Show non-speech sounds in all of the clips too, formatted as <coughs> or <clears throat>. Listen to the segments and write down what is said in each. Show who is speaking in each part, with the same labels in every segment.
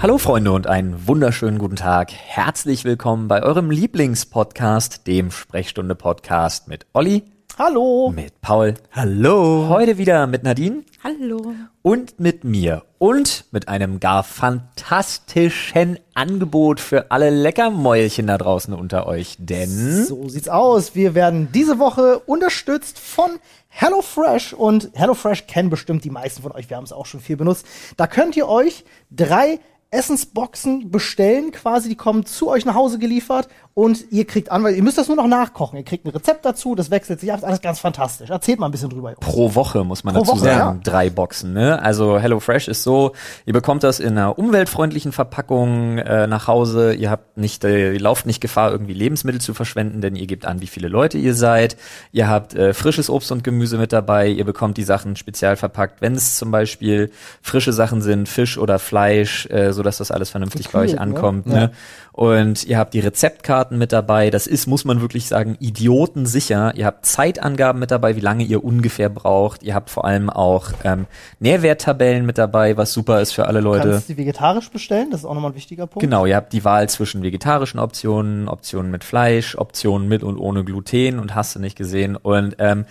Speaker 1: Hallo Freunde und einen wunderschönen guten Tag. Herzlich willkommen bei eurem Lieblingspodcast, dem Sprechstunde Podcast mit Olli,
Speaker 2: Hallo.
Speaker 1: mit Paul,
Speaker 2: Hallo.
Speaker 1: heute wieder mit Nadine
Speaker 3: Hallo.
Speaker 1: und mit mir und mit einem gar fantastischen Angebot für alle Leckermäulchen da draußen unter euch, denn
Speaker 2: So sieht's aus. Wir werden diese Woche unterstützt von HelloFresh und HelloFresh kennen bestimmt die meisten von euch. Wir haben es auch schon viel benutzt. Da könnt ihr euch drei Essensboxen bestellen, quasi die kommen zu euch nach Hause geliefert und ihr kriegt an, weil ihr müsst das nur noch nachkochen. Ihr kriegt ein Rezept dazu, das wechselt sich ab, ist alles ganz fantastisch. Erzählt mal ein bisschen drüber. Jungs.
Speaker 1: pro Woche, muss man
Speaker 2: Pro
Speaker 1: dazu
Speaker 2: Woche,
Speaker 1: sagen,
Speaker 2: ja.
Speaker 1: drei Boxen. Ne? Also HelloFresh ist so, ihr bekommt das in einer umweltfreundlichen Verpackung äh, nach Hause. Ihr habt nicht, äh, ihr lauft nicht Gefahr, irgendwie Lebensmittel zu verschwenden, denn ihr gebt an, wie viele Leute ihr seid. Ihr habt äh, frisches Obst und Gemüse mit dabei. Ihr bekommt die Sachen spezial verpackt, wenn es zum Beispiel frische Sachen sind, Fisch oder Fleisch, äh, sodass das alles vernünftig bei
Speaker 2: Gekühlt,
Speaker 1: euch
Speaker 2: ne?
Speaker 1: ankommt.
Speaker 2: Ja.
Speaker 1: Ne? Und ihr habt die Rezeptkarten mit dabei. Das ist, muss man wirklich sagen, idiotensicher. Ihr habt Zeitangaben mit dabei, wie lange ihr ungefähr braucht. Ihr habt vor allem auch ähm, Nährwerttabellen mit dabei, was super ist für alle
Speaker 2: Du
Speaker 1: Leute.
Speaker 2: kannst die vegetarisch bestellen, das ist auch nochmal ein wichtiger Punkt.
Speaker 1: Genau, ihr habt die Wahl zwischen vegetarischen Optionen, Optionen mit Fleisch, Optionen mit und ohne Gluten und hast du nicht gesehen. Und ähm,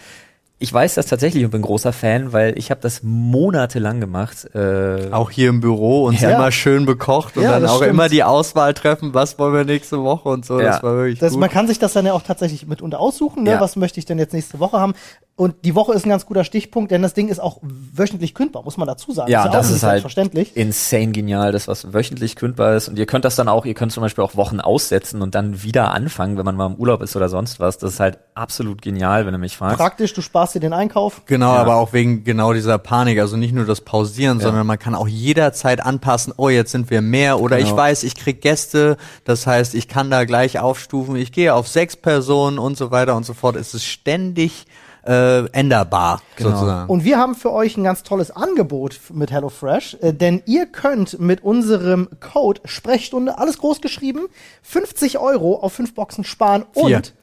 Speaker 1: ich weiß das tatsächlich und bin großer Fan, weil ich habe das monatelang gemacht. Äh,
Speaker 4: Auch hier im Büro uns
Speaker 2: Ja.
Speaker 4: immer schön bekocht und
Speaker 2: Ja,
Speaker 4: dann
Speaker 2: das
Speaker 4: auch
Speaker 2: stimmt.
Speaker 4: immer die Auswahl treffen, was wollen wir nächste Woche und so.
Speaker 1: Ja.
Speaker 4: Das war wirklich
Speaker 2: Das,
Speaker 4: gut.
Speaker 2: man kann sich das dann ja auch tatsächlich mitunter aussuchen, ne?
Speaker 1: Ja.
Speaker 2: was möchte ich denn jetzt nächste Woche haben. Und die Woche ist ein ganz guter Stichpunkt, denn das Ding ist auch wöchentlich kündbar, muss man dazu sagen.
Speaker 1: Ja,
Speaker 2: auch
Speaker 1: das
Speaker 2: nicht
Speaker 1: ist halt
Speaker 2: selbstverständlich.
Speaker 1: insane genial, das was wöchentlich kündbar ist. Und ihr könnt das dann auch, ihr könnt zum Beispiel auch Wochen aussetzen und dann wieder anfangen, wenn man mal im Urlaub ist oder sonst was. Das ist halt absolut genial, wenn du mich fragst.
Speaker 2: Praktisch, du sparst dir den Einkauf.
Speaker 4: Genau, aber auch wegen genau dieser Panik. Also nicht nur das Pausieren, sondern man kann auch jederzeit anpassen, oh, jetzt sind wir mehr oder
Speaker 2: Genau.
Speaker 4: ich weiß, ich krieg Gäste, das heißt, ich kann da gleich aufstufen, ich gehe auf sechs Personen und so weiter und so fort. Es ist ständig äh, änderbar,
Speaker 1: Genau.
Speaker 4: sozusagen.
Speaker 2: Genau. Und wir haben für euch ein ganz tolles Angebot f- mit HelloFresh, äh, denn ihr könnt mit unserem Code Sprechstunde, alles groß geschrieben, 50 Euro auf fünf Boxen sparen
Speaker 4: Vier.
Speaker 2: und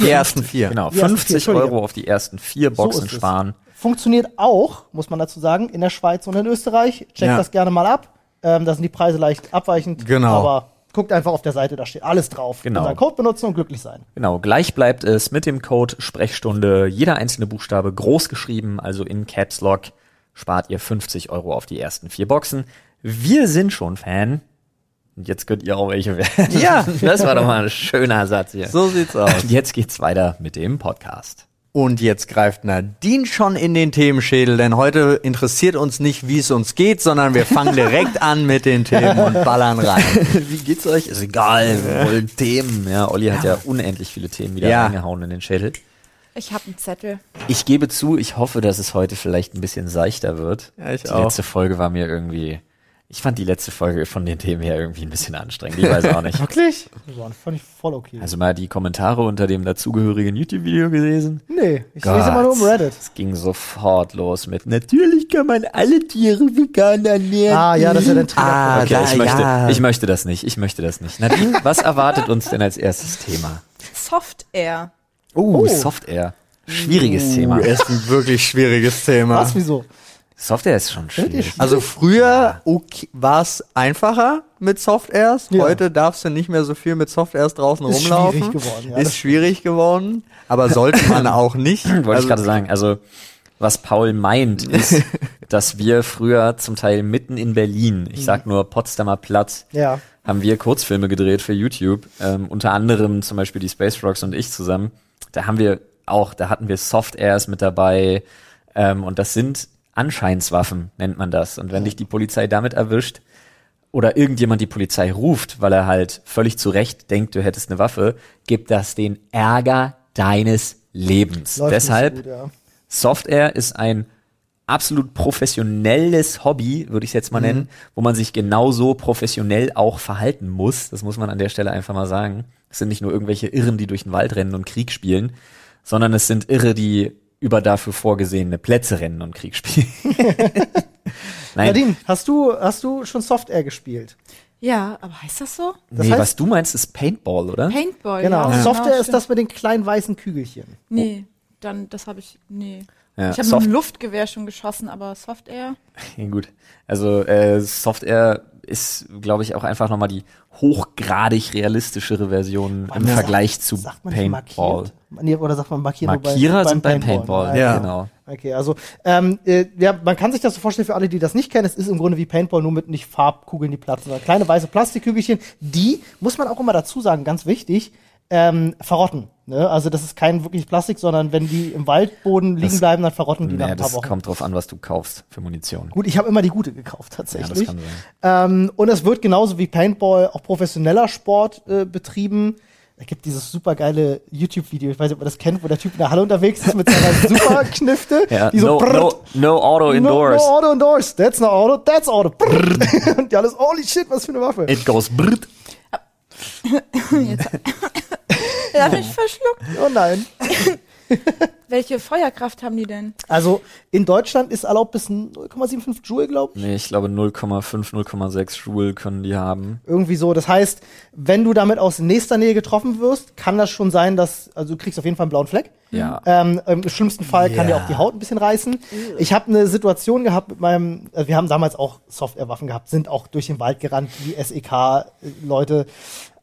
Speaker 4: die ersten vier.
Speaker 1: Genau,
Speaker 2: Die ersten vier,
Speaker 1: 50
Speaker 2: Entschuldige.
Speaker 1: Euro auf die ersten vier
Speaker 2: So
Speaker 1: Boxen
Speaker 2: ist es.
Speaker 1: sparen.
Speaker 2: Funktioniert auch, muss man dazu sagen, in der Schweiz und in Österreich. Checkt
Speaker 4: Ja.
Speaker 2: das gerne mal ab. Ähm, da sind die Preise leicht abweichend.
Speaker 4: Genau.
Speaker 2: Aber guckt einfach auf der Seite, da steht alles drauf.
Speaker 1: Genau.
Speaker 2: Unseren Code benutzen und glücklich sein.
Speaker 1: Genau, gleich bleibt es mit dem Code Sprechstunde jeder einzelne Buchstabe groß geschrieben, also in Caps Lock spart ihr 50 Euro auf die ersten vier Boxen. Wir sind schon Fan. Und jetzt könnt ihr auch welche werden.
Speaker 4: Ja.
Speaker 1: <laughs> das war doch mal ein schöner Satz hier.
Speaker 4: So sieht's aus.
Speaker 1: Und <laughs> jetzt geht's weiter mit dem Podcast.
Speaker 4: Und jetzt greift Nadine schon in den Themenschädel, denn heute interessiert uns nicht, wie es uns geht, sondern wir fangen <laughs> direkt an mit den Themen und ballern rein.
Speaker 1: <laughs> Wie geht's euch? Ist egal, wir wollen Themen. Ja, Olli hat ja unendlich viele Themen wieder
Speaker 4: Ja.
Speaker 1: reingehauen in den Schädel.
Speaker 3: Ich habe einen Zettel.
Speaker 1: Ich gebe zu, ich hoffe, dass es heute vielleicht ein bisschen seichter wird.
Speaker 4: Ja, ich
Speaker 1: die
Speaker 4: auch.
Speaker 1: letzte Folge war mir irgendwie. Ich fand die letzte Folge von den Themen her irgendwie ein bisschen anstrengend. Ich weiß auch
Speaker 2: <laughs>
Speaker 1: nicht.
Speaker 2: Wirklich? So, das fand ich voll okay.
Speaker 1: Also mal die Kommentare unter dem dazugehörigen YouTube-Video gelesen. Ah,
Speaker 2: nee, ich lese immer nur um Reddit.
Speaker 1: Es ging sofort los mit Natürlich kann man alle Tiere vegan ernähren.
Speaker 2: Ah, ja, das ist ja der Trigger.
Speaker 1: <laughs>
Speaker 4: Ah,
Speaker 1: Okay,
Speaker 4: da,
Speaker 1: ich, möchte,
Speaker 4: ja.
Speaker 1: ich möchte das nicht. Ich möchte das nicht.
Speaker 2: <laughs>
Speaker 1: Nadine, was erwartet uns denn als erstes Thema?
Speaker 3: Soft Air.
Speaker 1: Oh,
Speaker 2: Oh.
Speaker 1: Software. Schwieriges Thema.
Speaker 4: Uh, ist ein wirklich schwieriges Thema.
Speaker 2: Was, wieso?
Speaker 1: Software ist schon schwierig.
Speaker 4: Also früher okay, war es einfacher mit Softairs.
Speaker 2: Ja.
Speaker 4: Heute darfst du nicht mehr so viel mit Softairs draußen
Speaker 2: Ist
Speaker 4: rumlaufen.
Speaker 2: schwierig geworden, ja, das
Speaker 4: ist schwierig geworden, aber sollte <laughs> man auch nicht.
Speaker 1: <clears throat> Wollte ich gerade sagen. Also, was Paul meint, ist, dass wir früher zum Teil mitten in Berlin, ich sag nur Potsdamer Platz,
Speaker 2: Ja.
Speaker 1: haben wir Kurzfilme gedreht für YouTube. Ähm, unter anderem zum Beispiel die Space Rocks und ich zusammen. Da haben wir auch, da hatten wir Soft Airs mit dabei. Ähm, und das sind Anscheinswaffen, nennt man das. Und wenn dich die Polizei damit erwischt, oder irgendjemand die Polizei ruft, weil er halt völlig zu Recht denkt, du hättest eine Waffe, gibt das den Ärger deines Lebens.
Speaker 2: Läuft nicht so
Speaker 1: Deshalb
Speaker 2: gut, ja.
Speaker 1: Software ist ein absolut professionelles Hobby, würde ich es jetzt
Speaker 2: Mhm.
Speaker 1: mal nennen, wo man sich genauso professionell auch verhalten muss. Das muss man an der Stelle einfach mal sagen. Es sind nicht nur irgendwelche Irren, die durch den Wald rennen und Krieg spielen, sondern es sind Irre, die über dafür vorgesehene Plätze rennen und Krieg spielen. Nein,
Speaker 2: Nadine, hast du, hast du schon Software gespielt?
Speaker 3: Ja, aber heißt das so?
Speaker 2: das
Speaker 1: nee,
Speaker 2: heißt-
Speaker 1: was du meinst, ist Paintball, oder?
Speaker 3: Paintball.
Speaker 2: Genau.
Speaker 3: Ja,
Speaker 2: Software ist
Speaker 3: stimmt.
Speaker 2: das mit den kleinen weißen Kügelchen.
Speaker 3: Nee, dann, das habe ich. Nee.
Speaker 1: Ja,
Speaker 3: ich habe mit
Speaker 1: Soft-
Speaker 3: <laughs> dem Luftgewehr schon geschossen, aber Soft Air.
Speaker 1: Ja, gut. Also äh, Software ist, glaube ich, auch einfach nochmal die hochgradig realistischere Version im
Speaker 2: Sagt-
Speaker 1: Vergleich zu
Speaker 2: sagt man nicht
Speaker 1: Paintball.
Speaker 2: markiert? Nee, oder sagt man Markierer,
Speaker 1: Markierer sind beim Paintball,
Speaker 4: Ja.
Speaker 1: genau.
Speaker 2: Okay, also ähm, äh, ja, man kann sich das so vorstellen für alle, die das nicht kennen. Es ist im Grunde wie Paintball, nur mit nicht Farbkugeln, die platzen, sondern kleine weiße Plastikkügelchen. Die muss man auch immer dazu sagen, ganz wichtig, ähm, verrotten. Ne? Also das ist kein wirklich Plastik, sondern wenn die im Waldboden liegen
Speaker 1: Das-
Speaker 2: bleiben, dann verrotten die nach
Speaker 1: Naja,
Speaker 2: Genau, ein paar
Speaker 1: das
Speaker 2: Wochen.
Speaker 1: kommt drauf an, was du kaufst für Munition.
Speaker 2: Gut, ich habe immer die gute gekauft
Speaker 1: Ja, das
Speaker 2: tatsächlich.
Speaker 1: kann sein.
Speaker 2: Ähm, und es wird genauso wie Paintball auch professioneller Sport äh, betrieben. Da gibt dieses supergeile YouTube-Video, ich weiß nicht, ob man das kennt, wo der Typ in der Halle unterwegs ist mit
Speaker 1: <laughs>
Speaker 2: seiner Superknifte,
Speaker 1: Ja,
Speaker 2: die so
Speaker 1: no,
Speaker 2: prrrt,
Speaker 1: no, no auto indoors.
Speaker 2: No, no auto indoors, that's no auto, that's <laughs> auto. Prrrt. Und die alles, holy shit, was für eine Waffe.
Speaker 1: It goes brrrt.
Speaker 3: <laughs> Da hab ich verschluckt.
Speaker 2: Oh nein.
Speaker 3: Welche Feuerkraft haben die denn?
Speaker 2: Also in Deutschland ist erlaubt bis 0,75 Joule, glaube ich.
Speaker 1: Nee, ich glaube 0,5, 0,6 Joule können die haben.
Speaker 2: Irgendwie so. Das heißt, wenn du damit aus nächster Nähe getroffen wirst, kann das schon sein, dass, also du kriegst auf jeden Fall einen blauen Fleck.
Speaker 1: Ja.
Speaker 2: Ähm, Im schlimmsten Fall kann dir auch die Haut ein bisschen reißen. Ich habe eine Situation gehabt mit meinem, äh, wir haben damals auch Softwarewaffen gehabt, sind auch durch den Wald gerannt, E die SEK-Leute. äh,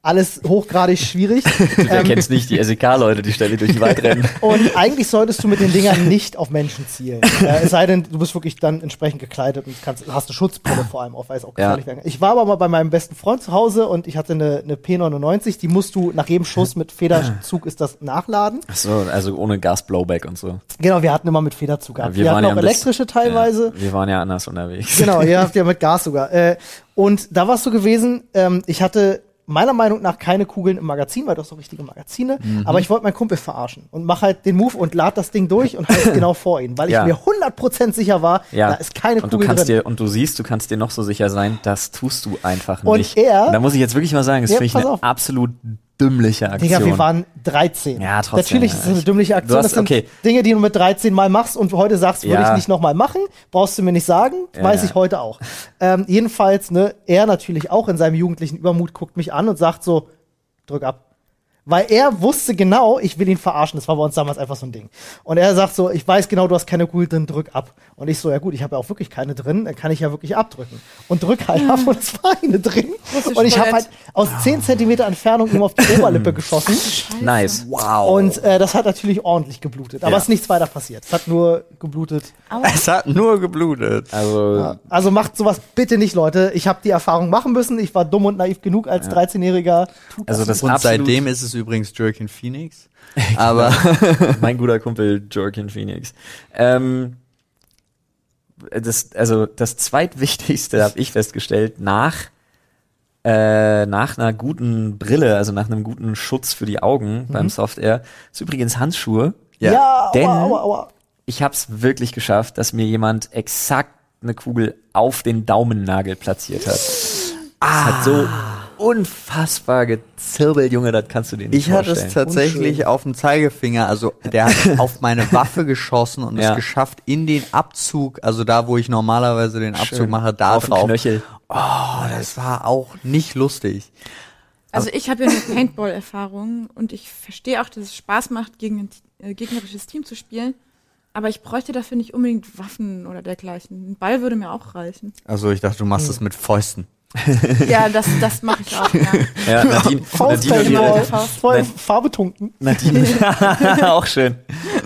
Speaker 2: Alles hochgradig schwierig. Ähm,
Speaker 1: Du erkennst nicht die SEK-Leute, die ständig durch den
Speaker 2: <laughs>
Speaker 1: Wald rennen.
Speaker 2: Und eigentlich solltest du mit den Dingern nicht auf Menschen zielen. Äh, es sei denn, du bist wirklich dann entsprechend gekleidet und kannst, hast eine Schutzbrille vor allem auf, weil es auch gefährlich
Speaker 1: Ja.
Speaker 2: werden kann. Ich war aber mal bei meinem besten Freund zu Hause und ich hatte eine, eine P99, die musst du nach jedem Schuss mit Federzug ist das nachladen.
Speaker 1: Ach so, also ohne Gas-Blowback und so.
Speaker 2: Genau, wir hatten immer mit Federzug gehabt. Wir, hatten auch
Speaker 1: ein bisschen-
Speaker 2: elektrische teilweise.
Speaker 1: Ja, wir waren ja anders unterwegs.
Speaker 2: Genau, ihr habt ja mit Gas sogar. Äh, und da war es so gewesen, ähm, ich hatte meiner Meinung nach keine Kugeln im Magazin, weil das so richtige Magazine,
Speaker 1: Mhm.
Speaker 2: aber ich wollte meinen Kumpel verarschen und mach halt den Move und lad das Ding durch und
Speaker 1: <laughs>
Speaker 2: halt genau vor ihn, weil ich
Speaker 1: Ja.
Speaker 2: mir 100% sicher war, da ist keine
Speaker 1: und du
Speaker 2: Kugel
Speaker 1: kannst
Speaker 2: drin.
Speaker 1: dir und du siehst, du kannst dir noch so sicher sein, das tust du einfach
Speaker 2: Und
Speaker 1: nicht.
Speaker 2: er-
Speaker 1: da muss ich jetzt wirklich mal sagen, das
Speaker 2: Ja,
Speaker 1: finde ich
Speaker 2: pass
Speaker 1: eine
Speaker 2: auf.
Speaker 1: absolut dümmliche Aktion.
Speaker 2: Digga, wir waren 13.
Speaker 1: Ja, trotzdem,
Speaker 2: Natürlich ist das eine
Speaker 1: ich-
Speaker 2: dümmliche Aktion.
Speaker 1: Du hast-
Speaker 2: das sind
Speaker 1: okay.
Speaker 2: Dinge, die du mit 13 Mal machst und heute sagst, würde
Speaker 1: Ja.
Speaker 2: ich nicht nochmal machen. Brauchst du mir nicht sagen.
Speaker 1: Ja,
Speaker 2: weiß
Speaker 1: ja.
Speaker 2: ich heute auch. Ähm, jedenfalls, ne, er natürlich auch in seinem jugendlichen Übermut guckt mich an und sagt so, drück ab. Weil er wusste genau, ich will ihn verarschen. Das war bei uns damals einfach so ein Ding. Und er sagt so, ich weiß genau, du hast keine Kugel drin, drück ab. Und ich so, ja gut, ich habe ja auch wirklich keine drin, dann kann ich ja wirklich abdrücken. Und drück halt ab und es war eine drin.
Speaker 3: Russisch
Speaker 2: Und ich habe
Speaker 3: Roulette.
Speaker 2: halt aus 10 Zentimeter Entfernung ihm auf die Oberlippe geschossen.
Speaker 1: nice.
Speaker 4: Wow.
Speaker 2: Und äh, das hat natürlich ordentlich geblutet. Aber
Speaker 1: Ja.
Speaker 2: es ist nichts weiter passiert. Es hat nur geblutet.
Speaker 4: es hat nur geblutet.
Speaker 1: Also
Speaker 2: Also macht sowas bitte nicht, Leute. Ich habe die Erfahrung machen müssen. Ich war dumm und naiv genug als 13-Jähriger. Tut
Speaker 1: also das
Speaker 4: Und
Speaker 1: absolut, <laughs>
Speaker 4: seitdem ist es übrigens Jerkin Phoenix. Aber
Speaker 1: mein guter Kumpel Jorkin Phoenix. Ähm, das, also das zweitwichtigste habe ich festgestellt nach äh, nach einer guten Brille, also nach einem guten Schutz für die Augen
Speaker 2: Mhm.
Speaker 1: beim Software, ist übrigens Handschuhe.
Speaker 2: ja, ja
Speaker 1: denn-
Speaker 2: aua, aua, aua.
Speaker 1: Ich habe es wirklich geschafft, dass mir jemand exakt eine Kugel auf den Daumennagel platziert hat. Es hat so unfassbar gezirbelt, Junge, das kannst du dir nicht
Speaker 4: ich hatte
Speaker 1: vorstellen.
Speaker 4: es tatsächlich
Speaker 2: Unschön.
Speaker 4: auf dem Zeigefinger, also der
Speaker 1: <laughs>
Speaker 4: hat auf meine Waffe geschossen und
Speaker 1: Ja.
Speaker 4: es geschafft, in den Abzug, also da, wo ich normalerweise den Abzug
Speaker 1: Schön.
Speaker 4: mache, da
Speaker 1: auf den
Speaker 4: drauf.
Speaker 1: Knöchel.
Speaker 4: Oh, das war auch nicht lustig.
Speaker 3: Also ich habe ja nur Paintball-Erfahrung und ich verstehe auch, dass es Spaß macht, gegen ein äh, gegnerisches Team zu spielen. Aber ich bräuchte dafür nicht unbedingt Waffen oder dergleichen. Ein Ball würde mir auch reichen.
Speaker 4: Also ich dachte, du
Speaker 1: Hm.
Speaker 4: machst es mit Fäusten.
Speaker 3: Ja, das, das mache ich auch. Ja.
Speaker 1: Ja, Nadine, Nadine und
Speaker 3: Faustball.
Speaker 1: ihre,
Speaker 2: Faustpaintball,
Speaker 3: Faust-
Speaker 2: genau. voll
Speaker 1: Nein.
Speaker 2: Farbe tunken.
Speaker 1: Nadine, <laughs> auch schön.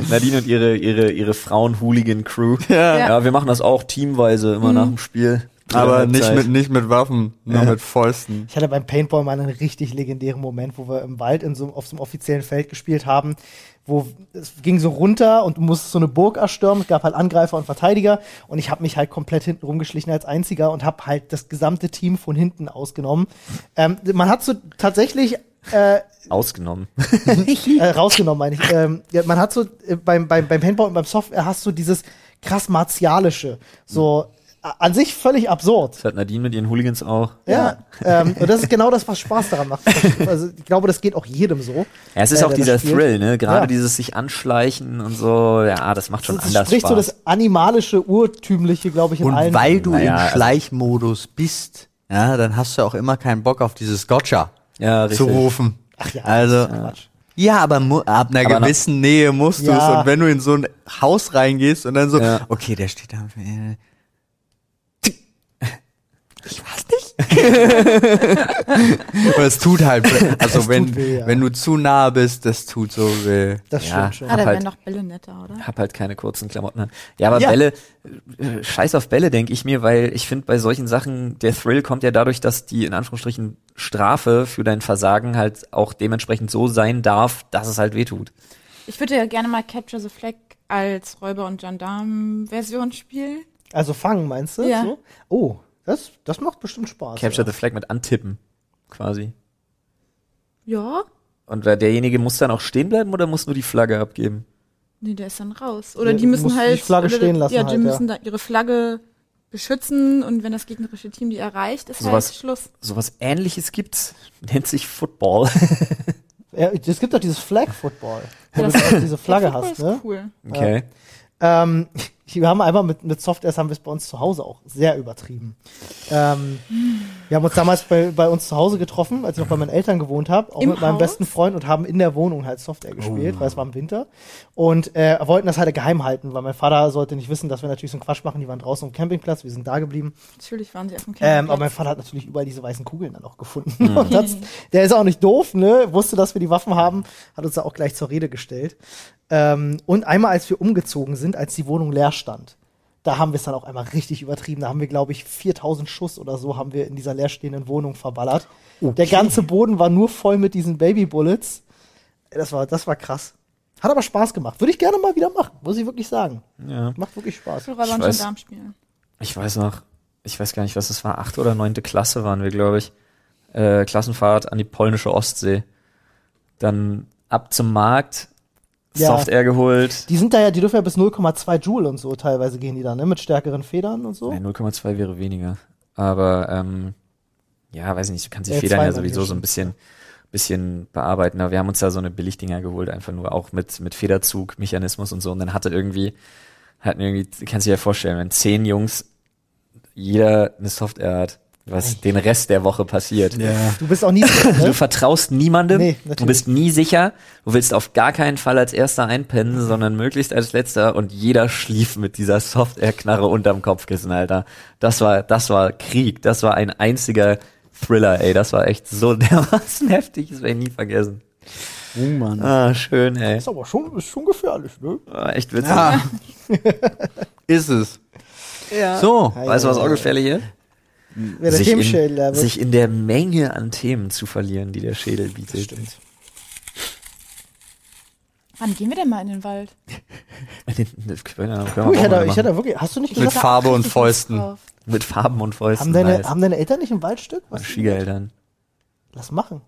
Speaker 1: Nadine und ihre, ihre, ihre Frauen-Hooligan-Crew. Ja. ja, wir machen das auch teamweise immer nach dem Spiel.
Speaker 4: Aber nicht
Speaker 1: Halbzeit.
Speaker 4: mit, nicht mit Waffen, nur mit Fäusten.
Speaker 2: Ich hatte beim Paintball mal einen richtig legendären Moment, wo wir im Wald in so, auf so einem offiziellen Feld gespielt haben, wo es ging so runter und du musstest so eine Burg erstürmen. Es gab halt Angreifer und Verteidiger und ich habe mich halt komplett hinten rumgeschlichen als Einziger und habe halt das gesamte Team von hinten ausgenommen. Ähm, man hat so tatsächlich äh,
Speaker 1: Ausgenommen.
Speaker 2: äh, rausgenommen, meine ich. Ähm, ja, man hat so äh, beim, beim, beim Paintball und beim Software hast du dieses krass martialische, so a- an sich völlig absurd.
Speaker 1: Das hat Nadine mit ihren Hooligans auch.
Speaker 2: Ja, ähm, und das ist genau das, was Spaß daran macht. Also ich glaube, das geht auch jedem so.
Speaker 1: Ja, es ist
Speaker 2: äh,
Speaker 1: auch
Speaker 2: der das
Speaker 1: dieser
Speaker 2: spielt.
Speaker 1: Thrill, ne? Gerade
Speaker 2: Ja.
Speaker 1: dieses sich anschleichen und so. Ja, das macht schon
Speaker 2: Das
Speaker 1: anders
Speaker 2: spricht
Speaker 1: Spaß.
Speaker 2: so das animalische, urtümliche, glaube ich, in
Speaker 4: Und
Speaker 2: allen.
Speaker 4: weil du
Speaker 1: Naja,
Speaker 4: im
Speaker 1: also-
Speaker 4: Schleichmodus bist, ja, dann hast du auch immer keinen Bock auf dieses Gotcha
Speaker 1: ja,
Speaker 4: zu
Speaker 1: richtig.
Speaker 4: rufen. Ach
Speaker 2: ja,
Speaker 4: also,
Speaker 2: Quatsch.
Speaker 4: ja, aber mu- ab einer
Speaker 1: Aber noch-
Speaker 4: gewissen Nähe musst du es.
Speaker 2: Ja.
Speaker 4: Und wenn du in so ein Haus reingehst und dann so,
Speaker 1: Ja.
Speaker 4: okay, der steht da. äh, Ich weiß nicht. <laughs> Aber es tut halt, also
Speaker 2: Es
Speaker 4: wenn,
Speaker 2: tut weh, ja.
Speaker 4: wenn du zu nah bist, das tut so weh.
Speaker 2: Das
Speaker 1: Ja.
Speaker 2: stimmt schon.
Speaker 1: Hab
Speaker 3: Ah, da
Speaker 1: halt-
Speaker 3: wären doch Bälle netter, oder?
Speaker 1: Hab halt keine kurzen Klamotten an. Ja, aber
Speaker 2: Ja.
Speaker 1: Bälle, äh, scheiß auf Bälle, denke ich mir, weil ich finde, bei solchen Sachen, der Thrill kommt ja dadurch, dass die in Anführungsstrichen Strafe für dein Versagen halt auch dementsprechend so sein darf, dass es halt wehtut.
Speaker 3: Ich würde ja gerne mal Capture the Flag als Räuber- und Gendarm-Version spielen.
Speaker 2: Also fangen, meinst du?
Speaker 3: Ja.
Speaker 2: So? Oh, das, das macht bestimmt Spaß.
Speaker 1: Capture
Speaker 2: ja.
Speaker 1: the Flag mit antippen, quasi.
Speaker 3: Ja.
Speaker 1: Und äh, derjenige muss dann auch stehen bleiben oder muss nur die Flagge abgeben?
Speaker 3: Nee, der ist dann raus. Oder
Speaker 2: Nee,
Speaker 3: die müssen
Speaker 2: muss die
Speaker 3: halt.
Speaker 2: Flagge
Speaker 3: oder,
Speaker 2: stehen lassen
Speaker 3: Ja, die
Speaker 2: halt, ja.
Speaker 3: müssen da ihre Flagge beschützen und wenn das gegnerische Team die erreicht, ist
Speaker 1: Sowas-
Speaker 3: halt Schluss.
Speaker 1: Sowas ähnliches gibt's, nennt sich Football. <laughs>
Speaker 2: ja, es gibt doch dieses Flag Football, wo
Speaker 3: Ja,
Speaker 2: du
Speaker 3: das-
Speaker 2: auch diese Flagge
Speaker 3: Der Football
Speaker 2: hast,
Speaker 3: ist
Speaker 2: ne?
Speaker 3: Cool.
Speaker 1: Okay.
Speaker 2: Ähm, <laughs> wir haben einfach mit, mit Softwares haben wir es bei uns zu Hause auch sehr übertrieben. Ähm, wir
Speaker 3: Oh
Speaker 2: haben uns damals bei, bei uns zu Hause getroffen, als ich noch bei meinen Eltern gewohnt habe, auch
Speaker 3: Im
Speaker 2: mit meinem
Speaker 3: Haus? Oh
Speaker 2: besten Freund und haben in der Wohnung halt Software gespielt, weil es war im Winter. Und äh, wollten das halt geheim halten, weil mein Vater sollte nicht wissen, dass wir natürlich so einen Quatsch machen. Die waren draußen am Campingplatz, wir sind da geblieben.
Speaker 3: Natürlich waren sie auf dem
Speaker 2: Ähm, aber mein
Speaker 3: Campingplatz.
Speaker 2: Vater hat natürlich überall diese weißen Kugeln dann auch gefunden. <laughs> Und hat's- der ist auch nicht doof, ne? Wusste, dass wir die Waffen haben, hat uns da auch gleich zur Rede gestellt. Ähm, und einmal, als wir umgezogen sind, als die Wohnung leer stand, da haben wir es dann auch einmal richtig übertrieben. Da haben wir, glaube ich, 4000 Schuss oder so haben wir in dieser leerstehenden Wohnung verballert. Der ganze Boden war nur voll mit diesen Baby-Bullets. Das war, das war krass. Hat aber Spaß gemacht. Würde ich gerne mal wieder machen, muss ich wirklich sagen.
Speaker 1: Ja.
Speaker 2: Macht wirklich Spaß.
Speaker 3: Ich will Räuber- und
Speaker 1: Ich weiß-
Speaker 3: Gendarm spielen.
Speaker 1: ich weiß noch, ich weiß gar nicht, was das war, achte oder neunte Klasse waren wir, glaube ich. Äh, Klassenfahrt an die polnische Ostsee. Dann ab zum Markt,
Speaker 2: Ja.
Speaker 1: Soft Air geholt.
Speaker 2: Die sind da ja, die dürfen ja bis 0,2 Joule und so teilweise gehen die da, ne? Mit stärkeren Federn und so.
Speaker 1: Nee, 0,2 wäre weniger. Aber ähm, ja, weiß ich nicht, du kannst die
Speaker 2: Äh,
Speaker 1: Federn
Speaker 2: zwei
Speaker 1: ja
Speaker 2: waren
Speaker 1: sowieso
Speaker 2: hier
Speaker 1: so
Speaker 2: schon.
Speaker 1: ein bisschen, bisschen bearbeiten. Aber wir haben uns da so eine Billigdinger geholt, einfach nur auch mit, mit Federzug, Mechanismus und so. Und dann hatte irgendwie, hatten irgendwie, kannst du dir ja vorstellen, wenn zehn Jungs jeder eine Soft Air hat, was den Rest der Woche passiert.
Speaker 2: Du bist auch nie so,
Speaker 1: Also
Speaker 2: ne?
Speaker 1: du vertraust niemandem,
Speaker 2: Nee, natürlich.
Speaker 1: du bist nie sicher, du willst auf gar keinen Fall als erster einpennen, sondern möglichst als letzter und jeder schlief mit dieser Soft-Air-Knarre unterm Kopfkissen, Alter. Das war, das war Krieg, das war ein einziger Thriller, ey, das war echt so <laughs> dermaßen heftig, das werde ich nie vergessen.
Speaker 5: Oh Mann.
Speaker 1: Ah, schön, ey.
Speaker 2: Ist aber schon, ist schon gefährlich, ne?
Speaker 1: Ah, echt witzig.
Speaker 4: Ja. Ist es. So.
Speaker 1: Weißt du, was auch gefährlich ist?
Speaker 2: Wer der
Speaker 1: Sich
Speaker 2: Themenschädel da
Speaker 1: in,
Speaker 2: wird.
Speaker 1: sich in der Menge an Themen zu verlieren, die der Schädel bietet. <laughs> Stimmt.
Speaker 3: Wann gehen wir denn mal in den Wald?
Speaker 2: Du, ich hätte, ich hätte wirklich, hast du nicht
Speaker 4: Mit
Speaker 2: gesagt,
Speaker 4: Farbe und
Speaker 3: Ich hab richtig
Speaker 4: Fäusten.
Speaker 3: Lust drauf.
Speaker 1: Mit Farben und Fäusten.
Speaker 2: haben deine,
Speaker 1: nice.
Speaker 2: haben deine Eltern nicht ein Waldstück? Was?
Speaker 1: Schwiegereltern.
Speaker 2: Lass machen.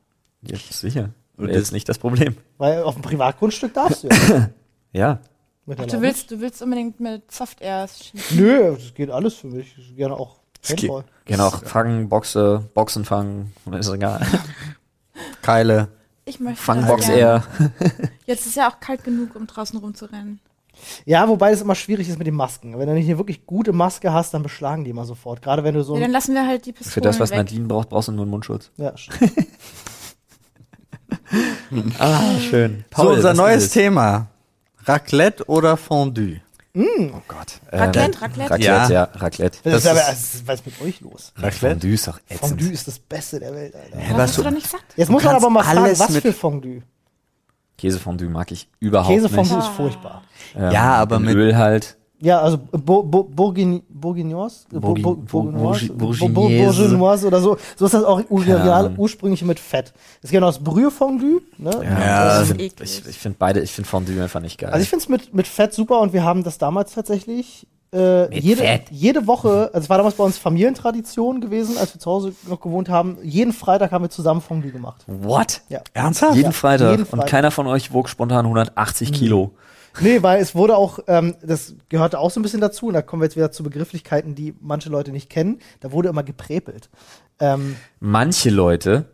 Speaker 1: Ja, sicher.
Speaker 5: Und
Speaker 1: Das
Speaker 5: das-
Speaker 1: ist nicht das Problem.
Speaker 2: Weil auf dem Privatgrundstück darfst du ja.
Speaker 1: Ja.
Speaker 2: Mit
Speaker 3: Ach,
Speaker 2: deiner-
Speaker 3: du willst, du willst unbedingt mit Soft Airs schießen.
Speaker 2: Nö, das geht alles für mich. Ich Gerne auch.
Speaker 5: geht.
Speaker 2: Paintball.
Speaker 1: Genau, auch fangen, Boxe, Boxen fangen, ist egal.
Speaker 4: Keile.
Speaker 3: Ich möchte.
Speaker 1: Fangen,
Speaker 3: das
Speaker 1: Box
Speaker 3: gerne.
Speaker 1: eher.
Speaker 3: Jetzt ist ja auch kalt genug, um draußen rumzurennen.
Speaker 2: Ja, wobei es immer schwierig ist mit den Masken. Wenn du nicht eine wirklich gute Maske hast, dann beschlagen die immer sofort. Gerade wenn du so
Speaker 3: Ja, dann
Speaker 2: ein,
Speaker 3: lassen wir halt die Pistolen
Speaker 1: Für das, was
Speaker 3: weg.
Speaker 1: Nadine braucht, brauchst du nur einen Mundschutz.
Speaker 2: ja,
Speaker 1: Ah, schön.
Speaker 4: so, unser neues Thema. Raclette oder Fondue?
Speaker 2: Mm.
Speaker 1: Oh Gott.
Speaker 3: Raclette, Raclette.
Speaker 1: Raclette,
Speaker 4: Ja.
Speaker 1: ja. Raclette.
Speaker 2: das ist
Speaker 4: Das
Speaker 2: aber,
Speaker 4: ist-
Speaker 2: das ist, was ist mit euch los?
Speaker 4: Raclette?
Speaker 1: Fondue ist doch ätzend.
Speaker 2: Fondue ist das Beste der Welt, Alter.
Speaker 3: Aber
Speaker 4: was
Speaker 3: bist
Speaker 4: Äh, du-
Speaker 3: du doch nicht satt?
Speaker 2: Jetzt muss man
Speaker 4: kannst
Speaker 2: aber mal fragen,
Speaker 4: alles
Speaker 2: was
Speaker 4: mit-
Speaker 2: für Fondue.
Speaker 1: Käsefondue mag ich überhaupt
Speaker 2: Käsefondue
Speaker 1: nicht.
Speaker 2: ist furchtbar.
Speaker 1: Ähm,
Speaker 4: Ja, aber mit-
Speaker 1: Öl halt.
Speaker 2: Ja, also Bo- Bo- Bourguign- Bourguignons, Bo- Bo-
Speaker 1: Bourgui-
Speaker 2: Bourguignons,
Speaker 1: Bourgi-
Speaker 2: Bo- Bo-
Speaker 1: Bourgignese.
Speaker 2: Bourguignons oder so. So ist das auch original,
Speaker 1: Ahnung.
Speaker 2: ursprünglich mit Fett. Es gibt noch das Brühefondue. Ne?
Speaker 4: Ja,
Speaker 1: ich
Speaker 3: das ist
Speaker 1: find-
Speaker 3: eklig.
Speaker 1: ich, ich finde beide, ich finde Fondue einfach nicht geil.
Speaker 2: Also ich finde es mit, mit Fett super und wir haben das damals tatsächlich äh,
Speaker 1: Mit
Speaker 2: jede,
Speaker 1: Fett?
Speaker 2: jede Woche, also es war damals bei uns Familientradition gewesen, als wir zu Hause noch gewohnt haben, jeden Freitag haben wir zusammen Fondue gemacht.
Speaker 1: What?
Speaker 2: Ja.
Speaker 4: Ernsthaft?
Speaker 1: Jeden,
Speaker 2: Ja,
Speaker 1: Freitag.
Speaker 2: jeden Freitag.
Speaker 1: Und keiner von euch wog spontan 180 Kilo.
Speaker 2: Nee, weil es wurde auch, ähm, das gehörte auch so ein bisschen dazu, und da kommen wir jetzt wieder zu Begrifflichkeiten, die manche Leute nicht kennen. Da wurde immer geprepelt. Ähm,
Speaker 1: Manche Leute,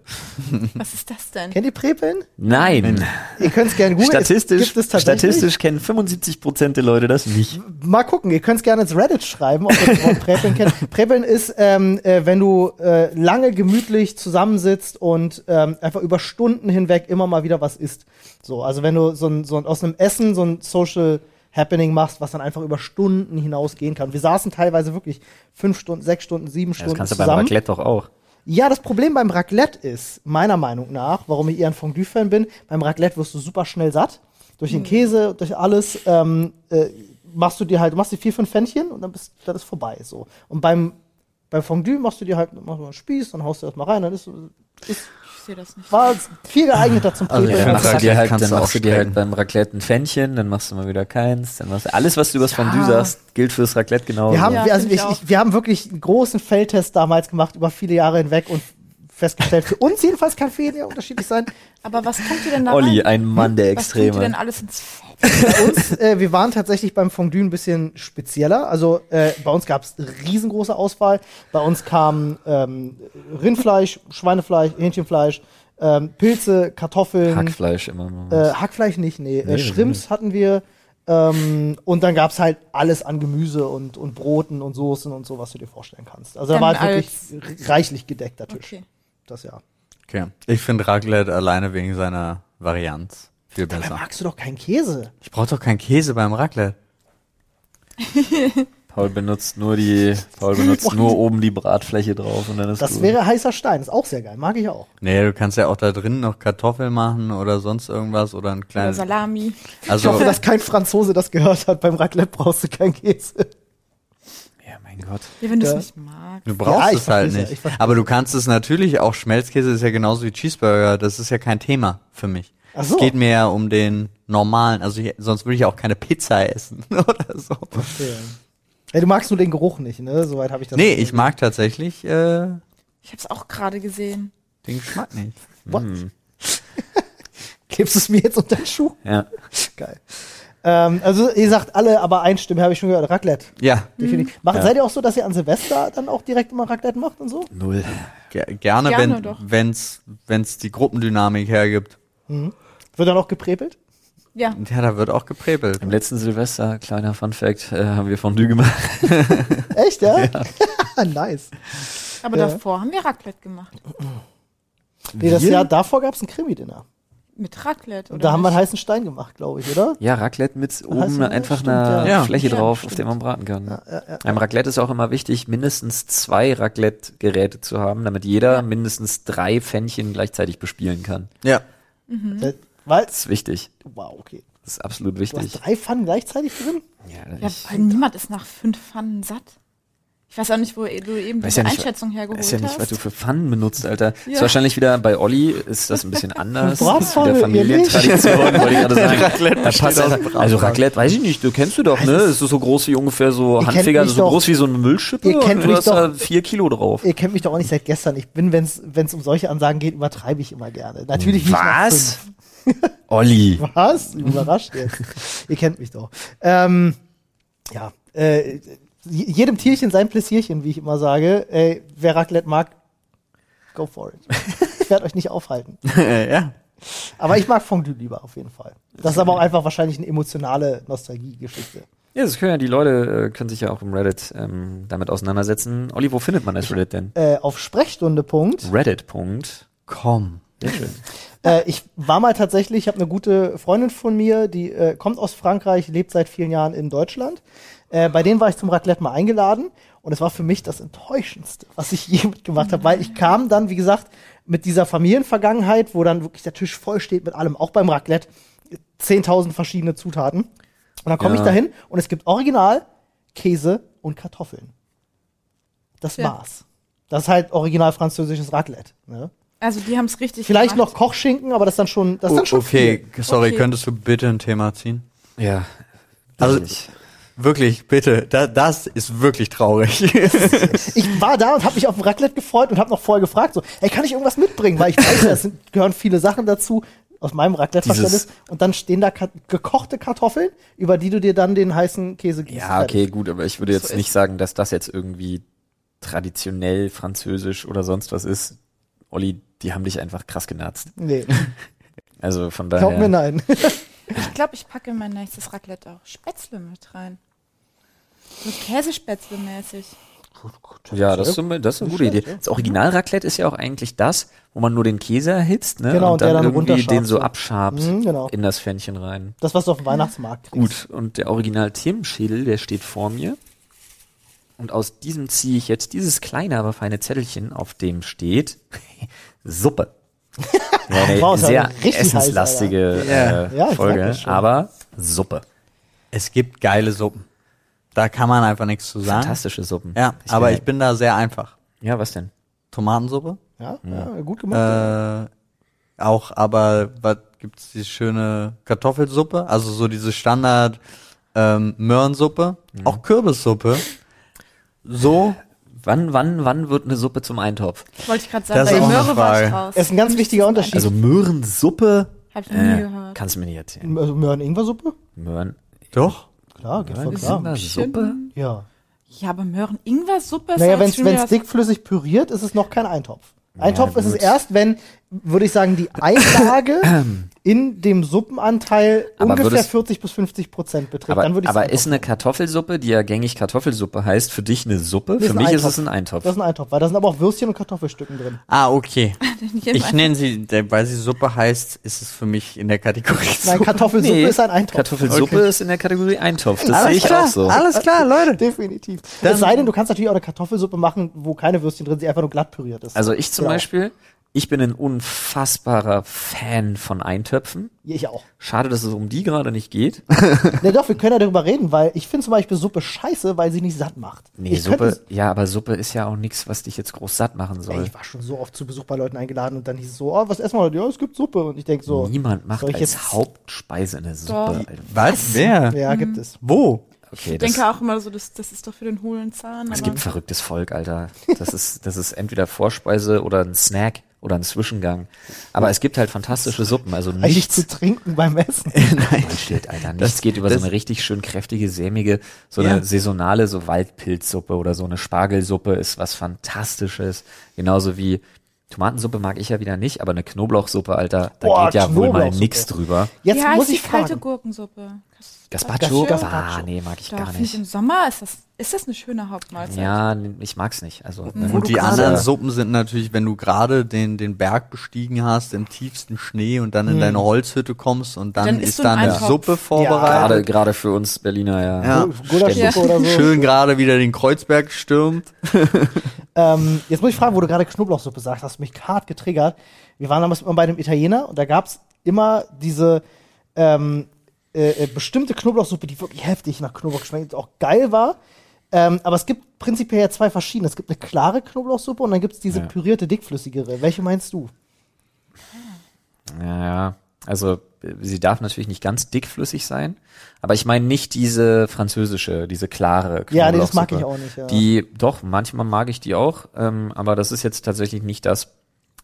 Speaker 3: Was ist das denn?
Speaker 2: kennt ihr Prepeln?
Speaker 1: nein.
Speaker 2: Ihr könnt es gerne googeln. Es
Speaker 1: Statistisch,
Speaker 2: gibt es tatsächlich.
Speaker 1: statistisch kennen 75 Prozent der Leute das nicht.
Speaker 2: Mal gucken, ihr könnt es gerne ins Reddit schreiben, ob ihr das Wort
Speaker 1: <laughs>
Speaker 2: Präpeln kennt. Präpeln ist, ähm, äh, wenn du äh, lange gemütlich zusammensitzt und ähm, einfach über Stunden hinweg immer mal wieder was isst. So, also wenn du so ein, so ein, aus einem Essen so ein Social Happening machst, was dann einfach über Stunden hinausgehen kann. Wir saßen teilweise wirklich fünf Stunden, sechs Stunden, sieben
Speaker 1: Ja, das
Speaker 2: Stunden
Speaker 1: kannst du beim
Speaker 2: zusammen.
Speaker 1: Raclette doch auch.
Speaker 2: Ja, das Problem beim Raclette ist, meiner Meinung nach, warum ich eher ein Fondue-Fan bin, beim Raclette wirst du super schnell satt. Durch den Käse, durch alles, ähm, äh, machst du dir halt, machst dir vier, fünf Pfännchen und dann bist, das ist vorbei, so. Und beim, beim Fondue machst du dir halt, machst du einen Spieß, dann haust du das mal rein, dann ist, ist
Speaker 3: Ich sehe das nicht.
Speaker 2: war viel geeigneter zum
Speaker 4: Also
Speaker 2: Pulver.
Speaker 4: ich
Speaker 1: Dann
Speaker 4: find's
Speaker 1: machst du
Speaker 4: Raclette
Speaker 1: dir halt,
Speaker 4: kannst
Speaker 1: dann
Speaker 4: du
Speaker 1: machst du dir halt
Speaker 4: ausstrecken.
Speaker 1: beim Raclette ein Fännchen, dann machst du mal wieder keins, dann machst du alles, was du übers Fondue sagst, gilt fürs Raclette genau.
Speaker 2: Wir haben,
Speaker 3: Ja,
Speaker 2: wir- also
Speaker 3: find
Speaker 2: ich,
Speaker 3: ich
Speaker 2: ich, wir haben wirklich einen großen Feldtest damals gemacht, über viele Jahre hinweg und festgestellt, für uns jedenfalls kann für jeden ja unterschiedlich sein.
Speaker 3: Aber was kommt ihr denn da
Speaker 1: Olli,
Speaker 3: rein?
Speaker 1: ein Mann der
Speaker 3: Was tut ihr denn
Speaker 1: Extreme.
Speaker 3: alles ins Fett?
Speaker 2: Bei uns, äh, wir waren tatsächlich beim Fondue ein bisschen spezieller. Also äh, bei uns gab es riesengroße Auswahl. Bei uns kamen ähm, Rindfleisch, Schweinefleisch, Hähnchenfleisch, ähm, Pilze, Kartoffeln,
Speaker 1: Hackfleisch immer nur.
Speaker 2: äh, Hackfleisch nicht, nee,
Speaker 1: Nee,
Speaker 2: äh, Schrimps hatten wir. Ähm, und dann gab es halt alles an Gemüse und, und Broten und Soßen und so, was du dir vorstellen kannst. Also da
Speaker 3: Dann
Speaker 2: war halt wirklich reichlich gedeckter Tisch.
Speaker 3: Okay.
Speaker 2: Das Jahr.
Speaker 4: Okay. Ich finde Raclette alleine wegen seiner Varianz viel
Speaker 2: Dabei
Speaker 4: besser.
Speaker 2: magst du doch keinen Käse.
Speaker 4: Ich brauche doch keinen Käse beim Raclette.
Speaker 1: Paul benutzt nur die, Paul benutzt nur oben die Bratfläche drauf und dann ist
Speaker 2: Das
Speaker 1: gut.
Speaker 2: wäre heißer Stein, ist auch sehr geil, mag ich auch.
Speaker 4: Nee, du kannst ja auch da drin noch Kartoffeln machen oder sonst irgendwas oder ein
Speaker 3: Oder
Speaker 4: kleines.
Speaker 3: Salami.
Speaker 2: Ich hoffe,
Speaker 4: Also
Speaker 2: dass kein Franzose das gehört hat. Beim Raclette brauchst du keinen Käse.
Speaker 1: Ja, mein Gott.
Speaker 3: Ja, wenn du es
Speaker 2: Ja.
Speaker 3: nicht magst.
Speaker 4: du brauchst
Speaker 2: Ja, ich
Speaker 4: es halt
Speaker 2: versteh's ja, ich
Speaker 4: nicht.
Speaker 2: versteh's.
Speaker 4: Aber du kannst es natürlich auch. Schmelzkäse ist ja genauso wie Cheeseburger. Das ist ja kein Thema für mich.
Speaker 2: Ach so.
Speaker 4: Es geht mir ja um den normalen. Also ich, sonst würde ich auch keine Pizza essen <laughs> oder so.
Speaker 2: Ja, du magst nur den Geruch nicht, ne? Soweit habe ich das.
Speaker 4: Nee, ich mag tatsächlich äh,
Speaker 3: Ich habe es auch gerade gesehen.
Speaker 4: den Geschmack nicht.
Speaker 2: What?
Speaker 4: Hm.
Speaker 2: <laughs> Klebst du es mir jetzt unter den Schuh?
Speaker 1: Ja.
Speaker 2: Geil. Ähm, also, ihr sagt alle, aber einstimmen habe ich schon gehört. Raclette.
Speaker 4: Ja,
Speaker 3: Mhm.
Speaker 2: Definitiv. Macht,
Speaker 1: Ja.
Speaker 2: Seid ihr auch so, dass ihr an Silvester dann auch direkt immer Raclette macht und so?
Speaker 1: Null.
Speaker 4: ge gerne,
Speaker 3: Gerne
Speaker 4: wenn
Speaker 3: doch.
Speaker 4: wenn's wenn's die Gruppendynamik hergibt.
Speaker 2: Wird dann auch geprepelt?
Speaker 3: Ja.
Speaker 4: Ja, da wird auch gepräbelt.
Speaker 1: Im letzten Silvester, kleiner Fun Fact, äh, haben wir Fondue gemacht.
Speaker 2: Echt, ja? <laughs> nice.
Speaker 3: Aber
Speaker 2: Ja.
Speaker 3: davor haben wir Raclette gemacht.
Speaker 2: Nee, das Jahr davor gab es ein Krimi-Dinner.
Speaker 3: Mit Raclette. Oder
Speaker 2: Und da haben wir einen
Speaker 3: nicht?
Speaker 2: heißen Stein gemacht, glaube ich, oder?
Speaker 1: Ja, Raclette mit oben
Speaker 2: du-
Speaker 1: einfach
Speaker 2: stimmt,
Speaker 1: einer
Speaker 4: ja. Ja.
Speaker 1: Fläche
Speaker 3: Ja,
Speaker 1: drauf, auf
Speaker 2: stimmt.
Speaker 1: der man braten kann. Beim Raclette ist auch immer wichtig, mindestens zwei Raclette-Geräte zu haben, damit jeder mindestens drei Pfännchen gleichzeitig bespielen kann.
Speaker 4: Ja. <laughs>
Speaker 2: Äh,
Speaker 3: Mhm.
Speaker 2: Weil,
Speaker 1: Das ist wichtig.
Speaker 2: wow, okay.
Speaker 1: Das ist absolut
Speaker 2: Du hast
Speaker 1: wichtig.
Speaker 2: drei Pfannen gleichzeitig drin?
Speaker 1: Ja,
Speaker 2: halt
Speaker 3: Ja,
Speaker 1: ich
Speaker 3: weil niemand ist nach fünf Pfannen satt. Ich weiß auch nicht, wo du eben
Speaker 1: Weiß ja
Speaker 3: diese
Speaker 1: nicht,
Speaker 3: Einschätzung hergeholt
Speaker 1: weiß ja nicht, was
Speaker 3: hast.
Speaker 1: du für Pfannen benutzt, Alter.
Speaker 3: Ja.
Speaker 1: Ist wahrscheinlich wieder bei Olli ist das ein
Speaker 2: <laughs>
Speaker 1: bisschen anders. Das ist
Speaker 2: Bratpfanne,
Speaker 1: wieder
Speaker 2: ihr
Speaker 1: Familientradition, wollte ich gerade
Speaker 2: <laughs>
Speaker 1: sagen. Da passt einfach, also Raclette, weiß ich nicht, du kennst du doch, ne? Es ist so groß wie ungefähr so
Speaker 2: Also Ihr kennt
Speaker 1: Handfinger,
Speaker 2: mich
Speaker 1: so
Speaker 2: doch.
Speaker 1: groß wie so eine Müllschippe
Speaker 2: Ihr kennt
Speaker 1: und du
Speaker 2: mich
Speaker 1: hast
Speaker 2: doch.
Speaker 1: da vier Kilo drauf.
Speaker 2: Ihr kennt mich doch auch nicht seit gestern. Ich bin, wenn es um solche Ansagen geht, übertreibe ich immer gerne. Natürlich nicht nach
Speaker 1: Was? <laughs> Olli.
Speaker 2: fünf. Was? Überrascht jetzt. Ihr kennt mich doch. Ähm, ja, äh, j- jedem Tierchen sein Pläsierchen, wie ich immer sage. Äh, wer Raclette mag, go for it. Ich werde euch nicht aufhalten.
Speaker 4: ja.
Speaker 2: Aber ich mag Fondue lieber auf jeden Fall. Das ist aber auch einfach wahrscheinlich eine emotionale Nostalgie-Geschichte.
Speaker 1: Ja, das können ja die Leute, äh, können sich ja auch im Reddit ähm, damit auseinandersetzen. Olli, wo findet man das Reddit denn?
Speaker 2: Äh, auf Sprechstunde. Punkt.
Speaker 1: Reddit. Punkt.
Speaker 4: Komm.
Speaker 1: Sehr schön.
Speaker 2: Äh, ich war mal tatsächlich, ich habe eine gute Freundin von mir, die äh, kommt aus Frankreich, lebt seit vielen Jahren in Deutschland. Äh, bei denen war ich zum Raclette mal eingeladen und es war für mich das Enttäuschendste, was ich <laughs> je mitgemacht habe, weil ich kam dann, wie gesagt, mit dieser Familienvergangenheit, wo dann wirklich der Tisch voll steht mit allem, auch beim Raclette, 10.000 verschiedene Zutaten. Und dann komme
Speaker 1: Ja.
Speaker 2: ich dahin und es gibt original Käse und Kartoffeln. Das
Speaker 3: Ja.
Speaker 2: war's. Das ist halt original französisches Raclette. Ne?
Speaker 3: Also die haben es richtig
Speaker 2: Vielleicht noch
Speaker 3: gemacht.
Speaker 2: Kochschinken, aber das ist dann schon, das ist
Speaker 4: O-
Speaker 2: dann schon viel.
Speaker 4: okay, sorry,
Speaker 3: Okay.
Speaker 4: könntest du bitte ein Thema ziehen?
Speaker 1: Ja.
Speaker 4: Also-
Speaker 1: ich,
Speaker 4: Wirklich, bitte. Da, das ist wirklich traurig. <laughs>
Speaker 2: Ich war da und habe mich auf ein Raclette gefreut und habe noch vorher gefragt, so, hey, kann ich irgendwas mitbringen? Weil ich weiß, ja, es sind, gehören viele Sachen dazu aus meinem Raclette-Verständnis. Und dann stehen da kat gekochte Kartoffeln, über die du dir dann den heißen Käse gießt.
Speaker 1: ja, okay, gut, aber ich würde jetzt
Speaker 3: So
Speaker 1: nicht sagen, dass das jetzt irgendwie traditionell französisch oder sonst was ist. Olli, die haben dich einfach krass genatzt.
Speaker 2: Nee,
Speaker 1: Also von
Speaker 2: glaub mir
Speaker 1: daher.
Speaker 2: nein. <laughs>
Speaker 3: Ich glaube, ich packe in mein nächstes Raclette auch Spätzle mit rein. So Käsespätzle mäßig.
Speaker 1: Ja, das ist, so- das ist eine gute Idee. Das Original Raclette ist ja auch eigentlich das, wo man nur den Käse erhitzt, ne?
Speaker 2: Genau,
Speaker 1: und
Speaker 2: und der
Speaker 1: dann,
Speaker 2: dann
Speaker 1: irgendwie
Speaker 2: runterschabt,
Speaker 1: den so
Speaker 2: so.
Speaker 1: abschabt
Speaker 2: Mhm, genau.
Speaker 1: in das Fännchen rein.
Speaker 2: Das, was du auf dem Weihnachtsmarkt kriegst.
Speaker 1: Gut, und der Original Themenschädel, der steht vor mir. Und aus diesem ziehe ich jetzt dieses kleine, aber feine Zettelchen, auf dem steht <laughs> Suppe. Ja, eine
Speaker 2: Wow, ist ja
Speaker 1: sehr
Speaker 2: richtig heiß,
Speaker 1: essenslastige
Speaker 4: Alter.
Speaker 1: äh,
Speaker 2: Ja, ich sag ja
Speaker 1: Folge,
Speaker 2: schon.
Speaker 1: aber Suppe.
Speaker 4: Es gibt geile Suppen. Da kann man einfach nichts zu sagen.
Speaker 1: Fantastische Suppen.
Speaker 4: Ja,
Speaker 1: Ich
Speaker 4: aber
Speaker 1: bin-
Speaker 4: ich bin da sehr einfach.
Speaker 1: Ja, was denn?
Speaker 4: Tomatensuppe.
Speaker 2: Ja, ja. gut gemacht.
Speaker 4: Äh, auch, aber was gibt's die schöne Kartoffelsuppe? Also so diese Standard ähm, Möhrensuppe,
Speaker 1: Mhm.
Speaker 4: auch Kürbissuppe. So,
Speaker 1: Wann, wann, wann wird eine Suppe zum Eintopf?
Speaker 3: Wollte ich gerade sagen,
Speaker 4: Das ist
Speaker 3: bei
Speaker 4: auch eine
Speaker 3: Möhre war ich
Speaker 4: Frage.
Speaker 3: raus.
Speaker 2: ist ein ganz wichtiger Unterschied.
Speaker 1: Äh, Also Möhrensuppe?
Speaker 3: Hab ich noch nie
Speaker 1: Äh,
Speaker 3: gehört.
Speaker 1: kannst du mir nicht erzählen.
Speaker 2: Also, Möhren-Ingwer-Suppe?
Speaker 1: Möhren.
Speaker 4: doch.
Speaker 2: Klar, geht voll klar.
Speaker 1: Möhrensuppe?
Speaker 2: Ja.
Speaker 3: Ja, aber Möhren, Ingwer-Suppe ist
Speaker 2: Naja,
Speaker 3: doch
Speaker 2: wenn
Speaker 3: jetzt schon wieder
Speaker 2: es
Speaker 3: was-
Speaker 2: dickflüssig püriert, ist es noch kein Eintopf. Eintopf ist es
Speaker 1: gut.
Speaker 2: erst, wenn, würde ich sagen, die
Speaker 1: <coughs>
Speaker 2: Einlage in dem Suppenanteil
Speaker 1: Aber
Speaker 2: ungefähr
Speaker 1: würdest-
Speaker 2: 40 bis 50 Prozent beträgt.
Speaker 1: Aber,
Speaker 2: Dann würde ich
Speaker 1: aber ist eine Kartoffelsuppe, die ja gängig Kartoffelsuppe heißt, für dich eine Suppe? Für mich ist es ein Eintopf.
Speaker 2: Das ist ein Eintopf, weil da sind aber auch Würstchen und
Speaker 1: <laughs>
Speaker 2: Kartoffelstücken drin.
Speaker 4: Ah, okay.
Speaker 3: Nicht immer-
Speaker 4: Ich nenne sie, der- weil sie Suppe heißt, ist es für mich in der Kategorie
Speaker 2: Nein,
Speaker 4: Suppe.
Speaker 2: Kartoffelsuppe
Speaker 1: Nee,
Speaker 2: ist ein Eintopf.
Speaker 1: Kartoffelsuppe ist in der Kategorie Eintopf. Das sehe
Speaker 4: Alles
Speaker 1: ich
Speaker 4: klar,
Speaker 1: auch so.
Speaker 4: alles klar, Leute.
Speaker 2: Definitiv. es sei denn, du kannst natürlich auch eine Kartoffelsuppe machen, wo keine Würstchen drin sind, die einfach nur glatt püriert ist.
Speaker 1: Also ich zum
Speaker 2: Genau.
Speaker 1: Beispiel, ich bin ein unfassbarer Fan von Eintöpfen.
Speaker 2: Ja, Ich auch.
Speaker 1: Schade, dass es um die gerade nicht
Speaker 2: <laughs>
Speaker 1: geht.
Speaker 2: Na doch, wir können ja darüber reden, weil ich finde zum Beispiel Suppe scheiße, weil sie nicht satt macht.
Speaker 1: Nee,
Speaker 2: ich
Speaker 1: Suppe,
Speaker 2: könnte-
Speaker 1: ja, aber Suppe ist ja auch nichts, was dich jetzt groß satt machen
Speaker 2: Ey,
Speaker 1: soll.
Speaker 2: ich war schon so oft zu Besuch bei Leuten eingeladen und dann hieß es so, oh, was essen wir heute? Ja, es gibt Suppe. Und ich denke so,
Speaker 1: Niemand macht
Speaker 2: soll ich
Speaker 1: als
Speaker 2: jetzt-
Speaker 1: Hauptspeise eine Suppe.
Speaker 3: Doch.
Speaker 1: Alter.
Speaker 4: Was? Wer?
Speaker 2: ja,
Speaker 3: Mhm.
Speaker 2: gibt es.
Speaker 4: Wo?
Speaker 1: Okay,
Speaker 3: Ich
Speaker 1: das,
Speaker 3: denke auch immer so, das, das ist doch für den hohlen Zahn.
Speaker 1: es
Speaker 3: aber-
Speaker 1: gibt verrücktes Volk, Alter. Das ist, das ist entweder Vorspeise oder ein Snack oder ein Zwischengang. Aber es gibt halt fantastische Suppen. Also
Speaker 2: Eigentlich zu
Speaker 1: nichts
Speaker 2: trinken beim
Speaker 1: <laughs>
Speaker 2: Essen.
Speaker 1: Nein,
Speaker 4: <laughs>
Speaker 1: steht, Alter. Nichts geht über so
Speaker 4: das-
Speaker 1: eine richtig schön kräftige, sämige, so eine
Speaker 4: Ja.
Speaker 1: saisonale, so Waldpilzsuppe oder so eine Spargelsuppe ist was Fantastisches. Genauso wie Tomatensuppe mag ich ja wieder nicht, aber eine Knoblauchsuppe, Alter, da
Speaker 2: Boah,
Speaker 1: geht ja wohl mal
Speaker 2: Knoblauchsuppe.
Speaker 1: nix drüber.
Speaker 2: Jetzt
Speaker 3: ja,
Speaker 2: muss
Speaker 3: die
Speaker 2: ich
Speaker 3: kalte
Speaker 2: fragen.
Speaker 3: Gurkensuppe. Das-
Speaker 1: Gazpacho?
Speaker 2: Gazpacho.
Speaker 1: Ah, nee, mag ich
Speaker 3: Doch,
Speaker 1: gar
Speaker 3: finde ich
Speaker 1: nicht.
Speaker 3: im Sommer ist das, ist das eine schöne Hauptmahlzeit.
Speaker 1: Ja, n- ich mag's nicht. Also,
Speaker 2: Wo
Speaker 4: Und
Speaker 2: du
Speaker 4: die
Speaker 2: gerade-
Speaker 4: anderen Suppen sind natürlich, wenn du gerade den, den Berg bestiegen hast, im tiefsten Schnee und dann in deine Holzhütte kommst und Hm. dann,
Speaker 3: Dann isst
Speaker 4: ist
Speaker 3: du
Speaker 4: da
Speaker 3: einen
Speaker 4: eine
Speaker 3: Eintopf.
Speaker 4: Suppe
Speaker 1: gerade,
Speaker 4: vorbereitet.
Speaker 1: gerade für uns Berliner, ja.
Speaker 4: Ja.
Speaker 2: Gulaschsuppe
Speaker 1: Ständig.
Speaker 2: oder <laughs> so.
Speaker 4: Schön gerade wieder den Kreuzberg stürmt.
Speaker 2: Ähm, jetzt muss ich fragen, wo du gerade Knoblauchsuppe sagst, hast du mich hart getriggert. Wir waren damals immer bei einem Italiener und da gab's immer diese ähm, äh, äh, bestimmte Knoblauchsuppe, die wirklich heftig nach Knoblauch schmeckt und auch geil war. Ähm, aber es gibt prinzipiell ja zwei verschiedene. Es gibt eine klare Knoblauchsuppe und dann gibt's diese
Speaker 1: Ja.
Speaker 2: pürierte, dickflüssigere. Welche meinst du?
Speaker 1: Ja, also äh, sie darf natürlich nicht ganz dickflüssig sein, aber ich meine nicht diese französische, diese klare
Speaker 2: Ja, nee, das mag
Speaker 1: Knoblauchsuppe.
Speaker 2: ich auch nicht, ja.
Speaker 1: Die, doch, manchmal mag ich die auch, ähm, aber das ist jetzt tatsächlich nicht das.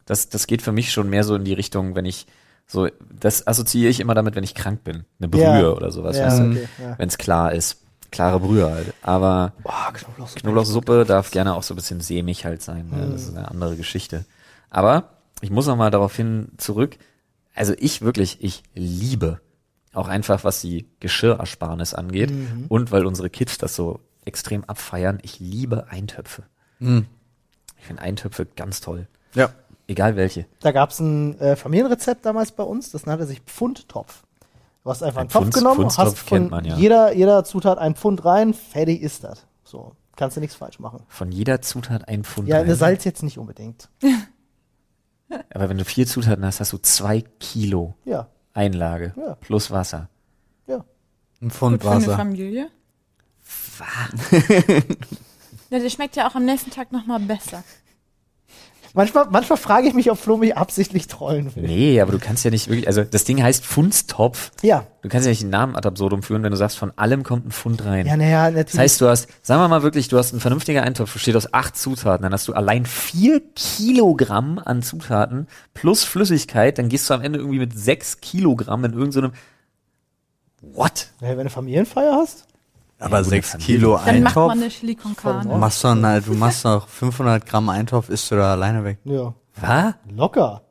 Speaker 1: Das, das geht für mich schon mehr so in die Richtung, wenn ich so, das assoziiere ich immer damit, wenn ich krank bin. Eine Brühe
Speaker 2: Ja.
Speaker 1: oder sowas,
Speaker 2: Ja,
Speaker 1: weißt du?
Speaker 2: okay, ja.
Speaker 1: Wenn es klar ist. Klare Brühe halt. Aber
Speaker 2: Boah, Ah, Knoblauchsuppe.
Speaker 1: Knoblauchsuppe darf gerne auch so ein bisschen sämig halt sein. Ne? Das ist eine andere Geschichte. Aber ich muss nochmal darauf hin zurück. Also ich wirklich, ich liebe auch einfach, was die Geschirrersparnis angeht.
Speaker 2: Mhm.
Speaker 1: Und weil unsere Kids das so extrem abfeiern, ich liebe Eintöpfe.
Speaker 2: Mhm.
Speaker 1: Ich finde Eintöpfe ganz toll.
Speaker 4: Ja.
Speaker 1: Egal welche.
Speaker 2: Da gab's ein äh, Familienrezept damals bei uns, das nannte sich Pfundtopf. Du hast einfach einen
Speaker 1: Ein
Speaker 2: Topf
Speaker 1: Pfund-
Speaker 2: genommen,
Speaker 1: Pfundtopf
Speaker 2: hast von
Speaker 1: kennt man, ja.
Speaker 2: jeder, jeder Zutat einen Pfund rein, fertig ist das. So, kannst du nichts falsch machen.
Speaker 1: Von jeder Zutat ein Pfund.
Speaker 2: Ja,
Speaker 1: rein.
Speaker 2: eine Salz jetzt nicht unbedingt.
Speaker 1: Aber wenn du vier Zutaten hast, hast du zwei Kilo
Speaker 2: Ja,
Speaker 1: Einlage
Speaker 2: Ja.
Speaker 1: plus Wasser.
Speaker 2: ja.
Speaker 4: Ein
Speaker 3: Gut
Speaker 4: Pfund
Speaker 3: für eine
Speaker 4: Wasser.
Speaker 3: Familie. Ja, der schmeckt ja auch am nächsten Tag nochmal besser.
Speaker 2: Manchmal, manchmal frage ich mich, ob Flo mich absichtlich trollen will.
Speaker 1: Nee, aber du kannst ja nicht wirklich, also das Ding heißt Pfundstopf.
Speaker 2: Ja.
Speaker 1: Du kannst ja nicht den Namen ad absurdum führen, wenn du sagst, von allem kommt ein Pfund rein.
Speaker 2: Ja, naja, natürlich.
Speaker 1: das heißt, du hast, sagen wir mal wirklich, du hast einen vernünftigen Eintopf, besteht aus acht Zutaten, dann hast du allein vier Kilogramm an Zutaten plus Flüssigkeit, dann gehst du am Ende irgendwie mit sechs Kilogramm in irgendeinem, what?
Speaker 2: Ja, wenn du Familienfeier hast,
Speaker 1: Ja,
Speaker 4: Aber
Speaker 1: gut,
Speaker 4: sechs
Speaker 1: eine
Speaker 4: Kilo
Speaker 3: Dann macht man
Speaker 4: Eintopf.
Speaker 3: eine Chili con
Speaker 2: Voll
Speaker 3: carne.
Speaker 4: Machst du dann halt, du machst noch 500 Gramm Eintopf, isst du da alleine weg.
Speaker 2: ja,
Speaker 1: Was?
Speaker 2: locker.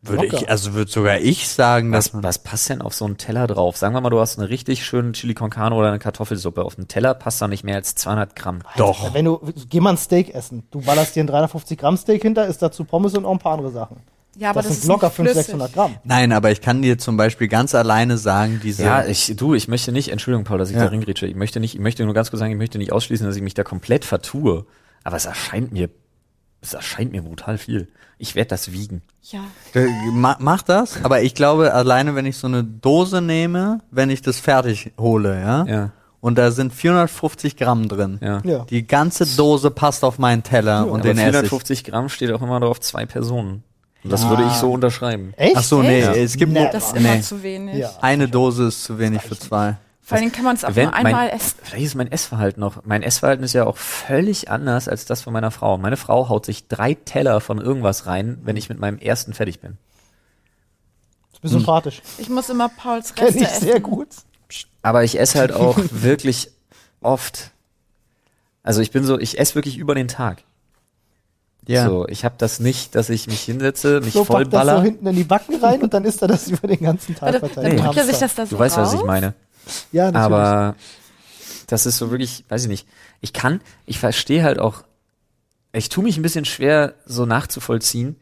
Speaker 4: Würde
Speaker 2: Locker.
Speaker 4: ich, also würde sogar ich sagen, dass
Speaker 1: Was,
Speaker 4: man,
Speaker 1: was passt denn auf so einen Teller drauf? Sagen wir mal, du hast eine richtig schöne Chili con Carne oder eine Kartoffelsuppe. Auf den Teller passt da nicht mehr als 200 Gramm.
Speaker 4: doch.
Speaker 2: Wenn du, geh mal ein Steak essen. Du ballerst dir ein 350 Gramm Steak hinter, ist dazu Pommes und auch ein paar andere Sachen.
Speaker 3: Ja, aber
Speaker 2: Das,
Speaker 3: das,
Speaker 2: sind
Speaker 3: ist
Speaker 2: locker
Speaker 3: nicht
Speaker 2: 500,
Speaker 3: flüssig.
Speaker 2: 600 Gramm.
Speaker 4: Nein, aber ich kann dir zum Beispiel ganz alleine sagen, diese.
Speaker 1: Ja, ich, du, ich möchte nicht, Entschuldigung, Paul, dass ich
Speaker 4: Ja.
Speaker 1: da ringrätsche. Ich möchte nicht, ich möchte nur ganz kurz sagen, ich möchte nicht ausschließen, dass ich mich da komplett vertue. Aber es erscheint mir, es erscheint mir brutal viel. Ich werde das wiegen.
Speaker 3: Ja,
Speaker 4: Äh, ma- Mach das, aber ich glaube, alleine wenn ich so eine Dose nehme, wenn ich das fertig hole, ja,
Speaker 1: Ja.
Speaker 4: und da sind 450 Gramm drin,
Speaker 1: Ja.
Speaker 2: Ja.
Speaker 4: die ganze Dose passt auf meinen Teller und
Speaker 1: Aber
Speaker 4: den esse ich.
Speaker 1: 450 Gramm steht auch immer drauf, zwei Personen. Und das würde ich so unterschreiben.
Speaker 2: Echt?
Speaker 4: Ach so, nee,
Speaker 2: Echt?
Speaker 4: es gibt
Speaker 2: Nee.
Speaker 4: nur-
Speaker 3: das ist
Speaker 4: Nee.
Speaker 3: immer zu wenig.
Speaker 2: Ja.
Speaker 4: Eine Dose ist zu wenig für zwei.
Speaker 3: Vor allem kann man es auch
Speaker 1: Wenn
Speaker 3: nur einmal
Speaker 1: mein,
Speaker 3: essen.
Speaker 1: Vielleicht ist mein Essverhalten noch. Mein Essverhalten ist ja auch völlig anders als das von meiner Frau. Meine Frau haut sich drei Teller von irgendwas rein, wenn ich mit meinem ersten fertig bin.
Speaker 2: Du
Speaker 1: Hm.
Speaker 2: bist sympathisch.
Speaker 3: Ich muss immer Pauls
Speaker 2: Kenn
Speaker 3: Reste
Speaker 2: ich
Speaker 3: essen.
Speaker 2: sehr gut.
Speaker 1: Aber ich esse halt
Speaker 2: <laughs>
Speaker 1: auch wirklich oft. Also ich bin so, ich esse wirklich über den Tag. So, ich habe das nicht, dass ich mich hinsetze, mich
Speaker 2: So packt das so
Speaker 1: vollballer.
Speaker 2: hinten in die Backen rein und dann ist er das <laughs> über den ganzen Tag
Speaker 3: Warte,
Speaker 2: verteilt.
Speaker 3: dann
Speaker 1: Nee.
Speaker 3: drückt er sich
Speaker 2: Hamster.
Speaker 3: das da so
Speaker 1: du weißt,
Speaker 3: raus.
Speaker 1: was ich meine.
Speaker 2: Ja, natürlich.
Speaker 1: Aber das ist so wirklich, weiß ich nicht. Ich kann, ich verstehe halt auch, ich tue mich ein bisschen schwer, so nachzuvollziehen.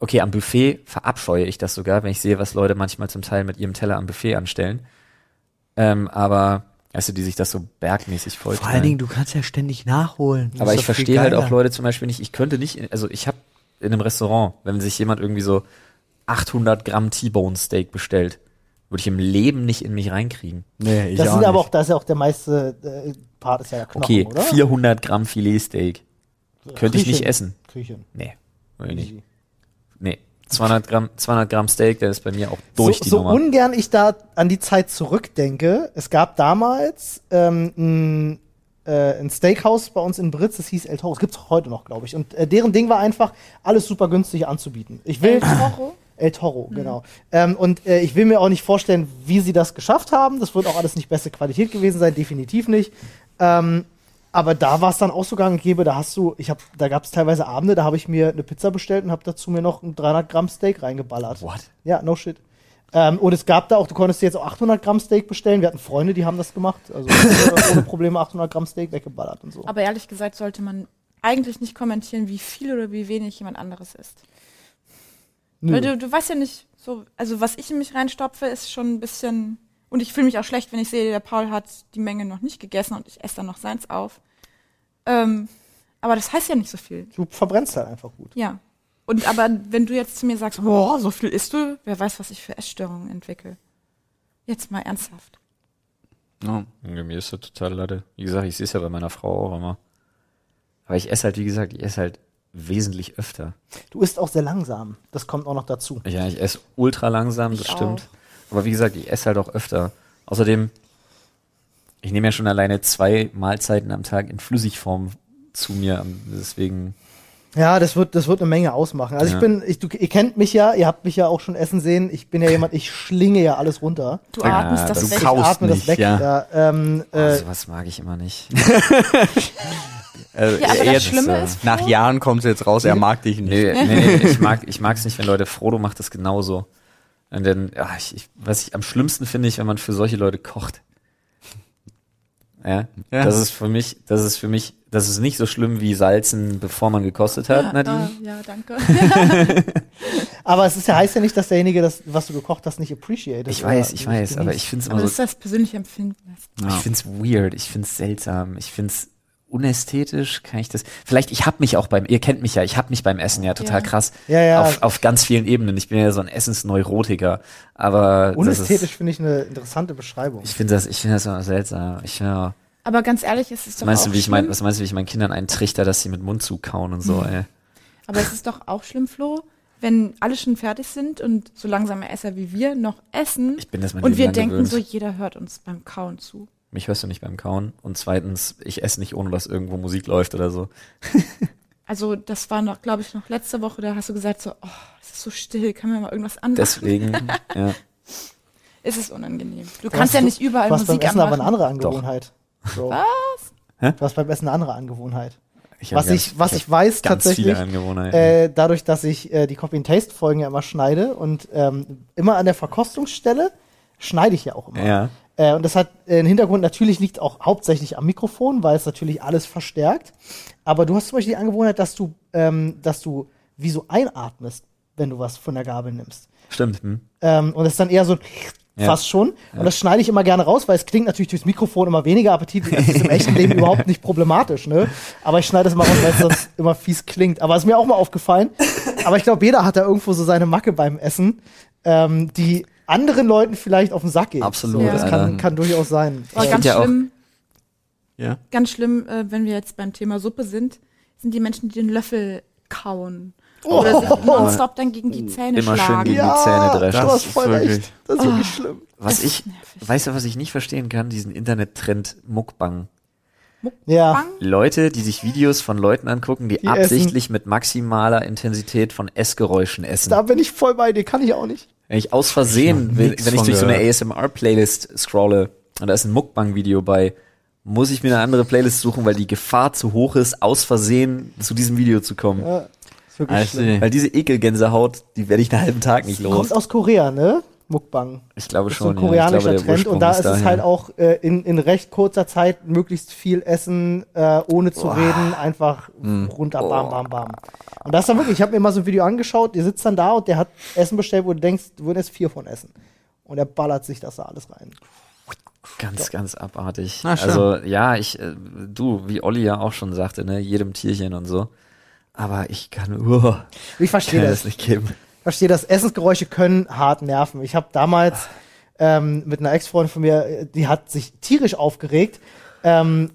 Speaker 1: Okay, am Buffet verabscheue ich das sogar, wenn ich sehe, was Leute manchmal zum Teil mit ihrem Teller am Buffet anstellen. Ähm, aber, weißt du, die sich das so bergmäßig voll
Speaker 4: Vor allen Dingen, du kannst ja ständig nachholen. Das
Speaker 1: Aber
Speaker 4: ist
Speaker 1: ich
Speaker 4: doch viel
Speaker 1: verstehe halt
Speaker 4: geiler.
Speaker 1: auch Leute zum Beispiel nicht, ich könnte nicht, also ich habe in einem Restaurant, wenn sich jemand irgendwie so 800 Gramm T-Bone Steak bestellt, würde ich im Leben nicht in mich reinkriegen.
Speaker 4: Nee, ich
Speaker 2: das
Speaker 4: auch
Speaker 2: sind
Speaker 4: nicht.
Speaker 2: aber auch, das ist ja auch der meiste äh, Part ist ja der Knochen,
Speaker 1: Okay,
Speaker 2: oder?
Speaker 1: 400 Gramm Filetsteak. Könnte ich
Speaker 2: Kriech
Speaker 1: nicht
Speaker 2: hin.
Speaker 1: essen.
Speaker 2: Krieg ich hin.
Speaker 1: Nee, will ich nicht.
Speaker 2: Easy.
Speaker 1: Nee, 200 Gramm, 200 Gramm Steak, der ist bei mir auch durch
Speaker 2: so,
Speaker 1: die
Speaker 2: so
Speaker 1: Nummer.
Speaker 2: ungern ich da an die Zeit zurückdenke, es gab damals ähm, ein, äh, ein Steakhouse bei uns in Britz, das hieß El Toro. Das gibt's auch heute noch, glaube ich. Und äh, deren Ding war einfach, alles super günstig anzubieten.
Speaker 1: <clears throat>
Speaker 2: Ich will
Speaker 3: El Toro?
Speaker 2: El Toro,
Speaker 3: Mhm.
Speaker 2: genau. Ähm, und äh, ich will mir auch nicht vorstellen, wie sie das geschafft haben. Das wird auch alles nicht beste Qualität gewesen sein, definitiv nicht. Ähm, aber da war es dann auch so gang und gäbe, da hast du, ich hab, da gab es teilweise Abende, da habe ich mir eine Pizza bestellt und habe dazu mir noch ein 300 Gramm Steak reingeballert.
Speaker 1: What?
Speaker 2: Ja, no shit. Ähm, und es gab da auch, du konntest dir jetzt auch 800 Gramm Steak bestellen. Wir hatten Freunde, die haben das gemacht. Also ohne, ohne Probleme 800 Gramm Steak weggeballert und so.
Speaker 3: Aber ehrlich gesagt sollte man eigentlich nicht kommentieren, wie viel oder wie wenig jemand anderes isst. Weil
Speaker 2: Nö.
Speaker 3: du, du weißt ja nicht, so, also was ich in mich reinstopfe, ist schon ein bisschen. Und ich fühle mich auch schlecht, wenn ich sehe, der Paul hat die Menge noch nicht gegessen und ich esse dann noch seins auf. Ähm, aber das heißt ja nicht so viel.
Speaker 2: Du verbrennst halt einfach gut.
Speaker 3: Ja. Und aber wenn du jetzt zu mir sagst, boah, so viel isst du, wer weiß, was ich für Essstörungen entwickle. Jetzt mal ernsthaft.
Speaker 4: Ja.
Speaker 1: Mir ist das total latte. Wie gesagt, ich sehe es ja bei meiner Frau auch immer. Aber ich esse halt, wie gesagt, ich esse halt wesentlich öfter.
Speaker 2: Du isst auch sehr langsam. Das kommt auch noch dazu.
Speaker 1: Ja, ich esse ultra langsam,
Speaker 3: Ich
Speaker 1: das stimmt. Aber wie gesagt, ich esse halt auch öfter. Außerdem, ich nehme ja schon alleine zwei Mahlzeiten am Tag in Flüssigform zu mir. Deswegen,
Speaker 2: Ja, das wird, das wird eine Menge ausmachen. Also
Speaker 1: Ja.
Speaker 2: ich bin, ich, du, ihr kennt mich ja, ihr habt mich ja auch schon essen sehen. Ich
Speaker 1: <laughs>
Speaker 2: bin ja jemand, ich schlinge ja alles runter.
Speaker 3: Du
Speaker 1: Ja,
Speaker 3: atmest das
Speaker 1: du
Speaker 3: weg.
Speaker 4: kaust.
Speaker 2: ich
Speaker 4: Brauchst
Speaker 2: atme das
Speaker 4: nicht,
Speaker 2: weg.
Speaker 4: ja.
Speaker 2: ähm,
Speaker 1: oh,
Speaker 2: äh,
Speaker 1: sowas mag ich immer nicht.
Speaker 4: Also,
Speaker 3: Ja, aber das
Speaker 4: jetzt,
Speaker 3: Schlimme
Speaker 1: äh,
Speaker 3: ist,
Speaker 4: nach Jahren kommst du jetzt raus, er mag dich nicht.
Speaker 1: Nee, nee, nee ich mag ich mag's nicht, wenn Leute, Frodo macht das genauso. Und dann, ja, ich, ich, was ich am schlimmsten finde, ich, wenn man für solche Leute kocht. Ja,
Speaker 4: Ja.
Speaker 1: das ist für mich, das ist für mich, das ist nicht so schlimm wie Salzen, bevor man gekostet hat, Nadine.
Speaker 3: Ah, ja, danke.
Speaker 1: Also
Speaker 2: aber es ist ja, heißt ja nicht, dass derjenige, das, was du gekocht hast, nicht appreciated.
Speaker 1: Ich weiß,
Speaker 2: oder
Speaker 1: ich
Speaker 2: nicht
Speaker 1: weiß, aber
Speaker 2: genießt.
Speaker 1: ich find's
Speaker 3: Aber
Speaker 1: immer
Speaker 3: das
Speaker 1: so,
Speaker 3: ist das persönliche Empfinden.
Speaker 1: ich find's weird, ich find's seltsam, ich find's unästhetisch, kann ich das, vielleicht, ich hab mich auch beim, ihr kennt mich ja, ich hab mich beim Essen ja total
Speaker 3: Ja.
Speaker 1: krass.
Speaker 2: Ja, ja.
Speaker 1: Auf, auf ganz vielen Ebenen. Ich bin ja so ein Essensneurotiker, aber. das ist-
Speaker 2: Unästhetisch finde ich eine interessante Beschreibung.
Speaker 1: Ich finde das, ich finde das immer seltsam. Ich, ja.
Speaker 3: Aber ganz ehrlich, es ist
Speaker 1: Was
Speaker 3: doch
Speaker 1: meinst
Speaker 3: auch
Speaker 1: du, wie ich
Speaker 3: schlimm. Mhm.
Speaker 1: mein, was meinst du, wie ich meinen Kindern einen Trichter, dass sie mit Mund zukauen und so, ey?
Speaker 3: Aber es ist doch auch schlimm, Flo, wenn alle schon fertig sind und so langsame Esser wie wir noch essen.
Speaker 1: Ich bin das mein
Speaker 3: und
Speaker 1: Leben
Speaker 3: wir
Speaker 1: lang
Speaker 3: denken
Speaker 1: gewöhnt.
Speaker 3: so, jeder hört uns beim Kauen zu.
Speaker 1: Mich hörst du nicht beim Kauen. Und zweitens, ich esse nicht, ohne dass irgendwo Musik läuft oder so.
Speaker 3: Also das war noch, glaube ich, noch letzte Woche, da hast du gesagt so, oh, es ist so still, kann man mal irgendwas anmachen? <laughs>
Speaker 1: Deswegen, ja.
Speaker 3: es ist unangenehm.
Speaker 2: Du
Speaker 3: Du
Speaker 2: hast-
Speaker 3: kannst ja nicht überall
Speaker 2: Du hast beim
Speaker 3: Musik
Speaker 2: Essen aber eine
Speaker 3: anmachen.
Speaker 2: andere Angewohnheit. Bro.
Speaker 1: Hä?
Speaker 2: Du hast beim Essen eine andere Angewohnheit.
Speaker 1: Ich hab
Speaker 2: Was
Speaker 1: ganz-
Speaker 2: ich, was
Speaker 1: hab
Speaker 2: ich weiß
Speaker 1: ganz
Speaker 2: tatsächlich,
Speaker 1: viele Angewohnheiten.
Speaker 2: äh, dadurch, dass ich äh, die Copy-and-Taste-Folgen ja immer schneide und ähm, immer an der Verkostungsstelle schneide ich ja auch immer.
Speaker 1: ja.
Speaker 2: Äh, und das hat äh, einen Hintergrund, natürlich liegt auch hauptsächlich am Mikrofon, weil es natürlich alles verstärkt. Aber du hast zum Beispiel die Angewohnheit, dass du, ähm, dass du wie so einatmest wenn du was von der Gabel nimmst.
Speaker 1: Stimmt. Hm?
Speaker 2: Ähm, und es ist dann eher so
Speaker 1: Ja.
Speaker 2: fast schon. Und das schneide ich immer gerne raus, weil es klingt natürlich durchs Mikrofon immer weniger appetitlich. Das ist im
Speaker 1: <laughs>
Speaker 2: echten Leben überhaupt nicht problematisch, ne? Aber ich schneide es immer raus, weil es sonst immer fies klingt. Aber es ist mir auch mal aufgefallen. Aber ich glaube, jeder hat da irgendwo so seine Macke beim Essen, ähm, die anderen Leuten vielleicht auf den Sack geht.
Speaker 1: Absolut,
Speaker 2: So, das kann,
Speaker 1: Alter.
Speaker 2: kann durchaus sein.
Speaker 3: Aber
Speaker 1: Ich
Speaker 3: Oh, ganz
Speaker 1: find ja auch-
Speaker 3: schlimm,
Speaker 4: Ja.
Speaker 3: ganz schlimm, äh, wenn wir jetzt beim Thema Suppe sind, sind die Menschen, die den Löffel kauen.
Speaker 2: Oh.
Speaker 3: Oder sich nonstop dann gegen die Zähne
Speaker 1: Immer schön
Speaker 3: schlagen.
Speaker 1: gegen die Zähne dreschen.
Speaker 4: das
Speaker 2: du hast
Speaker 4: ist
Speaker 2: voll
Speaker 4: wirklich-
Speaker 2: recht. Das ist wirklich schlimm.
Speaker 1: Was
Speaker 3: Das
Speaker 1: ich,
Speaker 3: ist nervig.
Speaker 1: weißt du, was ich nicht verstehen kann? Diesen Internet-Trend Muckbang.
Speaker 2: Ja.
Speaker 3: Bang.
Speaker 1: Leute, die sich Videos von Leuten angucken, die,
Speaker 2: Die essen.
Speaker 1: absichtlich mit maximaler Intensität von Essgeräuschen essen.
Speaker 2: Da bin ich voll bei dir, kann ich auch nicht.
Speaker 1: Wenn ich aus Versehen,
Speaker 4: Noch
Speaker 1: wenn,
Speaker 4: nix
Speaker 1: wenn ich
Speaker 4: von
Speaker 1: durch so eine
Speaker 4: gehört.
Speaker 1: ASMR-Playlist scrolle und da ist ein Muckbang-Video bei, muss ich mir eine andere Playlist suchen, weil die Gefahr zu hoch ist, aus Versehen zu diesem Video zu kommen.
Speaker 2: Ja, ist wirklich
Speaker 4: Also,
Speaker 2: schlimm.
Speaker 1: Weil diese Ekelgänsehaut, die werde ich einen halben Tag nicht los.
Speaker 2: Kommt aus Korea, ne? Mukbang.
Speaker 1: Ich glaube
Speaker 2: Das ist so
Speaker 1: schon.
Speaker 2: ein
Speaker 1: ja. ich
Speaker 2: koreanischer
Speaker 1: glaube, der
Speaker 2: Trend
Speaker 1: Ursprung
Speaker 2: und da ist es
Speaker 1: daher.
Speaker 2: halt auch äh, in, in recht kurzer Zeit möglichst viel essen, äh, ohne zu reden, einfach
Speaker 1: Hm.
Speaker 2: runter, bam, bam, bam. Und das ist dann wirklich, ich habe mir mal so ein Video angeschaut, ihr sitzt dann da und der hat Essen bestellt, wo du denkst, du würdest vier von essen. Und er ballert sich das da alles rein.
Speaker 1: Ganz, ganz abartig.
Speaker 4: Na, schön.
Speaker 1: also ja, ich, äh, du, wie Olli ja auch schon sagte, ne, jedem Tierchen und so. Aber ich kann, uah,
Speaker 2: Ich
Speaker 1: <laughs>
Speaker 2: verstehe
Speaker 1: kann
Speaker 2: das.
Speaker 1: das nicht geben.
Speaker 2: verstehe das. Essensgeräusche können hart nerven. Ich habe damals ähm, mit einer Ex-Freundin von mir, äh, die hat sich tierisch aufgeregt, ähm,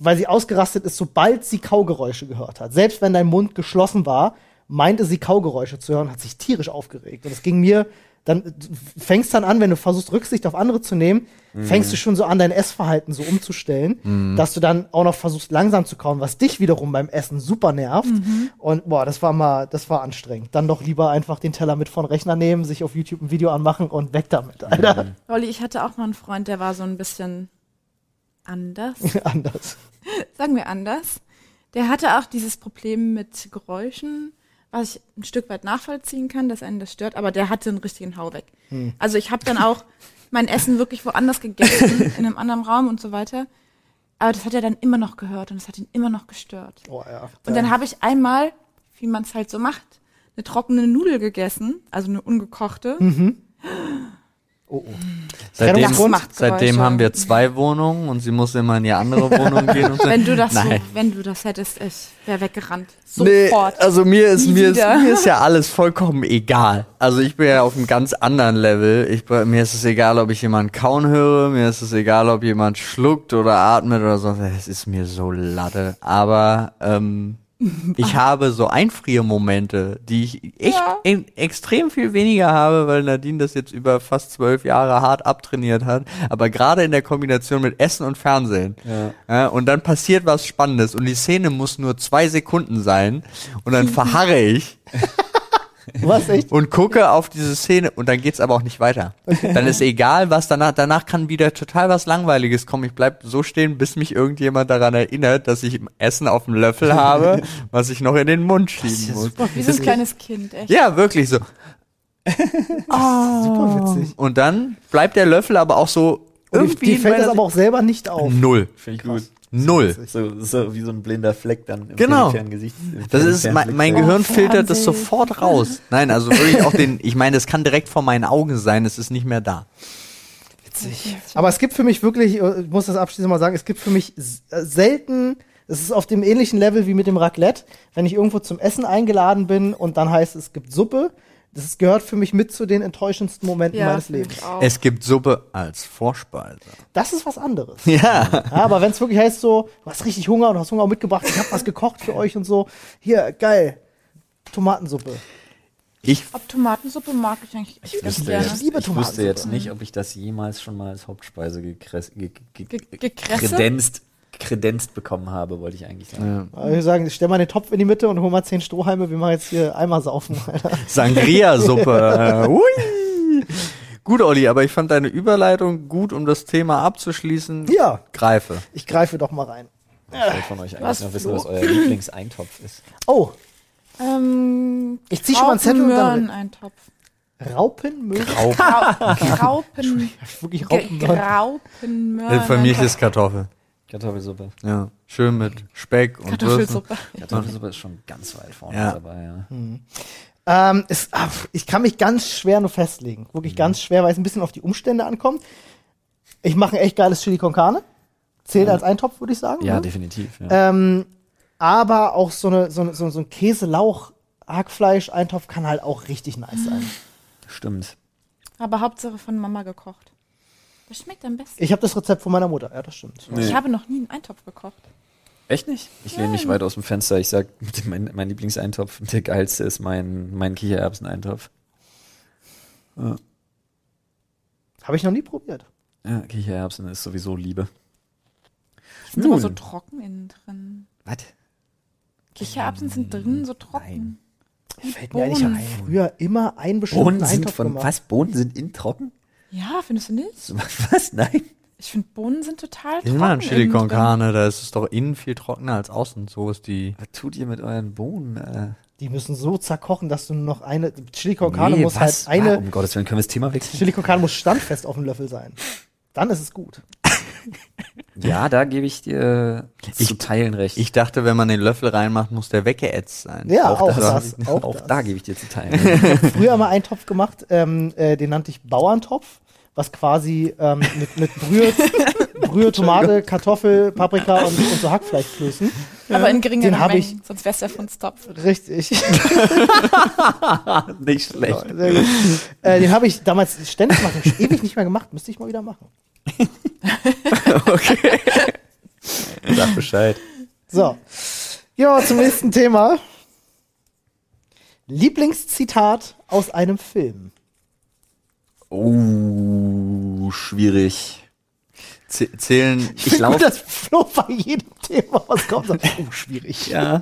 Speaker 2: weil sie ausgerastet ist, sobald sie Kaugeräusche gehört hat. Selbst wenn dein Mund geschlossen war, meinte sie Kaugeräusche zu hören, hat sich tierisch aufgeregt. Und es ging mir dann du fängst dann an, wenn du versuchst, Rücksicht auf andere zu nehmen, fängst du schon so an, dein Essverhalten so umzustellen, dass du dann auch noch versuchst, langsam zu kauen, was dich wiederum beim Essen super nervt.
Speaker 3: Mhm.
Speaker 2: Und boah, das war mal, das war anstrengend. Dann doch lieber einfach den Teller mit von Rechner nehmen, sich auf YouTube ein Video anmachen und weg damit, Alter.
Speaker 3: Olli, ich hatte auch mal einen Freund, der war so ein bisschen anders.
Speaker 2: <laughs> Anders.
Speaker 3: sagen wir anders. Der hatte auch dieses Problem mit Geräuschen, was ich ein Stück weit nachvollziehen kann, dass einen das stört, aber der hatte einen richtigen Hau weg. Also ich habe dann auch mein Essen wirklich woanders gegessen, in einem anderen Raum und so weiter. Aber das hat er dann immer noch gehört und das hat ihn immer noch gestört.
Speaker 2: Oh, ja.
Speaker 3: Und dann habe ich einmal, wie man es halt so macht, eine trockene Nudel gegessen, also eine ungekochte.
Speaker 2: oh, oh.
Speaker 4: Seitdem,
Speaker 2: Trennungsgrund?
Speaker 3: Das macht Geräusche.
Speaker 4: seitdem haben wir zwei Wohnungen und sie muss immer in die andere Wohnung gehen. Und so.
Speaker 3: Wenn du das so,
Speaker 4: Nein.
Speaker 3: wenn du das hättest, ich wäre weggerannt.
Speaker 4: Nee,
Speaker 3: Sofort.
Speaker 2: äh,
Speaker 4: also mir ist,
Speaker 3: Nie
Speaker 4: mir, ist,
Speaker 3: wieder.
Speaker 4: mir ist ja alles vollkommen egal. Also ich bin ja auf einem ganz anderen Level. Ich, bin- mir ist es egal, ob ich jemanden kauen höre, mir ist es egal, ob jemand schluckt oder atmet oder sonst. Es ist mir so Latte. Aber ähm, ich habe so Einfriermomente, die ich echt
Speaker 3: Ja.
Speaker 4: in, extrem viel weniger habe, weil Nadine das jetzt über fast zwölf Jahre hart abtrainiert hat. Aber gerade in der Kombination mit Essen und Fernsehen. Ja, und dann passiert was Spannendes und die Szene muss nur zwei Sekunden sein und dann verharre ich
Speaker 2: Was echt?
Speaker 4: und gucke auf diese Szene und dann geht's aber auch nicht weiter. Dann ist egal, was danach, danach kann wieder total was Langweiliges kommen. Ich bleib so stehen, bis mich irgendjemand daran erinnert, dass ich Essen auf dem Löffel habe, was ich noch in den Mund schieben muss.
Speaker 3: Wie so ein kleines Kind, echt.
Speaker 4: Ja,
Speaker 2: <laughs>
Speaker 4: wirklich so.
Speaker 2: Ah. Super witzig.
Speaker 4: Und dann bleibt der Löffel aber auch so
Speaker 2: Und
Speaker 4: irgendwie
Speaker 2: die, die fällt
Speaker 4: in
Speaker 2: das
Speaker 4: meiner-
Speaker 2: aber auch selber nicht auf.
Speaker 4: null.
Speaker 1: Finde ich gut.
Speaker 4: Null.
Speaker 1: So, so wie so ein blinder Fleck dann im
Speaker 4: Genau.
Speaker 1: peripheren Gesicht. im
Speaker 4: Das ist,
Speaker 1: peripheren
Speaker 4: mein, mein
Speaker 1: Blickfeld.
Speaker 4: Gehirn
Speaker 3: Oh,
Speaker 4: filtert das
Speaker 3: Fernsehen.
Speaker 4: sofort raus. Nein, also wirklich auch den, ich meine, das kann direkt vor meinen Augen sein, es ist nicht mehr da.
Speaker 2: Aber es gibt für mich wirklich, äh, ich muss das abschließend mal sagen, es gibt für mich s- äh, selten, es ist auf dem ähnlichen Level wie mit dem Raclette, wenn ich irgendwo zum Essen eingeladen bin und dann heißt es, es gibt Suppe. Das ist- gehört für mich mit zu den enttäuschendsten Momenten
Speaker 3: Ja,
Speaker 2: meines
Speaker 3: finde ich
Speaker 2: Lebens.
Speaker 3: auch.
Speaker 4: Es gibt Suppe als Vorspeise.
Speaker 2: Das ist was anderes.
Speaker 4: Ja.
Speaker 2: Ja, aber wenn es wirklich heißt so, du hast richtig Hunger und hast Hunger mitgebracht, ich habe was gekocht für euch und so, hier, geil, Tomatensuppe.
Speaker 4: Ich,
Speaker 3: Ob Tomatensuppe mag ich eigentlich echt ganz
Speaker 1: Wüsste
Speaker 3: gerne.
Speaker 1: jetzt,
Speaker 2: liebe
Speaker 1: ich wüsste
Speaker 2: Tomatensuppe.
Speaker 1: jetzt
Speaker 4: Mhm.
Speaker 1: nicht, ob ich das jemals schon mal als Hauptspeise gekres- ge- ge-
Speaker 3: Ge-
Speaker 1: ge-
Speaker 3: gekresse?
Speaker 1: kredenzt, kredenzt bekommen habe, wollte ich eigentlich sagen.
Speaker 2: Aber Also Ich würde sagen, stell mal den Topf in die Mitte und hol mal zehn Strohhalme, wir machen jetzt hier Eimer saufen. Alter. <laughs>
Speaker 4: Sangria-Suppe. Äh, hui. Gut, Olli, aber ich fand deine Überleitung gut, um das Thema abzuschließen.
Speaker 2: Ja.
Speaker 4: Greife.
Speaker 2: Ich greife doch mal rein.
Speaker 1: Ich wollte von euch eigentlich
Speaker 3: Was,
Speaker 1: noch wissen,
Speaker 3: Flo?
Speaker 1: was euer Lieblingseintopf ist.
Speaker 4: <laughs>
Speaker 2: Oh,
Speaker 3: Ähm,
Speaker 2: ich zieh schon mal einen Zettel und dann <laughs>
Speaker 3: Raupenmöhreneintopf.
Speaker 2: Raupenmöhren.
Speaker 3: Grau- Raupen,
Speaker 2: Wirklich
Speaker 3: Ge-
Speaker 2: Raupenmöhren.
Speaker 4: Äh,
Speaker 3: Graupenmöhren.
Speaker 4: Für mich ist Kartoffel.
Speaker 1: Kartoffelsuppe.
Speaker 4: Ja. Schön mit Speck und Würsten.
Speaker 3: Kartoffelsuppe.
Speaker 1: Kartoffelsuppe ist schon ganz weit vorne
Speaker 4: Ja. Mhm.
Speaker 1: dabei, ja.
Speaker 2: Ähm, es, ah, pf, ich kann mich ganz schwer nur festlegen.
Speaker 1: Mhm.
Speaker 2: Wirklich ganz schwer, weil es ein bisschen auf die Umstände ankommt. Ich mache ein echt geiles Chili con Carne. Zählt als Eintopf, würde ich sagen.
Speaker 1: Ja,
Speaker 2: ne?
Speaker 1: definitiv. Ja.
Speaker 2: Ähm, aber auch so, eine, so, eine, so so ein Käse-Lauch-Hackfleisch-Eintopf kann halt auch richtig nice
Speaker 1: <gasps>
Speaker 2: sein.
Speaker 1: Stimmt.
Speaker 3: Aber Hauptsache von Mama gekocht. Das schmeckt am besten.
Speaker 2: Ich habe das Rezept von meiner Mutter, ja, das stimmt.
Speaker 3: Ich habe noch nie einen Eintopf gekocht.
Speaker 1: Echt nicht? Ich lehne mich weit aus dem Fenster. Ich sag, mein, mein Lieblingseintopf, der geilste ist mein, mein Kichererbseneintopf.
Speaker 2: Habe ich noch nie probiert.
Speaker 1: Ja, Kichererbsen ist sowieso Liebe.
Speaker 3: Die sind immer
Speaker 1: Nun.
Speaker 3: so trocken innen drin.
Speaker 1: Was?
Speaker 3: Kichererbsen sind drinnen so trocken.
Speaker 2: Fällt mir eigentlich
Speaker 3: Bohnen.
Speaker 2: ein. Früher immer einen bestimmten
Speaker 1: Bohnen sind
Speaker 2: Eintopf
Speaker 1: von
Speaker 2: gemacht.
Speaker 1: was? Bohnen sind in trocken?
Speaker 3: Ja, findest du nicht?
Speaker 1: So, <laughs> Was? Nein.
Speaker 3: Ich finde, Bohnen sind total
Speaker 4: Ich
Speaker 3: trocken.
Speaker 4: mal ein Chili
Speaker 3: innen
Speaker 4: con
Speaker 3: drin.
Speaker 4: Carne, da ist es doch innen viel trockener als außen. So ist die.
Speaker 1: Was tut ihr mit euren Bohnen? Äh?
Speaker 2: Die müssen so zerkochen, dass du nur noch eine Chili con Carne
Speaker 1: Nee,
Speaker 2: muss
Speaker 1: was?
Speaker 2: halt eine
Speaker 1: Ah, um Gottes Willen, können wir das Thema wechseln?
Speaker 2: <laughs> Chili con Carne muss standfest auf dem Löffel sein. Dann ist es gut.
Speaker 1: Ja, da gebe ich dir zu Teilen recht.
Speaker 4: Ich dachte, wenn man den Löffel reinmacht, muss der weggeätzt sein.
Speaker 2: Ja, auch
Speaker 4: hab
Speaker 2: das.
Speaker 4: ich-
Speaker 1: auch,
Speaker 2: auch
Speaker 1: da gebe ich dir zu Teilen recht.
Speaker 2: Früher mal einen Topf gemacht, ähm, äh, den nannte ich Bauerntopf, was quasi ähm, mit, mit Brühe, Brühe, Tomate, Kartoffel, Paprika und, und so Hackfleischklößen.
Speaker 3: Aber in geringen
Speaker 2: Den hab
Speaker 3: Mengen,
Speaker 2: ich-
Speaker 3: sonst wär's ja von Stopf.
Speaker 2: <laughs>
Speaker 1: <laughs>
Speaker 2: Richtig.
Speaker 1: Nicht schlecht.
Speaker 2: Sehr gut. Äh, den habe ich damals ständig gemacht, hab ich ewig nicht mehr gemacht, müsste ich mal wieder machen.
Speaker 1: Sag Bescheid.
Speaker 2: So. Gehen wir mal zum nächsten Thema. Lieblingszitat aus einem Film.
Speaker 1: Oh, schwierig.
Speaker 4: Zäh- Zählen.
Speaker 1: Ich
Speaker 2: Gut,
Speaker 1: glaube,
Speaker 2: dass Flo bei jedem Thema was
Speaker 1: <laughs>
Speaker 2: kommt. sagt, Oh, schwierig.
Speaker 1: ja.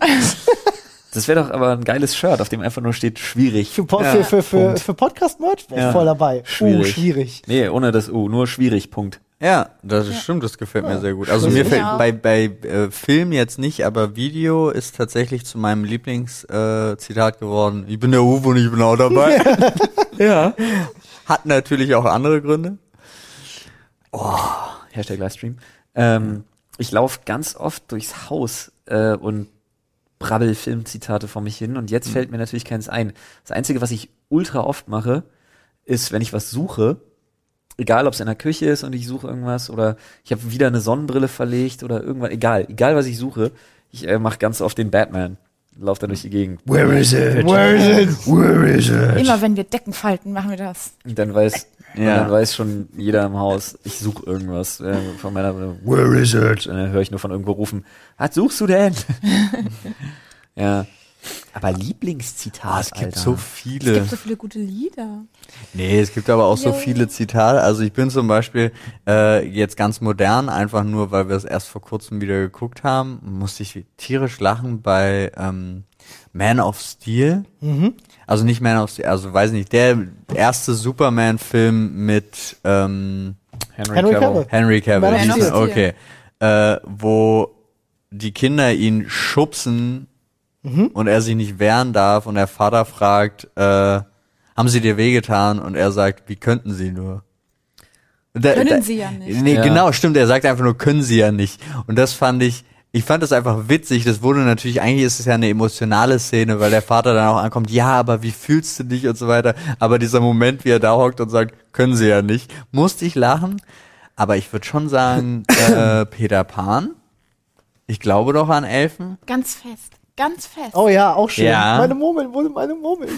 Speaker 1: Das wäre doch aber ein geiles Shirt, auf dem einfach nur steht schwierig.
Speaker 2: Für, Po-
Speaker 4: Ja,
Speaker 2: für, für, für,
Speaker 1: Punkt.
Speaker 2: für Podcast-Merch wäre ich
Speaker 1: Ja.
Speaker 2: voll dabei. Oh,
Speaker 1: Schwierig.
Speaker 2: schwierig.
Speaker 1: Nee, ohne das U, nur schwierig, Punkt.
Speaker 4: Ja, das ist stimmt, das gefällt mir sehr gut. Also mir
Speaker 3: Ja.
Speaker 4: fällt bei, bei äh, Film jetzt nicht, aber Video ist tatsächlich zu meinem Lieblingszitat äh, Zitat geworden. Ich bin der Uwe und ich bin auch dabei. ja. Hat natürlich auch andere Gründe.
Speaker 1: Hashtag Livestream. Ähm, ich laufe ganz oft durchs Haus äh, und brabbel Filmzitate vor mich hin und jetzt
Speaker 2: Mhm.
Speaker 1: fällt mir natürlich keins ein. Das Einzige, was ich ultra oft mache, ist, wenn ich was suche, egal ob es in der Küche ist und ich suche irgendwas oder ich habe wieder eine Sonnenbrille verlegt oder irgendwas, egal, egal was ich suche, ich äh, mache ganz oft den Batman. Lauf da durch die Gegend. Where is it?
Speaker 3: Immer wenn wir Decken falten, machen wir das.
Speaker 1: Und dann weiß, und
Speaker 4: Ja.
Speaker 1: dann weiß schon jeder im Haus, ich suche irgendwas äh, von meiner Where is it? Und dann höre ich nur von irgendwo rufen, was suchst du denn? <laughs> ja. Aber Lieblingszitat,
Speaker 4: Ah, es gibt
Speaker 1: Alter.
Speaker 4: so
Speaker 3: Es
Speaker 4: viele.
Speaker 3: gibt so viele gute Lieder.
Speaker 4: Nee, es gibt aber auch so
Speaker 3: Ja.
Speaker 4: viele Zitate. Also ich bin zum Beispiel äh, jetzt ganz modern, einfach nur, weil wir es erst vor kurzem wieder geguckt haben, musste ich tierisch lachen bei ähm, Man of Steel. Also nicht Man of Steel, also weiß nicht, der erste Superman-Film mit ähm,
Speaker 1: Henry,
Speaker 2: Henry
Speaker 1: Cavill.
Speaker 2: Cavill.
Speaker 4: Henry Cavill.
Speaker 2: Man of
Speaker 4: hieß
Speaker 2: Steel.
Speaker 4: er, Okay. Äh, wo die Kinder ihn schubsen
Speaker 1: Mhm.
Speaker 4: und er sich nicht wehren darf und der Vater fragt, äh, haben sie dir wehgetan? Und er sagt, wie könnten sie nur? Da-
Speaker 3: Können
Speaker 4: da-
Speaker 3: sie ja nicht.
Speaker 4: Nee,
Speaker 1: Ja.
Speaker 4: genau, stimmt. Er sagt einfach nur, können sie ja nicht. Und das fand ich, ich fand das einfach witzig. Das wurde natürlich, eigentlich ist es ja eine emotionale Szene, weil der Vater dann auch ankommt, ja, aber wie fühlst du dich und so weiter. Aber dieser Moment, wie er da hockt und sagt, können sie ja nicht, musste ich lachen. Aber ich würde schon sagen, äh, Peter Pan. Ich glaube doch an Elfen.
Speaker 3: Ganz fest. Ganz fest.
Speaker 2: Oh ja, auch schön.
Speaker 4: Ja.
Speaker 2: Meine Murmel wurde meine Murmel.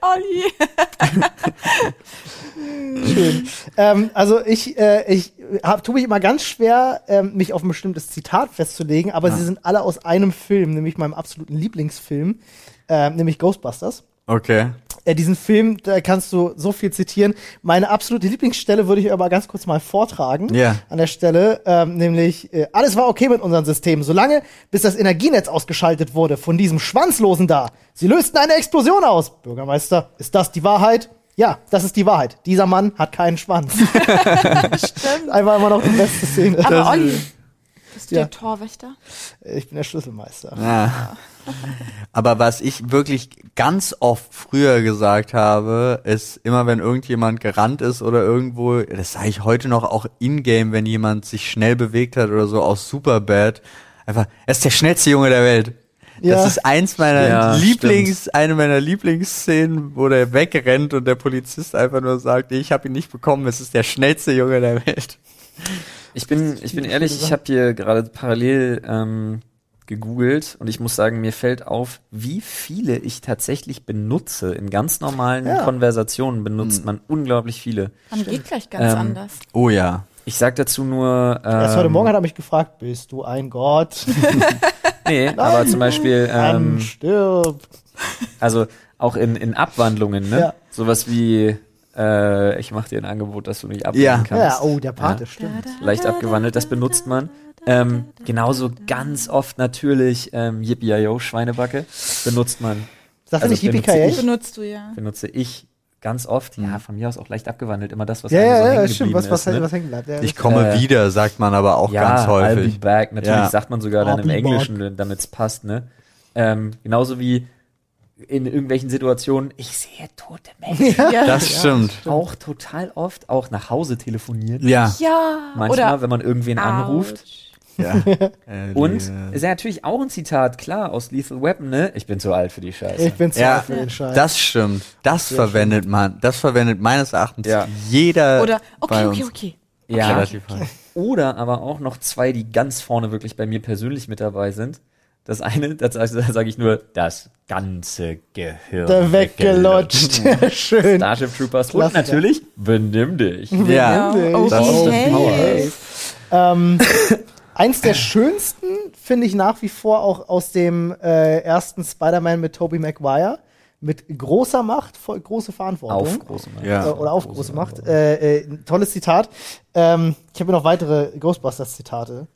Speaker 3: Olli.
Speaker 2: schön. <laughs> Ähm, also ich, äh, ich hab, tue mich immer ganz schwer, ähm, mich auf ein bestimmtes Zitat festzulegen, aber sie sind alle aus einem Film, nämlich meinem absoluten Lieblingsfilm, äh, nämlich Ghostbusters.
Speaker 4: Okay.
Speaker 2: äh, diesen Film, da kannst du so viel zitieren. Meine absolute Lieblingsstelle würde ich aber ganz kurz mal vortragen.
Speaker 4: Ja.
Speaker 2: An der Stelle, ähm, nämlich, äh, alles war okay mit unserem System, solange bis das Energienetz ausgeschaltet wurde von diesem Schwanzlosen da. Sie lösten eine Explosion aus. Bürgermeister, ist das die Wahrheit? Ja, das ist die Wahrheit. Dieser Mann hat keinen Schwanz. Einfach immer noch die beste Szene.
Speaker 3: <laughs> Aber Olli. Bist du
Speaker 2: Ja.
Speaker 3: der Torwächter?
Speaker 2: Ich bin der Schlüsselmeister.
Speaker 4: Ja. Aber was ich wirklich ganz oft früher gesagt habe, ist immer, wenn irgendjemand gerannt ist oder irgendwo, das sage ich heute noch auch in-game, wenn jemand sich schnell bewegt hat oder so aus Superbad, einfach, er ist der schnellste Junge der Welt.
Speaker 2: Ja.
Speaker 4: Das ist eins meiner
Speaker 1: Ja,
Speaker 4: Lieblings, eine meiner Lieblingsszenen, wo der wegrennt und der Polizist einfach nur sagt, nee, ich habe ihn nicht bekommen, es ist der schnellste Junge der Welt.
Speaker 1: Ich bin, ich bin ehrlich, ich habe hier gerade parallel ähm, gegoogelt und ich muss sagen, mir fällt auf, wie viele ich tatsächlich benutze. In ganz normalen
Speaker 2: Ja.
Speaker 1: Konversationen benutzt
Speaker 4: Hm.
Speaker 1: man unglaublich viele.
Speaker 3: Man geht gleich ganz
Speaker 1: Ähm,
Speaker 3: anders.
Speaker 4: Oh ja.
Speaker 1: Ich sag dazu nur, ähm,
Speaker 2: Erst heute Morgen hat er mich gefragt, bist du ein Gott?
Speaker 1: nee, aber zum Beispiel,
Speaker 2: Dann
Speaker 1: ähm,
Speaker 2: stirb.
Speaker 1: also auch in, in Abwandlungen, ne?
Speaker 2: Ja.
Speaker 1: Sowas wie, äh, ich mache dir ein Angebot, dass du nicht abwählen
Speaker 4: Ja.
Speaker 1: kannst.
Speaker 2: Ja, oh, der Pate, stimmt.
Speaker 1: leicht abgewandelt, das benutzt man. Ähm, genauso ganz oft natürlich ähm, Yippie-Yo, Schweinebacke, benutzt man,
Speaker 2: Sagt
Speaker 1: Also
Speaker 2: er nicht
Speaker 1: benutze
Speaker 2: Yippie-Ki-Yay?
Speaker 3: Benutzt du ja.
Speaker 1: benutze ich ganz oft. Ja, von mir aus auch leicht abgewandelt, immer das, was
Speaker 2: Mhm. Ja,
Speaker 1: einem so
Speaker 2: ja, ja,
Speaker 1: hängen
Speaker 2: stimmt,
Speaker 1: geblieben
Speaker 2: was, was, halt-
Speaker 1: ist. Ne?
Speaker 2: was hängen bleibt. Ja,
Speaker 4: Ich
Speaker 2: das-
Speaker 4: komme
Speaker 1: Äh,
Speaker 4: wieder, sagt man aber auch
Speaker 1: ja,
Speaker 4: ganz
Speaker 1: I'll be
Speaker 4: häufig.
Speaker 1: back, natürlich
Speaker 4: Ja.
Speaker 1: sagt man sogar dann
Speaker 2: I'll
Speaker 1: im
Speaker 2: be
Speaker 1: Englischen, damit es passt, ne? Ähm, genauso wie in irgendwelchen Situationen, ich sehe tote
Speaker 2: <laughs>
Speaker 1: Menschen.
Speaker 3: Ja.
Speaker 4: Das stimmt.
Speaker 1: Auch total oft, auch nach Hause telefonieren.
Speaker 4: Ja.
Speaker 3: ja.
Speaker 1: Manchmal,
Speaker 3: oder
Speaker 1: wenn man irgendwen anruft,
Speaker 3: Autsch.
Speaker 4: ja.
Speaker 1: Und ist ja natürlich auch ein Zitat, klar, aus Lethal Weapon, ne? Ich bin zu alt für die Scheiße.
Speaker 2: <laughs> Ich bin zu alt
Speaker 4: ja,
Speaker 2: für den Scheiß.
Speaker 4: das stimmt. Das verwendet man. Das verwendet meines Erachtens
Speaker 1: Ja.
Speaker 4: jeder.
Speaker 3: Oder
Speaker 1: äh,
Speaker 4: bei
Speaker 3: okay, okay,
Speaker 4: uns.
Speaker 3: okay.
Speaker 1: ja.
Speaker 4: Relativ häufig.
Speaker 1: Oder aber auch noch zwei, die ganz vorne wirklich bei mir persönlich mit dabei sind. Das eine, das, also, da sage ich nur, das ganze Gehirn.
Speaker 2: Da weggelutscht.
Speaker 1: <laughs>
Speaker 2: Schön.
Speaker 1: Starship Troopers und
Speaker 2: Klassiker.
Speaker 1: natürlich, benimm dich.
Speaker 4: Ja.
Speaker 2: Endlich.
Speaker 4: Das ist
Speaker 1: die Power.
Speaker 3: Okay.
Speaker 2: Ähm, eins der schönsten finde ich nach wie vor auch aus dem äh, ersten Spider-Man mit Tobey Maguire. Mit großer Macht, voll, große Verantwortung.
Speaker 1: Auf große Mann.
Speaker 4: Ja.
Speaker 2: äh, oder auf große Macht. Äh, äh, ein tolles Zitat. Ähm, ich habe noch weitere Ghostbusters-Zitate.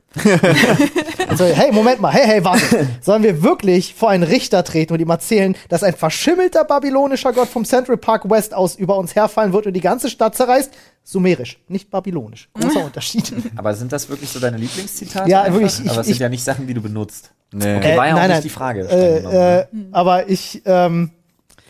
Speaker 2: also, hey, Moment mal, hey, hey, warte. Sollen wir wirklich vor einen Richter treten und ihm erzählen, dass ein verschimmelter babylonischer Gott vom Central Park West aus über uns herfallen wird und die ganze Stadt zerreißt? Sumerisch, nicht babylonisch. Großer Unterschied.
Speaker 1: Aber sind das wirklich so deine Lieblingszitate?
Speaker 2: Ja,
Speaker 1: einfach?
Speaker 2: wirklich, ich-
Speaker 1: aber es sind
Speaker 2: ich-
Speaker 1: ja nicht Sachen, die du benutzt.
Speaker 4: Nee.
Speaker 1: Okay, war ja
Speaker 2: Äh,
Speaker 1: auch
Speaker 2: nein,
Speaker 1: nicht
Speaker 2: nein.
Speaker 1: die Frage. streng genommen,
Speaker 2: Äh,
Speaker 1: ne?
Speaker 2: äh, aber ich, ähm,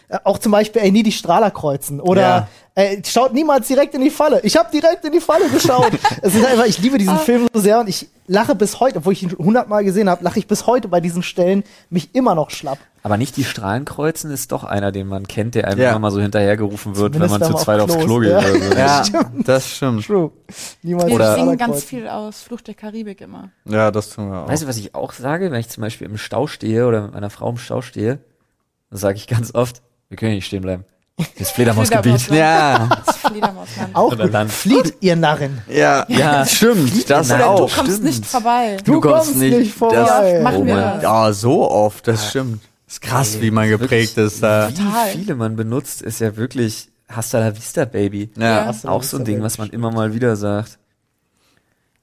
Speaker 2: äh, auch zum Beispiel, ey, nie die Strahler kreuzen oder
Speaker 4: Ja.
Speaker 2: äh, schaut niemals direkt in die Falle. Ich habe direkt in die
Speaker 1: <laughs>
Speaker 2: Falle geschaut. es ist einfach, ich liebe diesen
Speaker 3: Ah.
Speaker 2: Film so sehr und ich lache bis heute, obwohl ich ihn schon hundertmal gesehen habe, lache ich bis heute bei diesen Stellen mich immer noch schlapp.
Speaker 1: Aber nicht die Strahlenkreuzen ist doch einer, den man kennt, der einem
Speaker 4: Ja.
Speaker 1: immer mal so hinterhergerufen wird,
Speaker 2: Zumindest
Speaker 1: wenn man
Speaker 2: wenn
Speaker 1: zu
Speaker 2: man
Speaker 1: zweit
Speaker 2: auf
Speaker 1: aufs Klo
Speaker 2: Klo
Speaker 1: geht.
Speaker 2: ist, ja.
Speaker 1: Oder so.
Speaker 4: Ja, das stimmt.
Speaker 2: True. Niemals
Speaker 3: Wir
Speaker 2: die Strahler
Speaker 3: singen ganz
Speaker 2: kreuzen.
Speaker 3: viel aus Fluch der Karibik immer.
Speaker 4: Ja, das tun wir auch.
Speaker 1: Weißt du, was ich auch sage, wenn ich zum Beispiel im Stau stehe oder mit meiner Frau im Stau stehe, dann sage ich ganz oft, wir können hier nicht stehen bleiben. Das Fledermausgebiet.
Speaker 3: Fledermaus.
Speaker 4: ja,
Speaker 3: Das Fledermausland.
Speaker 2: Auch
Speaker 1: Oder
Speaker 2: gut.
Speaker 1: dann-
Speaker 2: flieht ihr Narren.
Speaker 4: ja,
Speaker 1: Ja.
Speaker 4: stimmt. Das
Speaker 1: Nein,
Speaker 4: auch.
Speaker 3: Du kommst
Speaker 1: stimmt.
Speaker 3: nicht vorbei.
Speaker 2: Du kommst nicht vorbei.
Speaker 4: Das,
Speaker 3: Machen
Speaker 1: Oh
Speaker 3: wir
Speaker 1: mein
Speaker 3: das.
Speaker 4: ja, so oft, das stimmt. Ist krass, wie man geprägt ist da.
Speaker 1: Wie
Speaker 3: Total.
Speaker 1: viele man benutzt, ist ja wirklich Hasta la Vista, Baby.
Speaker 4: Ja.
Speaker 2: Hast du
Speaker 1: Auch
Speaker 2: das
Speaker 1: so ein
Speaker 2: erwähnt?
Speaker 1: Ding, was man immer mal wieder sagt.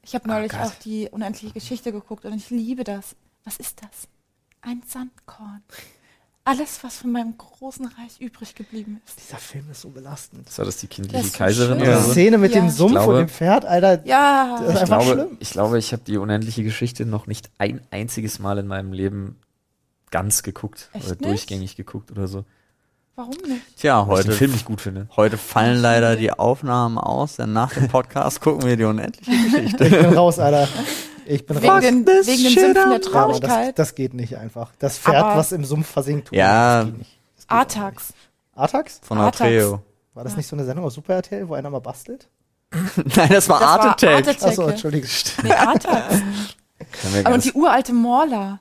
Speaker 3: Ich habe neulich
Speaker 1: Gott.
Speaker 3: auch die unendliche Geschichte geguckt und ich liebe das. Was ist das? Ein Sandkorn. Alles, was von meinem großen Reich übrig geblieben ist.
Speaker 2: Dieser Film ist so belastend.
Speaker 1: Ist das die
Speaker 3: Das
Speaker 1: kindliche
Speaker 3: ist so
Speaker 1: Kaiserin
Speaker 3: schön.
Speaker 1: oder
Speaker 4: Ja.
Speaker 2: Die
Speaker 1: so?
Speaker 2: Szene mit
Speaker 3: Ja.
Speaker 2: dem
Speaker 3: Ich
Speaker 2: Sumpf
Speaker 1: glaube-
Speaker 2: und dem Pferd, Alter, das
Speaker 3: Ja,
Speaker 2: ist
Speaker 1: Ich
Speaker 2: einfach
Speaker 1: glaube,
Speaker 2: schlimm.
Speaker 1: ich glaube, ich habe die unendliche Geschichte noch nicht ein einziges Mal in meinem Leben ganz geguckt
Speaker 3: Echt
Speaker 1: oder
Speaker 3: nicht?
Speaker 1: durchgängig geguckt oder so.
Speaker 3: warum nicht?
Speaker 4: Tja,
Speaker 1: Weil ich den Film
Speaker 4: heute,
Speaker 1: nicht gut finde.
Speaker 4: heute fallen leider die Aufnahmen aus, denn nach dem Podcast gucken wir die unendliche Geschichte.
Speaker 2: Ich bin raus, Alter. Ich bin raus.
Speaker 3: Wegen den,
Speaker 4: this
Speaker 3: wegen den
Speaker 4: shit
Speaker 3: Sümpfen der
Speaker 4: up.
Speaker 2: Ja, aber das,
Speaker 3: Traurigkeit.
Speaker 2: das geht nicht einfach. Das Pferd,
Speaker 3: Aber-
Speaker 2: was im Sumpf versinkt. tut,
Speaker 4: Ja.
Speaker 2: Das geht nicht. Das geht auch nicht.
Speaker 3: Artax.
Speaker 2: Artax?
Speaker 4: Von
Speaker 3: Artax.
Speaker 4: Atreo.
Speaker 2: War das nicht so eine Sendung aus Super RTL, wo einer mal bastelt?
Speaker 4: <laughs> Nein, das war
Speaker 3: Das war
Speaker 4: Art Attack.
Speaker 3: Art Attack.
Speaker 2: Achso,
Speaker 3: Zecke.
Speaker 2: entschuldige.
Speaker 4: <laughs>
Speaker 2: <laughs>
Speaker 3: Nee, Artax.
Speaker 1: Können wir
Speaker 3: Aber
Speaker 1: ganz,
Speaker 3: und die uralte Morla.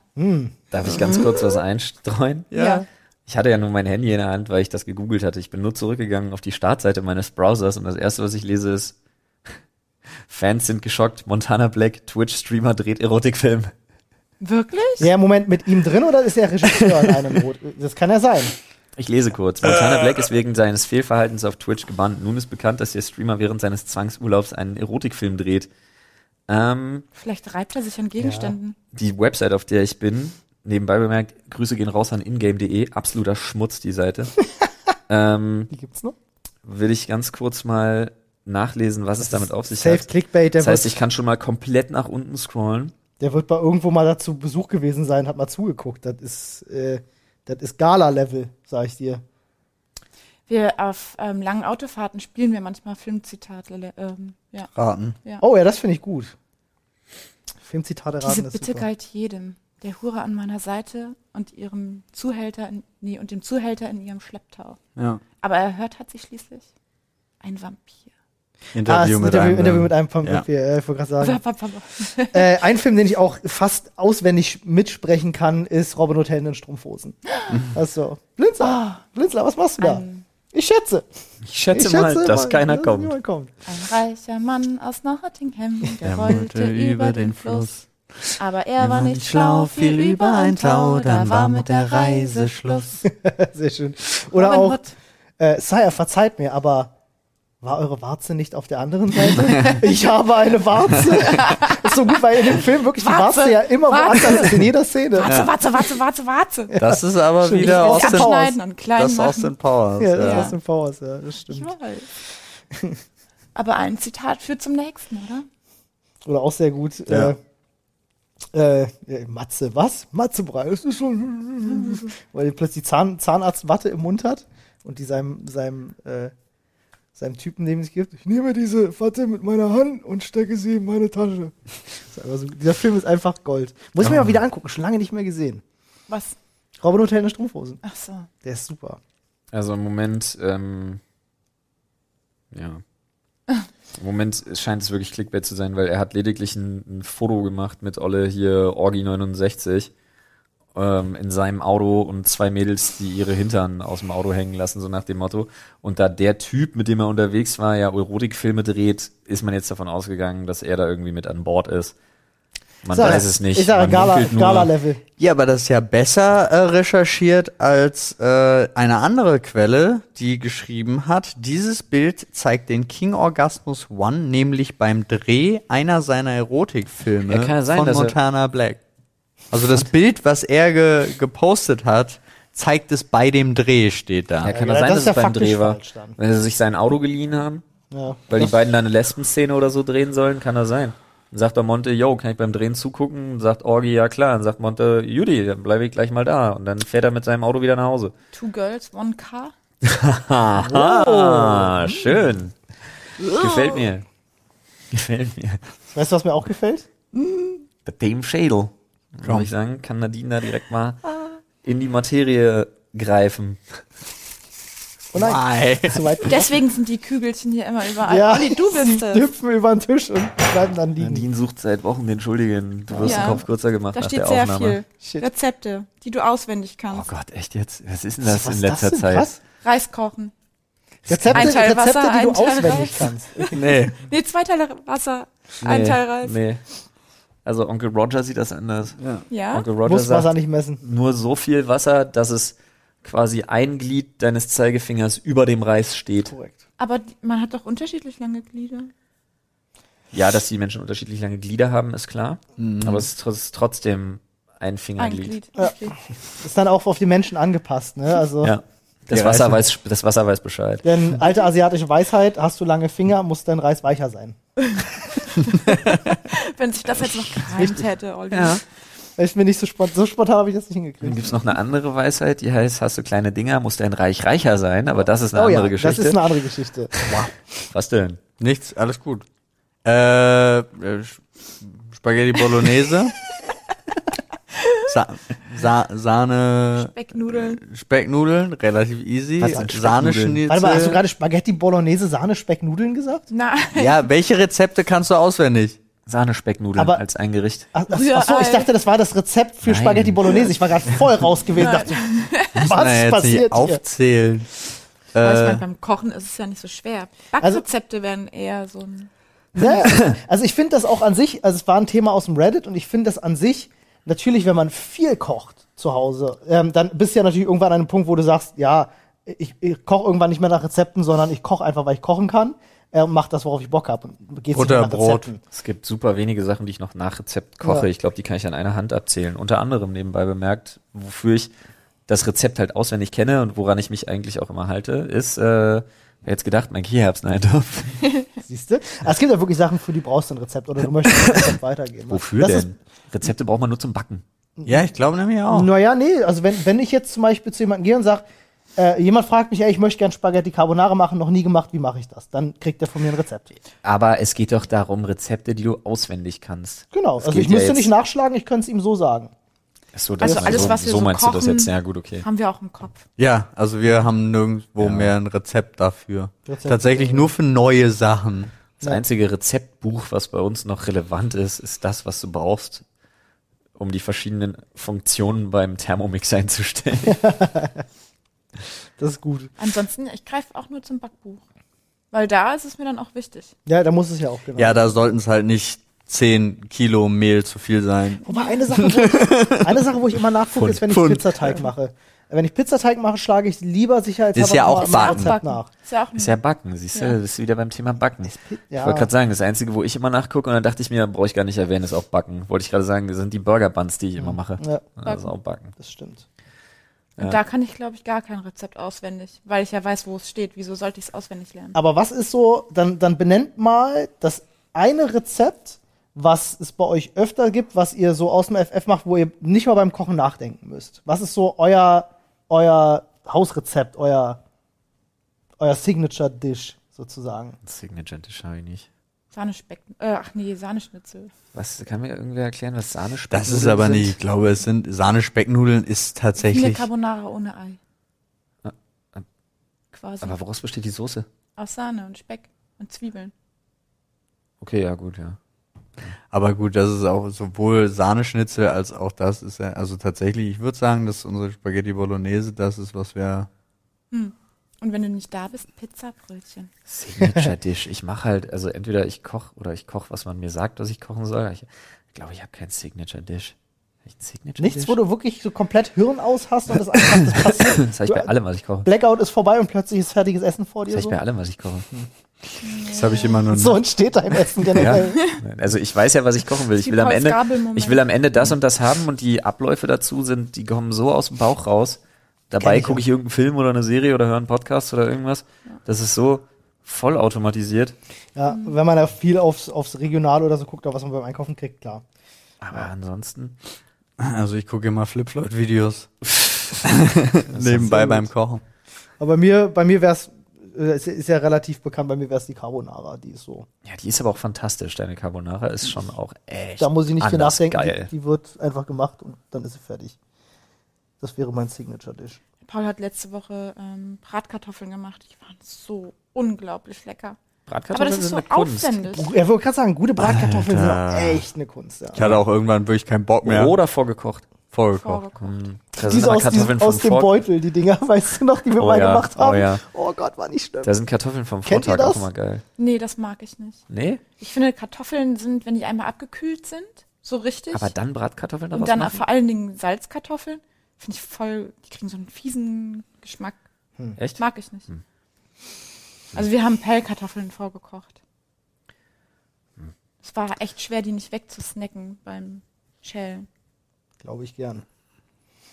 Speaker 1: darf ich ganz kurz was einstreuen?
Speaker 4: Ja.
Speaker 1: Ich hatte ja nur mein Handy in der Hand, weil ich das gegoogelt hatte. Ich bin nur zurückgegangen auf die Startseite meines Browsers und das erste, was ich lese, ist <laughs> Fans sind geschockt, Montana Black, Twitch-Streamer dreht Erotikfilm.
Speaker 3: Wirklich?
Speaker 2: Ja, Moment, mit ihm drin oder ist er Regisseur in einem Boot? Das kann ja sein.
Speaker 1: Ich lese kurz. Montana Black ist wegen seines Fehlverhaltens auf Twitch gebannt. Nun ist bekannt, dass der Streamer während seines Zwangsurlaubs einen Erotikfilm dreht. Ähm,
Speaker 3: Vielleicht reibt er sich an Gegenständen.
Speaker 1: die Website, auf der ich bin, nebenbei bemerkt, Grüße gehen raus an ingame.de, absoluter Schmutz, die Seite.
Speaker 4: Mhm.
Speaker 1: ähm,
Speaker 2: Die gibt's noch?
Speaker 1: will ich ganz kurz mal nachlesen, was es damit auf sich
Speaker 2: Safe
Speaker 1: hat.
Speaker 2: Clickbait, der,
Speaker 1: Das heißt,
Speaker 2: wird,
Speaker 1: ich kann schon mal komplett nach unten scrollen.
Speaker 2: der wird bei irgendwo mal dazu Besuch gewesen sein, hat mal zugeguckt. Das ist, äh, das ist Gala-Level, sag ich dir.
Speaker 3: Wir auf ähm, langen Autofahrten spielen wir manchmal Filmzitate. Ähm, ja.
Speaker 4: Raten.
Speaker 2: Oh ja, das finde ich gut. Filmzitate raten
Speaker 3: Diese
Speaker 2: ist
Speaker 3: Bitte
Speaker 2: super.
Speaker 3: galt jedem. der Hure an meiner Seite und ihrem Zuhälter, in, nee, und dem Zuhälter in ihrem Schlepptau.
Speaker 4: Ja.
Speaker 3: Aber erhört hat sie schließlich ein Vampir.
Speaker 4: Interview,
Speaker 2: ah, mit
Speaker 4: mit
Speaker 2: Interview,
Speaker 4: einem, ähm,
Speaker 2: Interview mit einem Pump
Speaker 4: Ja.
Speaker 2: äh, ich wollte gerade
Speaker 3: Also,
Speaker 2: sagen.
Speaker 3: Wapapapa.
Speaker 2: äh, ein Film, den ich auch fast auswendig mitsprechen kann, ist Robin Hood Helden in Strumpfhosen. Achso. Blinzler, Blinzler, was machst du da?
Speaker 3: Ein,
Speaker 2: Ich schätze.
Speaker 1: Ah. Ich schätze, mal, dass keiner kommt.
Speaker 2: niemand kommt. <laughs>
Speaker 3: ein reicher Mann aus Nottingham, der wollte über den Fluss. Aber er war nicht schlau, fiel über ein Tau, da war mit der Reise Schluss.
Speaker 2: Sehr schön. Oder
Speaker 3: Robin
Speaker 2: auch,
Speaker 3: Hood.
Speaker 2: äh, Sire, verzeiht mir, aber war eure Warze nicht auf der anderen Seite?
Speaker 1: <laughs>
Speaker 2: ich habe eine Warze. ist so gut, weil in dem Film wirklich
Speaker 3: Warze.
Speaker 2: die Warze ja immer
Speaker 3: Warze.
Speaker 2: woanders ist in jeder Szene.
Speaker 3: Warte, warte, warte, warte, warte.
Speaker 4: Das ist aber
Speaker 2: Schön.
Speaker 4: wieder
Speaker 2: Ich
Speaker 3: Aus
Speaker 2: Austin
Speaker 4: Austin,
Speaker 2: Powers.
Speaker 3: abschneiden und klein
Speaker 4: das ist
Speaker 3: machen.
Speaker 4: Austin Powers.
Speaker 2: Ja,
Speaker 4: ja.
Speaker 2: das ist aus dem Powers, ja, das stimmt.
Speaker 3: Ich
Speaker 2: <laughs>
Speaker 3: weiß. Aber ein Zitat führt zum nächsten, oder?
Speaker 2: Oder auch sehr gut.
Speaker 4: Ja.
Speaker 2: Äh, äh, ja, Matze, was? Matzebrei, es ist schon. Weil er plötzlich Zahn, Zahnarztwatte im Mund hat und die seinem, seinem, äh, seinem Typen neben sich gibt. Ich nehme diese Watte mit meiner Hand und stecke sie in meine Tasche. Das ist einfach so, dieser Film ist einfach Gold. Muss ich
Speaker 1: Ah.
Speaker 2: mir mal wieder angucken, schon lange nicht mehr gesehen.
Speaker 3: Was?
Speaker 2: Robin Hood Held in Strumpfhosen.
Speaker 3: Ach so.
Speaker 2: Der ist super.
Speaker 1: Also im Moment, ähm, ja. Im Moment scheint es wirklich Clickbait zu sein, weil er hat lediglich ein, ein Foto gemacht mit Olle hier, Orgi 69, ähm, in seinem Auto und zwei Mädels, die ihre Hintern aus dem Auto hängen lassen, so nach dem Motto. Und da der Typ, mit dem er unterwegs war, ja Erotikfilme dreht, ist man jetzt davon ausgegangen, dass er da irgendwie mit an Bord ist. Man
Speaker 2: Sag-
Speaker 1: weiß es nicht.
Speaker 2: Ich sage
Speaker 1: man munkelt
Speaker 2: Gala-Level.
Speaker 1: nur.
Speaker 2: Gala Gala-Level.
Speaker 4: Ja, aber das ist ja besser äh, recherchiert als äh, eine andere Quelle, die geschrieben hat, dieses Bild zeigt den King Orgasmus One, nämlich beim Dreh einer seiner Erotikfilme
Speaker 1: Ja, kann ja sein,
Speaker 4: von
Speaker 1: dass er-
Speaker 4: Montana Black. Also das Bild, was er ge gepostet hat, zeigt es bei dem Dreh, steht da.
Speaker 1: Ja, kann
Speaker 2: Ja,
Speaker 1: das sein,
Speaker 2: das
Speaker 1: dass
Speaker 2: ist ja
Speaker 1: es beim
Speaker 2: faktisch
Speaker 1: Dreh war?
Speaker 2: falsch dann.
Speaker 1: Wenn sie sich sein Auto geliehen haben?
Speaker 2: ja.
Speaker 1: Weil die beiden da eine Lesbenszene oder so drehen sollen, kann das sein. Dann sagt der Monte, yo, kann ich beim Drehen zugucken? Und sagt Orgi, ja klar. Dann sagt Monte, Judy, dann bleibe ich gleich mal da. Und dann fährt er mit seinem Auto wieder nach Hause.
Speaker 3: Two Girls, One Car.
Speaker 1: Aha, schön. Gefällt mir. Gefällt mir.
Speaker 2: Weißt du, was mir auch gefällt?
Speaker 1: Mit dem Schädel.
Speaker 4: Komm.
Speaker 1: Muss ich sagen, kann Nadine da direkt mal in die Materie greifen.
Speaker 2: Oh nein, zu weit.
Speaker 3: Deswegen sind die Kügelchen hier immer überall.
Speaker 2: Ja,
Speaker 3: Olli, du
Speaker 2: <laughs>
Speaker 3: bist
Speaker 2: die
Speaker 3: es.
Speaker 2: hüpfen über den Tisch und bleiben dann liegen.
Speaker 1: Nadine sucht seit Wochen den Schuldigen. Du wirst
Speaker 3: Ja.
Speaker 1: den Kopf kürzer gemacht
Speaker 3: Da
Speaker 1: nach
Speaker 3: steht
Speaker 1: der
Speaker 3: sehr
Speaker 1: Aufnahme.
Speaker 3: viel.
Speaker 2: Shit.
Speaker 3: Rezepte, die du auswendig
Speaker 1: Oh
Speaker 3: kannst.
Speaker 1: Gott, echt jetzt? Was ist denn das
Speaker 2: Was
Speaker 1: in
Speaker 2: ist
Speaker 1: letzter
Speaker 2: denn?
Speaker 1: Zeit?
Speaker 2: Was?
Speaker 3: Reis kochen.
Speaker 2: Rezepte,
Speaker 3: Ein Teil
Speaker 2: Rezepte
Speaker 3: Wasser,
Speaker 2: die du
Speaker 3: ein Teil
Speaker 2: auswendig
Speaker 3: Reis.
Speaker 1: <laughs>
Speaker 2: kannst.
Speaker 4: Nee.
Speaker 3: Nee, zwei Teile Wasser, ein Teil Reis.
Speaker 1: Nee. Also Onkel Roger sieht das anders.
Speaker 3: Ja?
Speaker 1: Onkel Roger
Speaker 2: Muss
Speaker 1: sagt
Speaker 2: Wasser nicht messen.
Speaker 1: nur so viel Wasser, dass es quasi ein Glied deines Zeigefingers über dem Reis steht.
Speaker 2: Korrekt.
Speaker 3: Aber die- man hat doch unterschiedlich lange Glieder.
Speaker 1: Ja, dass die Menschen unterschiedlich lange Glieder haben, ist klar.
Speaker 2: Mhm.
Speaker 1: Aber es ist tr- es ist trotzdem ein
Speaker 3: Ein
Speaker 1: Fingerglied.
Speaker 3: Glied.
Speaker 2: Ja.
Speaker 3: Okay.
Speaker 2: Ist dann auch auf die Menschen angepasst, ne? Also,
Speaker 1: Ja. Das
Speaker 4: Die
Speaker 1: Wasser,
Speaker 4: Reifen.
Speaker 1: weiß, das Wasser weiß Bescheid.
Speaker 2: denn alte asiatische Weisheit, hast du lange Finger, muss dein Reis weicher sein.
Speaker 3: Wenn sich das jetzt noch gereimt hätte, Olli.
Speaker 2: Das Ist mir nicht so spontan, so spontan habe ich das nicht
Speaker 1: Dann
Speaker 2: hingekriegt.
Speaker 1: gibt's noch eine andere Weisheit, die heißt, hast du kleine Dinger, muss dein Reich reicher sein. Aber das ist eine
Speaker 2: oh
Speaker 1: andere
Speaker 2: ja, das
Speaker 1: Geschichte.
Speaker 2: ist eine andere
Speaker 1: <laughs>
Speaker 2: Geschichte.
Speaker 1: Was denn?
Speaker 4: <laughs> Nichts, alles gut. Äh, äh, Sch- Spaghetti
Speaker 2: <laughs>
Speaker 4: Bolognese. Sa Sa Sahne,
Speaker 3: Specknudeln.
Speaker 4: Specknudeln, relativ easy.
Speaker 1: Was sind
Speaker 4: Sahne
Speaker 1: Specknudeln?
Speaker 2: Warte mal, hast du
Speaker 4: Schnitzel.
Speaker 2: gerade Spaghetti Bolognese, Sahne, Speck, Nudeln gesagt?
Speaker 3: Nein.
Speaker 4: Ja, welche Rezepte kannst du auswendig?
Speaker 1: Sahnespecknudeln
Speaker 2: Aber-
Speaker 1: als ein Gericht.
Speaker 2: Ach, ach, ach so, ich
Speaker 3: Rührei.
Speaker 2: dachte, das war das Rezept für
Speaker 1: Nein.
Speaker 2: Spaghetti Bolognese. Ich war gerade voll raus gewesen. Dachte, <laughs> was
Speaker 4: Na, jetzt nicht
Speaker 2: passiert hier?
Speaker 4: aufzählen.
Speaker 3: Aber ich meine,
Speaker 4: Äh,
Speaker 3: beim Kochen ist es ja nicht so schwer.
Speaker 2: Also
Speaker 3: Backrezepte werden eher so ein.
Speaker 2: Ne?
Speaker 1: <laughs>
Speaker 2: Also ich finde das auch an sich, also es war ein Thema aus dem Reddit und ich finde das an sich, natürlich, wenn man viel kocht zu Hause, ähm, dann bist du ja natürlich irgendwann an einem Punkt, wo du sagst, ja, ich, ich koche irgendwann nicht mehr nach Rezepten, sondern ich koche einfach, weil ich kochen kann äh, und mach das, worauf ich Bock habe und geht's nicht mehr nach
Speaker 4: Butterbrot.
Speaker 2: Rezepten.
Speaker 1: Es gibt super wenige Sachen, die ich noch nach Rezept koche.
Speaker 2: Ja.
Speaker 1: Ich glaube, die kann ich an einer Hand abzählen. Unter anderem nebenbei bemerkt, wofür ich das Rezept halt auswendig kenne und woran ich mich eigentlich auch immer halte, ist, äh, wer jetzt gedacht, mein Kieherbseneintopf.
Speaker 2: Siehst du? Also es gibt ja wirklich Sachen, für die brauchst du ein Rezept oder du möchtest ein Rezept
Speaker 1: <laughs>
Speaker 2: weitergeben.
Speaker 1: Wofür
Speaker 2: das
Speaker 1: denn? Oh. Rezepte braucht man nur zum Backen.
Speaker 4: ja, ich glaube nämlich
Speaker 2: Ist,
Speaker 4: auch.
Speaker 2: naja, nee, also wenn, wenn ich jetzt zum Beispiel zu jemandem gehe und sage, äh, jemand fragt mich, ey, ich möchte gern Spaghetti Carbonara machen, noch nie gemacht, wie mache ich das? Dann kriegt er von mir ein Rezept.
Speaker 1: Aber es geht doch darum, Rezepte, die du auswendig kannst.
Speaker 2: Genau,
Speaker 1: Es
Speaker 2: also
Speaker 1: geht
Speaker 2: ich müsste
Speaker 1: ja jetzt-
Speaker 2: nicht nachschlagen, ich könnte es ihm so sagen.
Speaker 1: Ach So,
Speaker 3: Also
Speaker 1: war
Speaker 3: alles,
Speaker 1: so,
Speaker 3: was wir
Speaker 1: so
Speaker 3: so
Speaker 1: meinst du das
Speaker 3: kochen,
Speaker 1: jetzt? Ja, gut, okay.
Speaker 3: Haben wir auch im Kopf.
Speaker 4: Ja, also wir haben nirgendwo mehr ein Rezept dafür.
Speaker 2: Rezept.
Speaker 4: Tatsächlich nur für neue Sachen.
Speaker 1: Das einzige Rezeptbuch, was bei uns noch relevant ist, ist das, was du brauchst, um die verschiedenen Funktionen beim Thermomix einzustellen.
Speaker 2: Das ist gut.
Speaker 3: Ansonsten, ich greife auch nur zum Backbuch. Weil da ist es mir dann auch wichtig.
Speaker 2: Ja, da muss es ja auch, genau.
Speaker 4: Ja, da sollten es halt nicht 10 Kilo Mehl zu viel sein.
Speaker 2: Wobei eine Sache, wo ich, eine Sache, wo ich immer nachgucke, ist, wenn ich
Speaker 4: Pfund.
Speaker 2: Pizzateig mache. Wenn ich Pizzateig mache, schlage ich lieber sicherheitshalber
Speaker 4: Ist ja
Speaker 2: mal
Speaker 4: auch
Speaker 2: mal
Speaker 4: Backen.
Speaker 2: Rezept nach.
Speaker 3: Ist ja auch ein
Speaker 1: Ist ja Backen, siehst du,
Speaker 3: Ja.
Speaker 1: das ist wieder beim Thema Backen.
Speaker 2: ja.
Speaker 1: Ich wollte gerade sagen, das Einzige, wo ich immer nachgucke, und dann dachte ich mir, brauche ich gar nicht erwähnen, ist auch Backen. Wollte ich gerade sagen, das sind die Burger Buns, die ich immer mache.
Speaker 2: Mhm. Ja,
Speaker 1: Das ist auch Backen.
Speaker 2: das stimmt.
Speaker 3: Und da kann ich, glaube ich, gar kein Rezept auswendig, weil ich ja weiß, wo es steht. Wieso sollte ich es auswendig lernen?
Speaker 2: Aber was ist so, dann, dann benennt mal das eine Rezept, was es bei euch öfter gibt, was ihr so aus dem FF macht, wo ihr nicht mal beim Kochen nachdenken müsst. Was ist so euer, euer Hausrezept, euer, euer Signature-Dish sozusagen?
Speaker 1: Signature Dish habe ich nicht.
Speaker 3: Sahnespeck. Äh, ach nee, Sahneschnitzel.
Speaker 1: Was, kann mir irgendwer erklären, was Sahne
Speaker 4: Das ist aber nicht, ich glaube, es sind Sahne-Specknudeln ist
Speaker 3: Viele
Speaker 4: tatsächlich.
Speaker 3: Carbonara ohne Ei.
Speaker 1: Ah, ah.
Speaker 3: Quasi.
Speaker 1: Aber woraus besteht die Soße?
Speaker 3: Aus Sahne und Speck und Zwiebeln.
Speaker 1: Okay, ja, gut, ja.
Speaker 4: Aber gut, das ist auch sowohl Sahneschnitzel als auch das ist ja, also tatsächlich, ich würde sagen, dass unsere Spaghetti Bolognese das ist, was wir
Speaker 3: Und wenn du nicht da bist, Pizzabrötchen.
Speaker 1: Signature Dish. Ich mache halt, also entweder ich koche oder ich koche, was man mir sagt, was ich kochen soll. Ich glaube, ich habe kein Signature Dish. Hab ich ein Signature
Speaker 2: Nichts,
Speaker 1: Dish?
Speaker 2: wo du wirklich so komplett Hirn aus hast und das
Speaker 1: <laughs>
Speaker 2: einfach das passiert.
Speaker 1: das habe ich bei allem, was ich koche.
Speaker 2: Blackout ist vorbei und plötzlich ist fertiges Essen vor
Speaker 1: Das
Speaker 2: dir.
Speaker 1: habe ich
Speaker 2: So. <laughs>
Speaker 1: bei allem, was ich koche.
Speaker 4: Das habe ich immer nur
Speaker 2: so entsteht dein Essen <laughs> generell.
Speaker 1: Also ich weiß ja, was ich kochen will. Ich
Speaker 3: Die
Speaker 1: will am Ende,
Speaker 2: Oh
Speaker 3: Paul-Skabel-Moment.
Speaker 1: ich will am Ende das und das haben und die Abläufe dazu sind, die kommen so aus dem Bauch raus.
Speaker 2: Kenn
Speaker 1: Dabei
Speaker 2: ich
Speaker 1: gucke
Speaker 2: auch.
Speaker 1: ich irgendeinen Film oder eine Serie oder höre einen Podcast oder irgendwas. Das ist so vollautomatisiert.
Speaker 2: Ja, wenn man da viel aufs, aufs Regional oder so guckt, auf was man beim Einkaufen kriegt, klar.
Speaker 1: Aber ansonsten
Speaker 4: Also ich gucke immer Flip
Speaker 1: <laughs>
Speaker 4: Floyd Videos
Speaker 1: das ist
Speaker 4: nebenbei
Speaker 1: sehr
Speaker 4: beim
Speaker 1: gut.
Speaker 4: Kochen.
Speaker 2: Aber bei mir, bei mir wär's, äh, ist, ist ja relativ bekannt, bei mir wär's die Carbonara, die ist so.
Speaker 1: Ja, die ist aber auch fantastisch. Deine Carbonara ist schon auch echt.
Speaker 2: Da muss ich nicht viel
Speaker 1: anders
Speaker 2: nachdenken,
Speaker 1: Geil.
Speaker 2: Die, die wird einfach gemacht und dann ist sie fertig. Das wäre mein Signature-Dish.
Speaker 3: Paul hat letzte Woche ähm, Bratkartoffeln gemacht. Die waren so unglaublich lecker. Aber
Speaker 1: Bratkartoffeln
Speaker 3: das ist so
Speaker 1: sind eine Kunst.
Speaker 3: aufwendig.
Speaker 2: Ja, wollte gerade sagen, gute Bratkartoffeln
Speaker 4: Alter.
Speaker 2: sind auch echt eine Kunst. Ja.
Speaker 4: Ich hatte auch irgendwann wirklich keinen Bock mehr.
Speaker 1: Oder vorgekocht. Hm,
Speaker 4: vorgekocht.
Speaker 3: Vorgekocht.
Speaker 1: Da
Speaker 2: Diese
Speaker 1: aber
Speaker 2: aus, diesem, aus dem
Speaker 1: Vork-
Speaker 2: Beutel, die Dinger, <laughs> weißt du noch, die wir
Speaker 1: Oh
Speaker 2: mal
Speaker 1: ja,
Speaker 2: gemacht
Speaker 1: oh
Speaker 2: haben?
Speaker 1: ja.
Speaker 2: oh Gott, war nicht schlimm.
Speaker 1: Da sind Kartoffeln vom
Speaker 2: Kennt ihr
Speaker 1: Vortag auch
Speaker 2: das?
Speaker 1: immer geil.
Speaker 3: Nee, das mag ich nicht.
Speaker 1: Nee?
Speaker 3: Ich finde, Kartoffeln sind, wenn die einmal abgekühlt sind, so richtig.
Speaker 1: Aber dann Bratkartoffeln daraus
Speaker 3: und dann
Speaker 1: machen?
Speaker 3: vor allen Dingen Salzkartoffeln, finde ich voll, die kriegen so einen fiesen Geschmack.
Speaker 1: Echt?
Speaker 3: Mag ich nicht.
Speaker 1: Hm.
Speaker 3: Also wir haben Pellkartoffeln vorgekocht.
Speaker 1: Hm.
Speaker 3: Es war echt schwer, die nicht wegzusnacken beim Schälen.
Speaker 2: Glaube ich gern.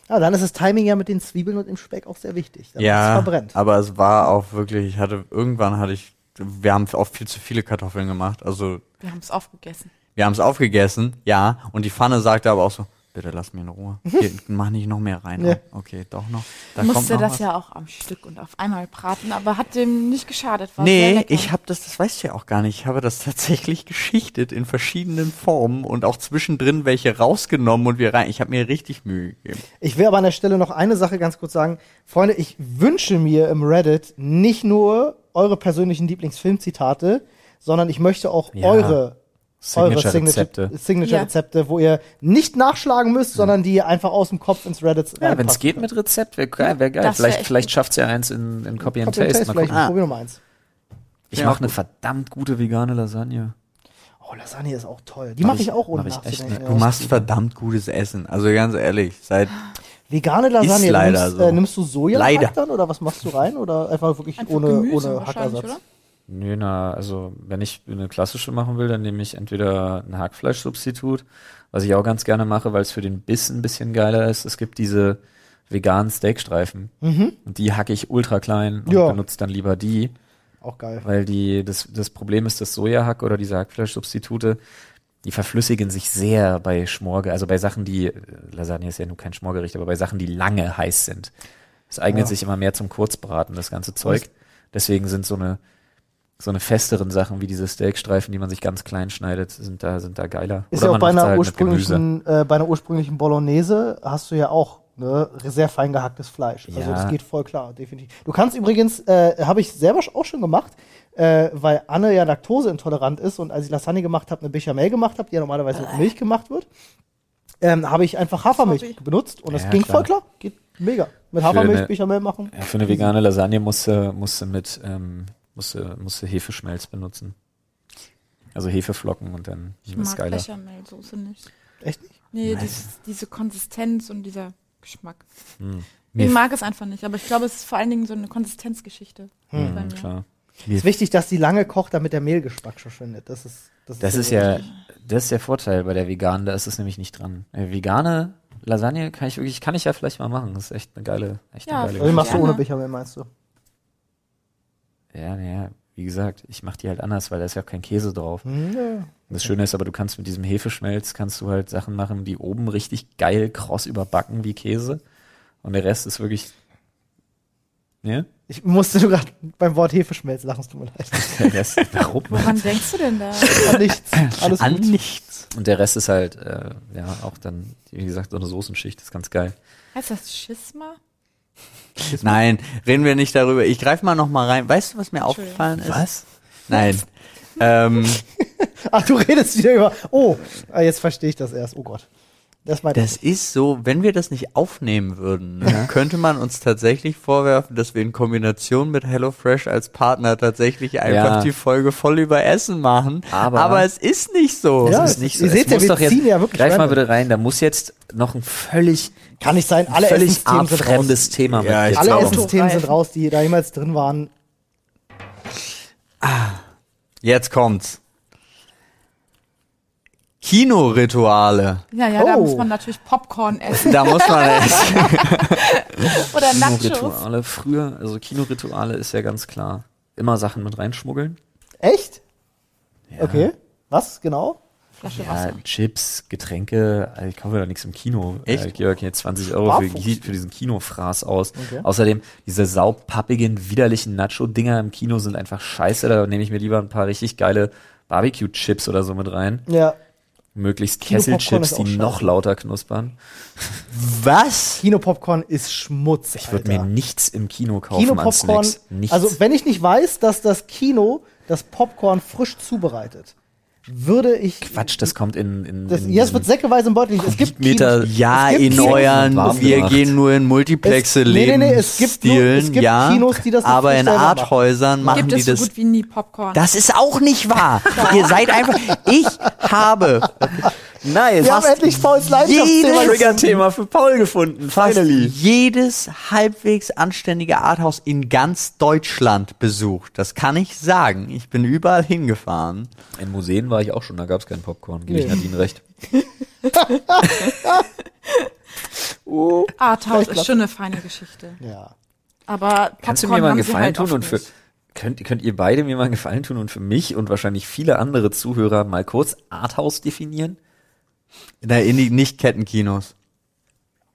Speaker 2: Ja, dann ist das Timing ja mit den Zwiebeln und dem Speck auch sehr wichtig. damit
Speaker 4: Ja,
Speaker 2: es verbrennt.
Speaker 4: aber es war auch wirklich, ich hatte, irgendwann hatte ich, wir haben auch viel zu viele Kartoffeln gemacht. Also
Speaker 3: Wir haben es aufgegessen.
Speaker 4: wir haben es aufgegessen, ja. Und die Pfanne sagte aber auch so, bitte lass mich in Ruhe. Hier, <laughs> mach nicht noch mehr rein.
Speaker 2: Ja.
Speaker 4: Oh, Okay, doch noch. Da
Speaker 3: Ich musste
Speaker 4: noch
Speaker 3: das
Speaker 4: was.
Speaker 3: ja auch am Stück und auf einmal braten, aber hat dem nicht geschadet. War sehr
Speaker 4: Nee,
Speaker 3: lecker.
Speaker 4: ich habe das, das weißt du ja auch gar nicht. Ich habe das <laughs> tatsächlich geschichtet in verschiedenen Formen und auch zwischendrin welche rausgenommen und wir rein. Ich habe mir richtig Mühe gegeben.
Speaker 2: Ich will aber an der Stelle noch eine Sache ganz kurz sagen. Freunde, ich wünsche mir im Reddit nicht nur eure persönlichen Lieblingsfilmzitate, sondern ich möchte auch
Speaker 1: Ja.
Speaker 2: eure eure
Speaker 1: Signature-Rezepte.
Speaker 2: Signature- Signature-Rezepte, wo ihr nicht nachschlagen müsst, sondern die ihr einfach aus dem Kopf ins Reddit
Speaker 1: Ja, wenn es
Speaker 2: reinpassen
Speaker 1: geht
Speaker 2: könnt.
Speaker 1: mit Rezept, wäre geil. Wär geil.
Speaker 3: Das wär
Speaker 1: Vielleicht,
Speaker 3: echt
Speaker 1: vielleicht
Speaker 3: gut.
Speaker 1: schafft es ja eins in, in Copy, and
Speaker 2: Copy and
Speaker 1: Taste.
Speaker 2: Taste
Speaker 1: Mal
Speaker 2: vielleicht.
Speaker 1: gucken.
Speaker 2: Ich probier nochmal eins.
Speaker 1: Ich mache eine verdammt gute vegane Lasagne.
Speaker 2: Oh, Lasagne ist auch toll. Die mache ich,
Speaker 1: ich-
Speaker 2: auch ohne
Speaker 1: mach ich echt
Speaker 2: nachzudenken.
Speaker 1: nicht.
Speaker 4: Du
Speaker 2: ja.
Speaker 4: machst verdammt gutes Essen. Also ganz ehrlich, seit
Speaker 2: Vegane Lasagne,
Speaker 4: Ist leider
Speaker 2: nimmst,
Speaker 4: so.
Speaker 2: äh, nimmst du Soja
Speaker 4: Leider.
Speaker 2: dann oder was machst du rein? Oder einfach wirklich
Speaker 3: Einfach
Speaker 2: ohne,
Speaker 3: Gemüse
Speaker 2: ohne
Speaker 3: wahrscheinlich,
Speaker 2: Hackersatz?
Speaker 3: oder?
Speaker 1: Nö, na, also wenn ich eine klassische machen will, dann nehme ich entweder ein Hackfleischsubstitut, was ich auch ganz gerne mache, weil es für den Biss ein bisschen geiler ist. Es gibt diese veganen Steakstreifen. Und die hacke ich ultra klein und
Speaker 2: Ja.
Speaker 1: benutze dann lieber die.
Speaker 2: Auch geil.
Speaker 1: weil die das, das Problem ist, dass Sojahack oder diese Hackfleischsubstitute, die verflüssigen sich sehr bei Schmorge, also bei Sachen, die Lasagne ist ja nun kein Schmorgericht, aber bei Sachen, die lange heiß sind. Es eignet
Speaker 2: Ja.
Speaker 1: sich immer mehr zum Kurzbraten das ganze Zeug. Deswegen sind so eine so eine festeren Sachen wie diese Steakstreifen, die man sich ganz klein schneidet, sind da, sind da geiler.
Speaker 2: Ist ja auch
Speaker 1: man
Speaker 2: bei
Speaker 1: macht's
Speaker 2: einer,
Speaker 1: halt mit Gemüse.
Speaker 2: ursprünglichen, äh, bei einer ursprünglichen Bolognese hast du ja auch ne, sehr fein gehacktes Fleisch. Also
Speaker 1: Ja.
Speaker 2: das geht voll klar, definitiv. Du kannst übrigens, äh, habe ich selber auch schon gemacht, äh, weil Anne ja laktoseintolerant ist und als ich Lasagne gemacht habe, eine Bechamel gemacht habe, die ja normalerweise mit Milch gemacht wird, ähm, habe ich einfach Hafermilch
Speaker 3: Sorry.
Speaker 2: benutzt und das
Speaker 1: Ja,
Speaker 2: ging
Speaker 1: klar.
Speaker 2: voll klar. Geht mega. Mit
Speaker 1: Für
Speaker 2: Hafermilch
Speaker 1: eine-
Speaker 2: Bechamel machen.
Speaker 1: Ja, für eine vegane Lasagne musst du, musst du mit, ähm, musst du, musst du Hefeschmelz benutzen. Also Hefeflocken und dann
Speaker 3: Ich
Speaker 1: ist
Speaker 3: mag
Speaker 1: geiler.
Speaker 3: Bechamelsoße nicht.
Speaker 2: Echt nicht?
Speaker 3: Nee,
Speaker 1: Nice.
Speaker 3: dieses, diese Konsistenz und dieser Geschmack.
Speaker 1: Hm.
Speaker 3: Ich
Speaker 4: Mir-
Speaker 3: mag es einfach nicht, aber ich glaube, es ist vor allen Dingen so eine Konsistenzgeschichte.
Speaker 2: Hm.
Speaker 3: bei mir.
Speaker 1: Klar.
Speaker 2: Ist wichtig, dass die lange kocht, damit der Mehlgeschmack verschwindet. Das ist
Speaker 1: Das ist ja, das ist der Vorteil bei der veganen, da ist es nämlich nicht dran. Äh, vegane Lasagne kann ich wirklich, kann ich ja vielleicht mal machen. Das ist echt eine geile, echt
Speaker 3: Ja,
Speaker 1: eine
Speaker 2: Also die
Speaker 1: geile
Speaker 2: machst du
Speaker 1: Geschichte.
Speaker 2: ohne
Speaker 3: Gerne.
Speaker 2: Bechamel, meinst du?
Speaker 1: Ja, naja, wie gesagt, ich mache die halt anders, weil da ist ja auch kein Käse drauf.
Speaker 2: Hm, ja.
Speaker 1: Und Das Schöne ist aber, du kannst mit diesem Hefeschmelz, kannst du halt Sachen machen, die oben richtig geil kross überbacken wie Käse. Und der Rest ist wirklich, ne?
Speaker 2: Ich musste nur gerade beim Wort Hefeschmelz lachen, es tut mir leid.
Speaker 1: Der Rest, warum? <laughs>
Speaker 3: Woran denkst du denn da?
Speaker 2: An nichts. Alles
Speaker 4: An
Speaker 2: gut.
Speaker 4: nichts.
Speaker 1: Und der Rest ist halt, äh, ja, auch dann, wie gesagt, so eine Soßenschicht, ist ganz geil.
Speaker 3: Heißt das Schisma?
Speaker 4: Nein, reden wir nicht darüber. Ich greife mal noch mal rein. Weißt du, was mir
Speaker 3: Entschuldigung.
Speaker 4: aufgefallen ist? Was? Nein. ähm,
Speaker 2: Ach, du redest wieder über. Oh, ah, jetzt verstehe ich das erst. Oh Gott. Das meint
Speaker 4: das ist so, wenn wir das nicht aufnehmen würden, ne, könnte man uns tatsächlich vorwerfen, dass wir in Kombination mit HelloFresh als Partner tatsächlich einfach
Speaker 1: Ja.
Speaker 4: die Folge voll über Essen machen.
Speaker 1: Aber-
Speaker 4: Aber es ist nicht so.
Speaker 2: Ja,
Speaker 1: Das ist nicht so.
Speaker 2: Ihr
Speaker 1: Es
Speaker 2: seht ja,
Speaker 1: muss
Speaker 2: wir
Speaker 1: doch jetzt,
Speaker 2: ziehen ja wirklich
Speaker 1: greif mal
Speaker 2: random.
Speaker 1: bitte rein, da muss jetzt noch ein völlig,
Speaker 2: kann nicht sein. Alle
Speaker 1: völlig
Speaker 2: Essensthemen sind raus.
Speaker 1: artfremdes Thema
Speaker 4: Ja, ich
Speaker 1: jetzt
Speaker 2: Alle
Speaker 4: glaube-
Speaker 1: kommt.
Speaker 2: Essensthemen sind
Speaker 3: Autoreifen.
Speaker 2: raus, die da jemals drin waren.
Speaker 4: Jetzt kommt's. Kinorituale.
Speaker 3: Ja, ja, da
Speaker 2: Oh.
Speaker 3: muss man natürlich Popcorn essen
Speaker 4: Da muss
Speaker 2: <laughs>
Speaker 4: man
Speaker 3: oder Nachos.
Speaker 1: Kinorituale früher, also Kinorituale ist ja ganz klar. Immer Sachen mit reinschmuggeln.
Speaker 2: Echt? Okay. Was genau?
Speaker 3: Flasche
Speaker 1: Ja,
Speaker 3: Wasser.
Speaker 1: Chips, Getränke, also ich kaufe da nichts im Kino.
Speaker 4: Echt?
Speaker 1: Äh, Georg, jetzt 20 Euro für,
Speaker 2: Barfuß.
Speaker 1: Ki- für diesen Kinofraß aus.
Speaker 2: Okay.
Speaker 1: Außerdem, diese saupappigen, widerlichen Nacho-Dinger im Kino sind einfach scheiße. Da nehme ich mir lieber ein paar richtig geile Barbecue-Chips oder so mit rein.
Speaker 2: Ja.
Speaker 1: Möglichst
Speaker 2: Kinopopcorn
Speaker 1: Kesselchips,
Speaker 2: ist auch
Speaker 1: die
Speaker 2: scheiße.
Speaker 1: noch lauter knuspern.
Speaker 4: Was?
Speaker 2: Kinopopcorn ist Schmutz.
Speaker 1: Ich würde mir nichts im Kino kaufen an
Speaker 2: Kinopopcorn.
Speaker 1: Snacks. Nichts.
Speaker 2: Also wenn ich nicht weiß, dass das Kino das Popcorn frisch zubereitet, würde ich.
Speaker 1: Quatsch, das kommt in, in,
Speaker 2: Das,
Speaker 1: in
Speaker 2: ja, es
Speaker 1: diesen
Speaker 2: wird säckeweise im Beutel. liegen. Es gibt
Speaker 1: Kubikmeter
Speaker 2: Kinos- Es
Speaker 4: Ja,
Speaker 2: gibt
Speaker 4: in
Speaker 2: Kinos-
Speaker 4: euren,
Speaker 1: Warm
Speaker 4: wir
Speaker 1: gemacht.
Speaker 4: gehen nur in Multiplexe
Speaker 2: Es- nee, nee, nee, es gibt nur-
Speaker 4: Lebensstilen,
Speaker 2: es gibt
Speaker 4: ja,
Speaker 2: Kinos, die das
Speaker 4: aber
Speaker 2: nicht
Speaker 4: in
Speaker 2: selber machen.
Speaker 4: Arthäusern machen
Speaker 3: Gibt
Speaker 4: die
Speaker 3: es so
Speaker 4: das.
Speaker 3: gut wie nie Popcorn.
Speaker 4: das ist auch
Speaker 2: <laughs>
Speaker 4: nicht wahr. Ihr seid einfach. Ich habe
Speaker 1: Nice.
Speaker 2: Wir haben
Speaker 1: Fast
Speaker 2: endlich Pauls Leidenschaftsthema.
Speaker 4: jedes-
Speaker 2: gefunden.
Speaker 1: Trigger-Thema für Paul gefunden.
Speaker 4: fast
Speaker 1: Finally.
Speaker 4: jedes halbwegs anständige Arthouse in ganz Deutschland besucht. Das kann ich sagen. Ich bin überall hingefahren.
Speaker 1: In Museen war ich auch schon, da gab es keinen Popcorn. Gebe ich
Speaker 2: Nee.
Speaker 1: Nadine recht.
Speaker 3: Arthouse ist schon eine Ah, feine Geschichte.
Speaker 2: Ja.
Speaker 3: Aber Popcorn
Speaker 1: Kannst du mir mal einen
Speaker 3: haben sie
Speaker 1: Gefallen
Speaker 3: halt
Speaker 1: tun
Speaker 3: oft
Speaker 1: und für
Speaker 3: nicht.
Speaker 1: könnt, könnt ihr beide mir mal einen Gefallen tun und für mich und wahrscheinlich viele andere Zuhörer mal kurz Arthouse definieren?
Speaker 4: In der Indie, nicht Kettenkinos.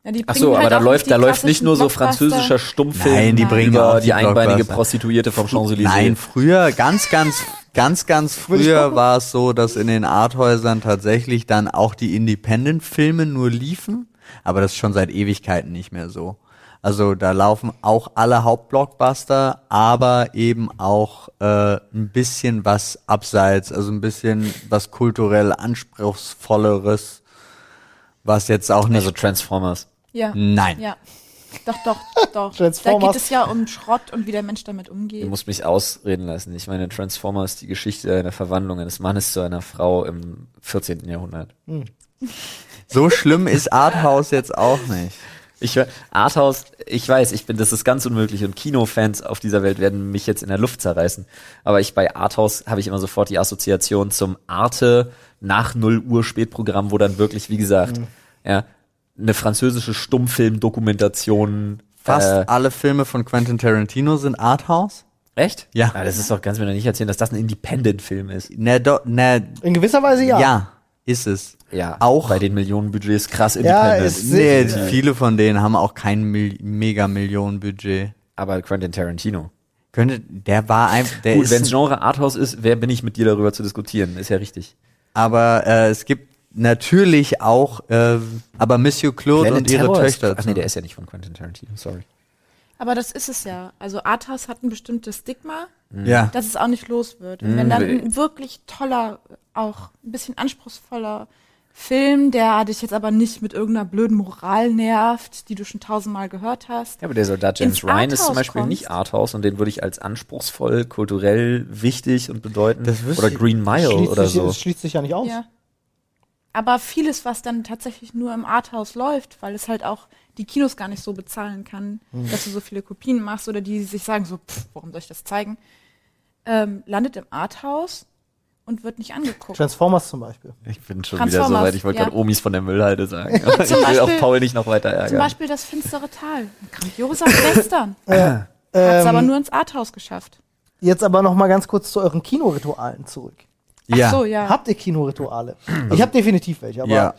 Speaker 3: Ja, die
Speaker 1: Ach so,
Speaker 3: bringen
Speaker 1: aber
Speaker 3: halt
Speaker 1: da
Speaker 3: auch
Speaker 1: läuft
Speaker 3: die
Speaker 1: da läuft nicht
Speaker 3: klassischen
Speaker 1: nur so
Speaker 3: Blockbuster.
Speaker 1: französischer Stummfilm
Speaker 4: Nein, die bringen
Speaker 1: über
Speaker 4: auch
Speaker 1: die,
Speaker 4: die
Speaker 1: einbeinige
Speaker 4: Blockbuster.
Speaker 1: Prostituierte vom Champs-Élysées.
Speaker 4: Nein, früher, ganz, ganz, ganz, ganz früher war es so, dass in den Arthäusern tatsächlich dann auch die Independent-Filme nur liefen. Aber das ist schon seit Ewigkeiten nicht mehr so. Also da laufen auch alle Hauptblockbuster, aber eben auch äh, ein bisschen was abseits, also ein bisschen was kulturell anspruchsvolleres, was jetzt auch nicht.
Speaker 1: also Transformers.
Speaker 3: Ja.
Speaker 1: Hm.
Speaker 4: Nein.
Speaker 3: Ja. Doch, doch, doch. da
Speaker 2: Transformers.
Speaker 3: geht es ja um Schrott und wie der Mensch damit
Speaker 1: Ihr
Speaker 3: umgeht.
Speaker 1: müsst mich ausreden lassen. Ich meine, Transformers ist die Geschichte einer Verwandlung eines Mannes zu einer Frau im 14. Jahrhundert.
Speaker 4: So schlimm ist Arthouse jetzt auch nicht.
Speaker 1: Ich hör- Arthouse, ich weiß, ich bin, das ist ganz unmöglich und Kinofans auf dieser Welt werden mich jetzt in der Luft zerreißen. Aber ich bei Arthouse habe ich immer sofort die Assoziation zum Arte nach 0 Uhr Spätprogramm, wo dann wirklich, wie
Speaker 4: Mhm.
Speaker 1: gesagt, ja, eine französische Stummfilm-Dokumentation.
Speaker 4: Fast
Speaker 1: Äh,
Speaker 4: alle Filme von Quentin Tarantino sind Arthouse.
Speaker 1: echt?
Speaker 4: Ja.
Speaker 1: Na, das ist doch ganz mir noch nicht erzählen, dass das ein Independent-Film ist.
Speaker 4: Ne, do, ne,
Speaker 2: In gewisser Weise ja.
Speaker 4: ja. ist es.
Speaker 1: Auch
Speaker 4: Auch. ne,
Speaker 1: bei den Millionenbudgets krass
Speaker 2: Ja,
Speaker 1: Independent.
Speaker 2: ist-
Speaker 4: Nee, viele von denen haben auch kein Mil mega Millionen Budget.
Speaker 1: aber Quentin Tarantino.
Speaker 4: könnte, der war einfach, der
Speaker 1: Gut,
Speaker 4: ist
Speaker 1: wenn es Genre Arthouse ist, wer bin ich mit dir darüber zu diskutieren? Ist ja richtig.
Speaker 4: aber äh, es gibt natürlich auch, äh, aber Monsieur Claude und ihre
Speaker 1: Terror
Speaker 4: Töchter.
Speaker 1: Ist, ach nee, der ist ja nicht von Quentin Tarantino, sorry.
Speaker 3: Aber das ist es ja. Also Arthouse hat ein bestimmtes Stigma,
Speaker 4: ja.
Speaker 3: dass es auch nicht los wird. Und
Speaker 1: Hm.
Speaker 3: wenn dann ein wirklich toller, auch ein bisschen anspruchsvoller Film, der dich jetzt aber nicht mit irgendeiner blöden Moral nervt, die du schon tausendmal gehört hast.
Speaker 1: Ja, aber der Soldat James
Speaker 3: Ins
Speaker 1: Ryan ist
Speaker 3: Arthouse
Speaker 1: zum Beispiel
Speaker 3: kommst.
Speaker 1: nicht Arthouse und den würde ich als anspruchsvoll, kulturell wichtig und bedeutend
Speaker 4: Das wüsste
Speaker 1: oder
Speaker 4: ich-
Speaker 1: Green Mile
Speaker 2: schließt
Speaker 1: oder
Speaker 2: sich,
Speaker 1: so.
Speaker 2: Es schließt sich ja nicht aus.
Speaker 3: Ja. Aber vieles, was dann tatsächlich nur im Arthouse läuft, weil es halt auch die Kinos gar nicht so bezahlen kann, dass du so viele Kopien machst oder die sich sagen so, pff, warum soll ich das zeigen, ähm, landet im Arthouse und wird nicht angeguckt.
Speaker 2: Transformers zum Beispiel.
Speaker 1: Ich bin schon wieder
Speaker 3: Transformers,
Speaker 1: so weit, ich wollte
Speaker 3: ja.
Speaker 1: gerade Omis von der Müllhalde
Speaker 3: <laughs>
Speaker 1: sagen. Aber ich will auch
Speaker 3: Beispiel-
Speaker 1: Paul nicht noch weiter
Speaker 3: Zum
Speaker 1: ärgern.
Speaker 3: Beispiel das finstere Tal. Ein grandioser Western. Hat es aber nur ins Arthouse geschafft.
Speaker 2: Jetzt aber noch mal ganz kurz zu euren Kinoritualen zurück.
Speaker 3: Ach so, ja.
Speaker 2: Habt ihr Kinorituale? ich habe definitiv welche, aber
Speaker 4: Ja,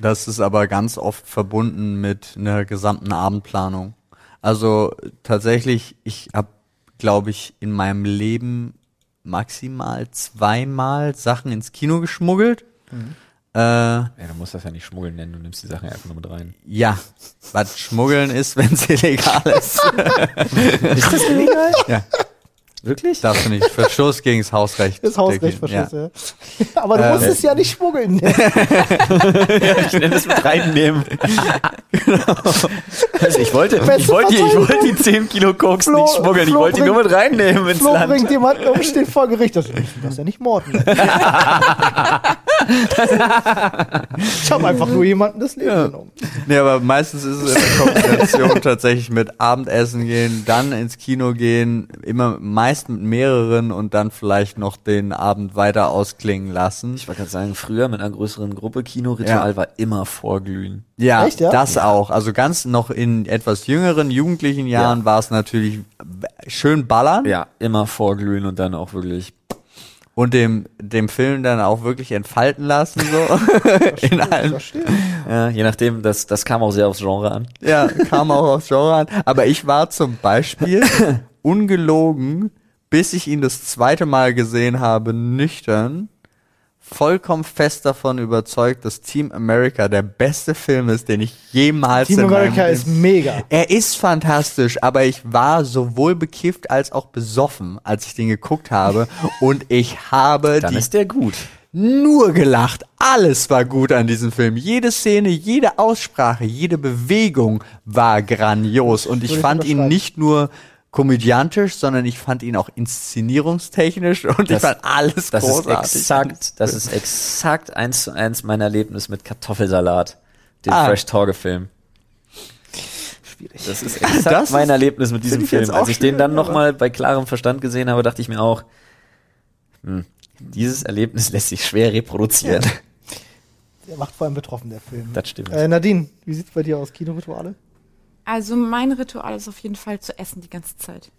Speaker 4: das ist aber ganz oft verbunden mit einer gesamten Abendplanung. Also tatsächlich, ich habe, glaube ich, in meinem Leben maximal zweimal Sachen ins Kino geschmuggelt.
Speaker 2: Mhm.
Speaker 4: Äh,
Speaker 1: Ja, du musst das ja nicht schmuggeln nennen, du nimmst die Sachen einfach nur mit rein.
Speaker 4: ja, was schmuggeln ist, <laughs> wenn es illegal ist.
Speaker 2: ist das illegal?
Speaker 1: Wirklich?
Speaker 4: Darfst du nicht. Verschluss gegen das Hausrecht.
Speaker 2: Das
Speaker 4: Dicky.
Speaker 2: Hausrecht
Speaker 4: Ja.
Speaker 2: verschlüsse. Ja. Aber du <laughs>
Speaker 4: Ähm.
Speaker 2: musst es ja nicht schmuggeln.
Speaker 1: Ich nenne es mit <laughs> reinnehmen. Also ich wollte, ich
Speaker 2: Beste
Speaker 1: wollte, ich wollte die
Speaker 2: Verteidigung.
Speaker 1: 10 Kilo Koks
Speaker 2: Flo-
Speaker 1: nicht schmuggeln, ich
Speaker 2: Flo
Speaker 1: wollte die nur mit reinnehmen ins
Speaker 2: Flo
Speaker 1: Land.
Speaker 2: bringt jemanden um, steht vor Gericht. Das, das ist ja nicht Morden. ich habe einfach nur jemanden das Leben um. genommen.
Speaker 4: Nee, aber meistens ist es in der
Speaker 2: <laughs>
Speaker 4: Kombination tatsächlich mit Abendessen gehen, dann ins Kino gehen, immer meist mit mehreren und dann vielleicht noch den Abend weiter ausklingen lassen.
Speaker 1: Ich wollte gerade sagen, früher mit einer größeren Gruppe Kinoritual
Speaker 4: Ja.
Speaker 1: war immer vorglühen.
Speaker 4: Ja,
Speaker 2: Echt, ja?
Speaker 4: das auch. Also ganz noch in etwas jüngeren, jugendlichen Jahren war es natürlich schön ballern
Speaker 1: Ja, immer vorglühen und dann auch wirklich.
Speaker 4: und dem, dem Film dann auch wirklich entfalten lassen, so.
Speaker 2: <laughs>
Speaker 4: in allem.
Speaker 2: Verstehe.
Speaker 1: Ja, je nachdem, das, das kam auch sehr aufs Genre an.
Speaker 4: Ja, kam auch aufs Genre an. Aber ich war zum
Speaker 2: <laughs>
Speaker 4: Beispiel ungelogen, bis ich ihn das zweite Mal gesehen habe, nüchtern, vollkommen fest davon überzeugt, dass Team America der beste Film ist, den ich jemals
Speaker 2: Team
Speaker 4: in meinem
Speaker 2: America
Speaker 4: Leben-
Speaker 2: ist mega.
Speaker 4: Er ist fantastisch, aber ich war sowohl bekifft als auch besoffen, als ich den geguckt habe. Und ich habe
Speaker 1: Dann
Speaker 4: die
Speaker 1: ist der gut.
Speaker 4: nur gelacht. Alles war gut an diesem Film. Jede Szene, jede Aussprache, jede Bewegung war grandios. Und ich
Speaker 2: Würde ich
Speaker 4: fand ihn
Speaker 2: unterschreiben.
Speaker 4: nicht nur komödiantisch, sondern ich fand ihn auch inszenierungstechnisch und ich
Speaker 1: Das-
Speaker 4: fand alles
Speaker 1: Das
Speaker 4: großartig.
Speaker 1: ist exakt, das ist exakt eins zu eins mein Erlebnis mit Kartoffelsalat, dem
Speaker 4: Ah.
Speaker 1: Fresh Torge Film.
Speaker 2: Schwierig.
Speaker 1: Das ist exakt
Speaker 4: <laughs> Das ist-
Speaker 1: mein Erlebnis mit diesem
Speaker 4: ich jetzt
Speaker 1: Film.
Speaker 4: auch
Speaker 1: Als ich den
Speaker 4: schwierig,
Speaker 1: dann
Speaker 4: aber-
Speaker 1: nochmal bei klarem Verstand gesehen habe, dachte ich mir auch, hm, dieses Erlebnis lässt sich schwer reproduzieren.
Speaker 2: Der macht vor allem betroffen, der Film.
Speaker 1: <laughs> Das stimmt.
Speaker 2: Äh, Nadine, wie sieht's bei dir aus? Kinorituale?
Speaker 3: Also mein Ritual ist auf jeden Fall zu essen die ganze Zeit.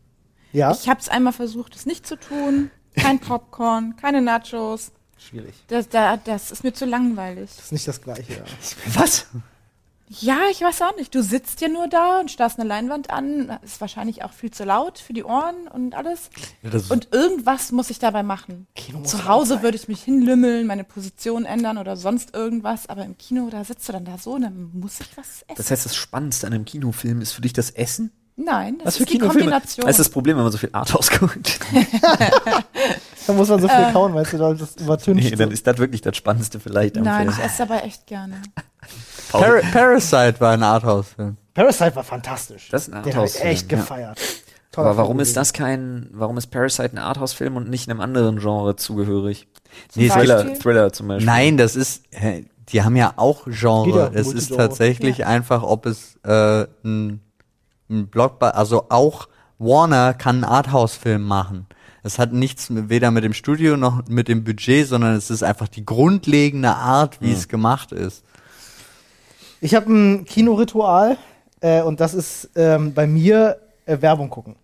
Speaker 2: Ja.
Speaker 3: Ich habe es einmal versucht, es nicht zu tun. Kein Popcorn, keine Nachos.
Speaker 2: Schwierig.
Speaker 3: Das, da, das ist mir zu langweilig.
Speaker 2: Das ist nicht das Gleiche. Ja.
Speaker 1: Was?
Speaker 3: Ja, ich weiß auch nicht. Du sitzt ja nur da und starrst eine Leinwand an. Ist wahrscheinlich auch viel zu laut für die Ohren und alles. Und irgendwas muss ich dabei machen.
Speaker 2: Kino muss
Speaker 3: Zu
Speaker 2: laut
Speaker 3: Hause
Speaker 2: sein.
Speaker 3: würde ich mich hinlümmeln, meine Position ändern oder sonst irgendwas. Aber im Kino, da sitzt du dann da so und dann muss ich was essen.
Speaker 1: Das heißt, das Spannendste an einem Kinofilm ist für dich das Essen?
Speaker 3: Nein, das
Speaker 1: Was für
Speaker 3: ist die
Speaker 1: Kinofilme?
Speaker 3: Kombination.
Speaker 1: Das ist das Problem, wenn man so viel Arthouse
Speaker 3: <laughs>
Speaker 1: guckt.
Speaker 2: <laughs> Da muss man so viel kauen, weißt du, da das übertüncht.
Speaker 1: Nee, dann ist das wirklich das Spannendste vielleicht am
Speaker 3: Nein, ich
Speaker 1: Film.
Speaker 3: esse dabei echt gerne.
Speaker 4: Par Parasite war ein Arthouse-Film.
Speaker 2: Parasite war fantastisch.
Speaker 1: Das ist ein
Speaker 2: Den habe ich
Speaker 1: Arthouse-Film,
Speaker 2: echt
Speaker 1: ja.
Speaker 2: gefeiert. Toller
Speaker 1: Aber warum
Speaker 2: Film
Speaker 1: ist das kein, warum ist Parasite ein Arthouse-Film und nicht einem anderen Genre zugehörig?
Speaker 4: Nee,
Speaker 3: Zum
Speaker 1: Thriller,
Speaker 3: Beispiel?
Speaker 1: Thriller zum Beispiel.
Speaker 4: Nein, das ist, hä, die haben ja auch Genre.
Speaker 2: Wieder
Speaker 4: es ist
Speaker 2: um Multigenre.
Speaker 4: tatsächlich
Speaker 3: Ja.
Speaker 4: einfach, ob es äh, ein, ein Blockbuster, also auch Warner kann einen Arthouse-Film machen. Es hat nichts mit, weder mit dem Studio noch mit dem Budget, sondern es ist einfach die grundlegende Art, wie es gemacht ist.
Speaker 2: gewesen. Ich habe ein Kinoritual äh, und das ist ähm, bei mir äh, Werbung gucken.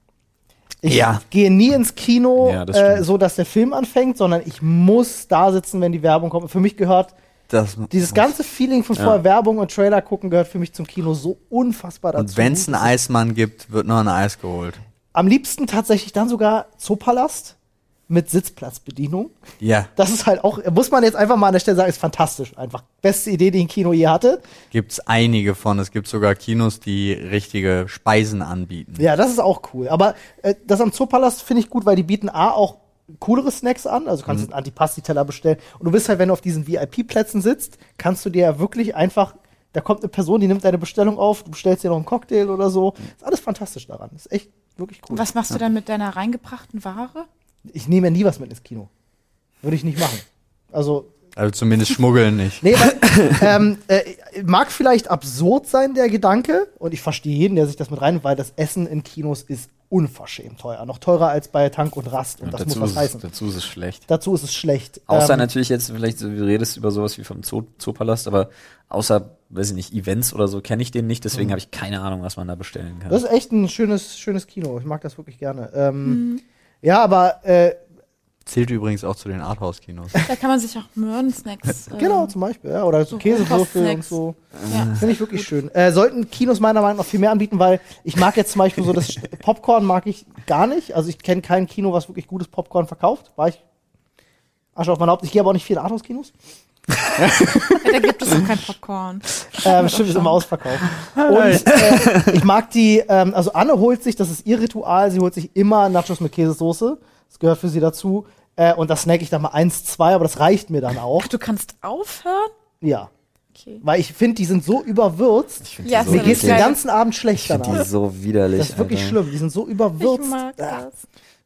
Speaker 2: Ich
Speaker 4: Ja.
Speaker 2: gehe nie ins Kino,
Speaker 1: Ja, das
Speaker 2: äh,
Speaker 1: stimmt.
Speaker 2: so dass der Film anfängt, sondern ich muss da sitzen, wenn die Werbung kommt. Für mich gehört
Speaker 4: Das,
Speaker 2: dieses ganze Feeling von vorher Werbung und Trailer gucken gehört für mich zum Kino so unfassbar dazu.
Speaker 4: und wenn es einen Eismann gibt, wird noch ein Eis geholt.
Speaker 2: Am liebsten tatsächlich dann sogar Zoopalast mit Sitzplatzbedienung.
Speaker 4: Ja,
Speaker 2: Das ist halt auch, muss man jetzt einfach mal an der Stelle sagen, ist fantastisch. Einfach beste Idee, die ein Kino je hatte.
Speaker 4: gibt's einige von. Es gibt sogar Kinos, die richtige Speisen anbieten.
Speaker 2: Ja, das ist auch cool. Aber äh, das am Zoopalast finde ich gut, weil die bieten A auch coolere Snacks an. Also kannst du einen Antipasti-Teller bestellen. Und du bist halt, wenn du auf diesen VIP-Plätzen sitzt, kannst du dir ja wirklich einfach, da kommt eine Person, die nimmt deine Bestellung auf, du bestellst dir noch einen Cocktail oder so. Ist alles fantastisch daran. Ist echt wirklich cool.
Speaker 3: Und was machst du dann mit deiner reingebrachten Ware?
Speaker 2: Ich nehme ja nie was mit ins Kino. Würde ich nicht machen. Also
Speaker 4: Also zumindest schmuggeln nicht.
Speaker 2: Nee, weil, <laughs> ähm, äh, mag vielleicht absurd sein, der Gedanke. Und ich verstehe jeden, der sich das mit rein, weil das Essen in Kinos ist unverschämt teuer. Noch teurer als bei Tank und Rast. Und, das muss
Speaker 1: dazu,
Speaker 2: was
Speaker 1: ist,
Speaker 2: heißen.
Speaker 1: dazu ist es schlecht.
Speaker 2: Dazu ist es schlecht.
Speaker 1: Außer
Speaker 2: Ähm,
Speaker 1: natürlich jetzt, vielleicht, so, du redest über sowas wie vom Zoo, Zoopalast, aber außer, weiß ich nicht, Events oder so kenne ich den nicht, deswegen habe ich keine Ahnung, was man da bestellen kann.
Speaker 2: Mhm. das ist echt ein schönes, schönes Kino. Ich mag das wirklich gerne. Ähm, Ja, aber äh,
Speaker 4: Zählt übrigens auch zu den Arthouse-Kinos.
Speaker 3: Da kann man sich auch Möhren-Snacks.
Speaker 2: <laughs>
Speaker 3: äh,
Speaker 2: genau, zum Beispiel. Ja, oder so
Speaker 3: so
Speaker 2: Käsewürfel und
Speaker 3: Kochsnacks.
Speaker 2: so.
Speaker 3: Ja.
Speaker 2: Finde ich wirklich schön. Äh, sollten Kinos meiner Meinung nach viel mehr anbieten, weil ich mag jetzt zum Beispiel so das Sch- Popcorn mag ich gar nicht. Also ich kenne kein Kino, was wirklich gutes Popcorn verkauft. War ich Asche auf mein Haupt. Ich gehe aber auch nicht viel in Arthouse-Kinos.
Speaker 3: Ja, da gibt es auch kein Popcorn.
Speaker 2: Ähm, stimmt, ist immer ausverkauft. Und äh, ich mag die, ähm, also Anne holt sich, das ist ihr Ritual, sie holt sich immer Nachos mit Käsesoße. Das gehört für sie dazu. Äh, und da snack ich dann mal eins, zwei, aber das reicht mir dann auch.
Speaker 3: Ach, du kannst aufhören?
Speaker 2: Ja.
Speaker 3: Okay.
Speaker 2: Weil ich finde, die sind so überwürzt.
Speaker 1: Ich find
Speaker 3: Ja,
Speaker 1: die
Speaker 3: ist
Speaker 2: Mir
Speaker 3: ja
Speaker 2: geht's den
Speaker 3: geil.
Speaker 2: ganzen Abend schlecht
Speaker 1: Ich finde
Speaker 2: danach.
Speaker 1: die so widerlich.
Speaker 2: Das ist wirklich
Speaker 1: Alter.
Speaker 2: schlimm. Die sind so überwürzt.
Speaker 3: Ich mag
Speaker 2: Ah,
Speaker 3: das.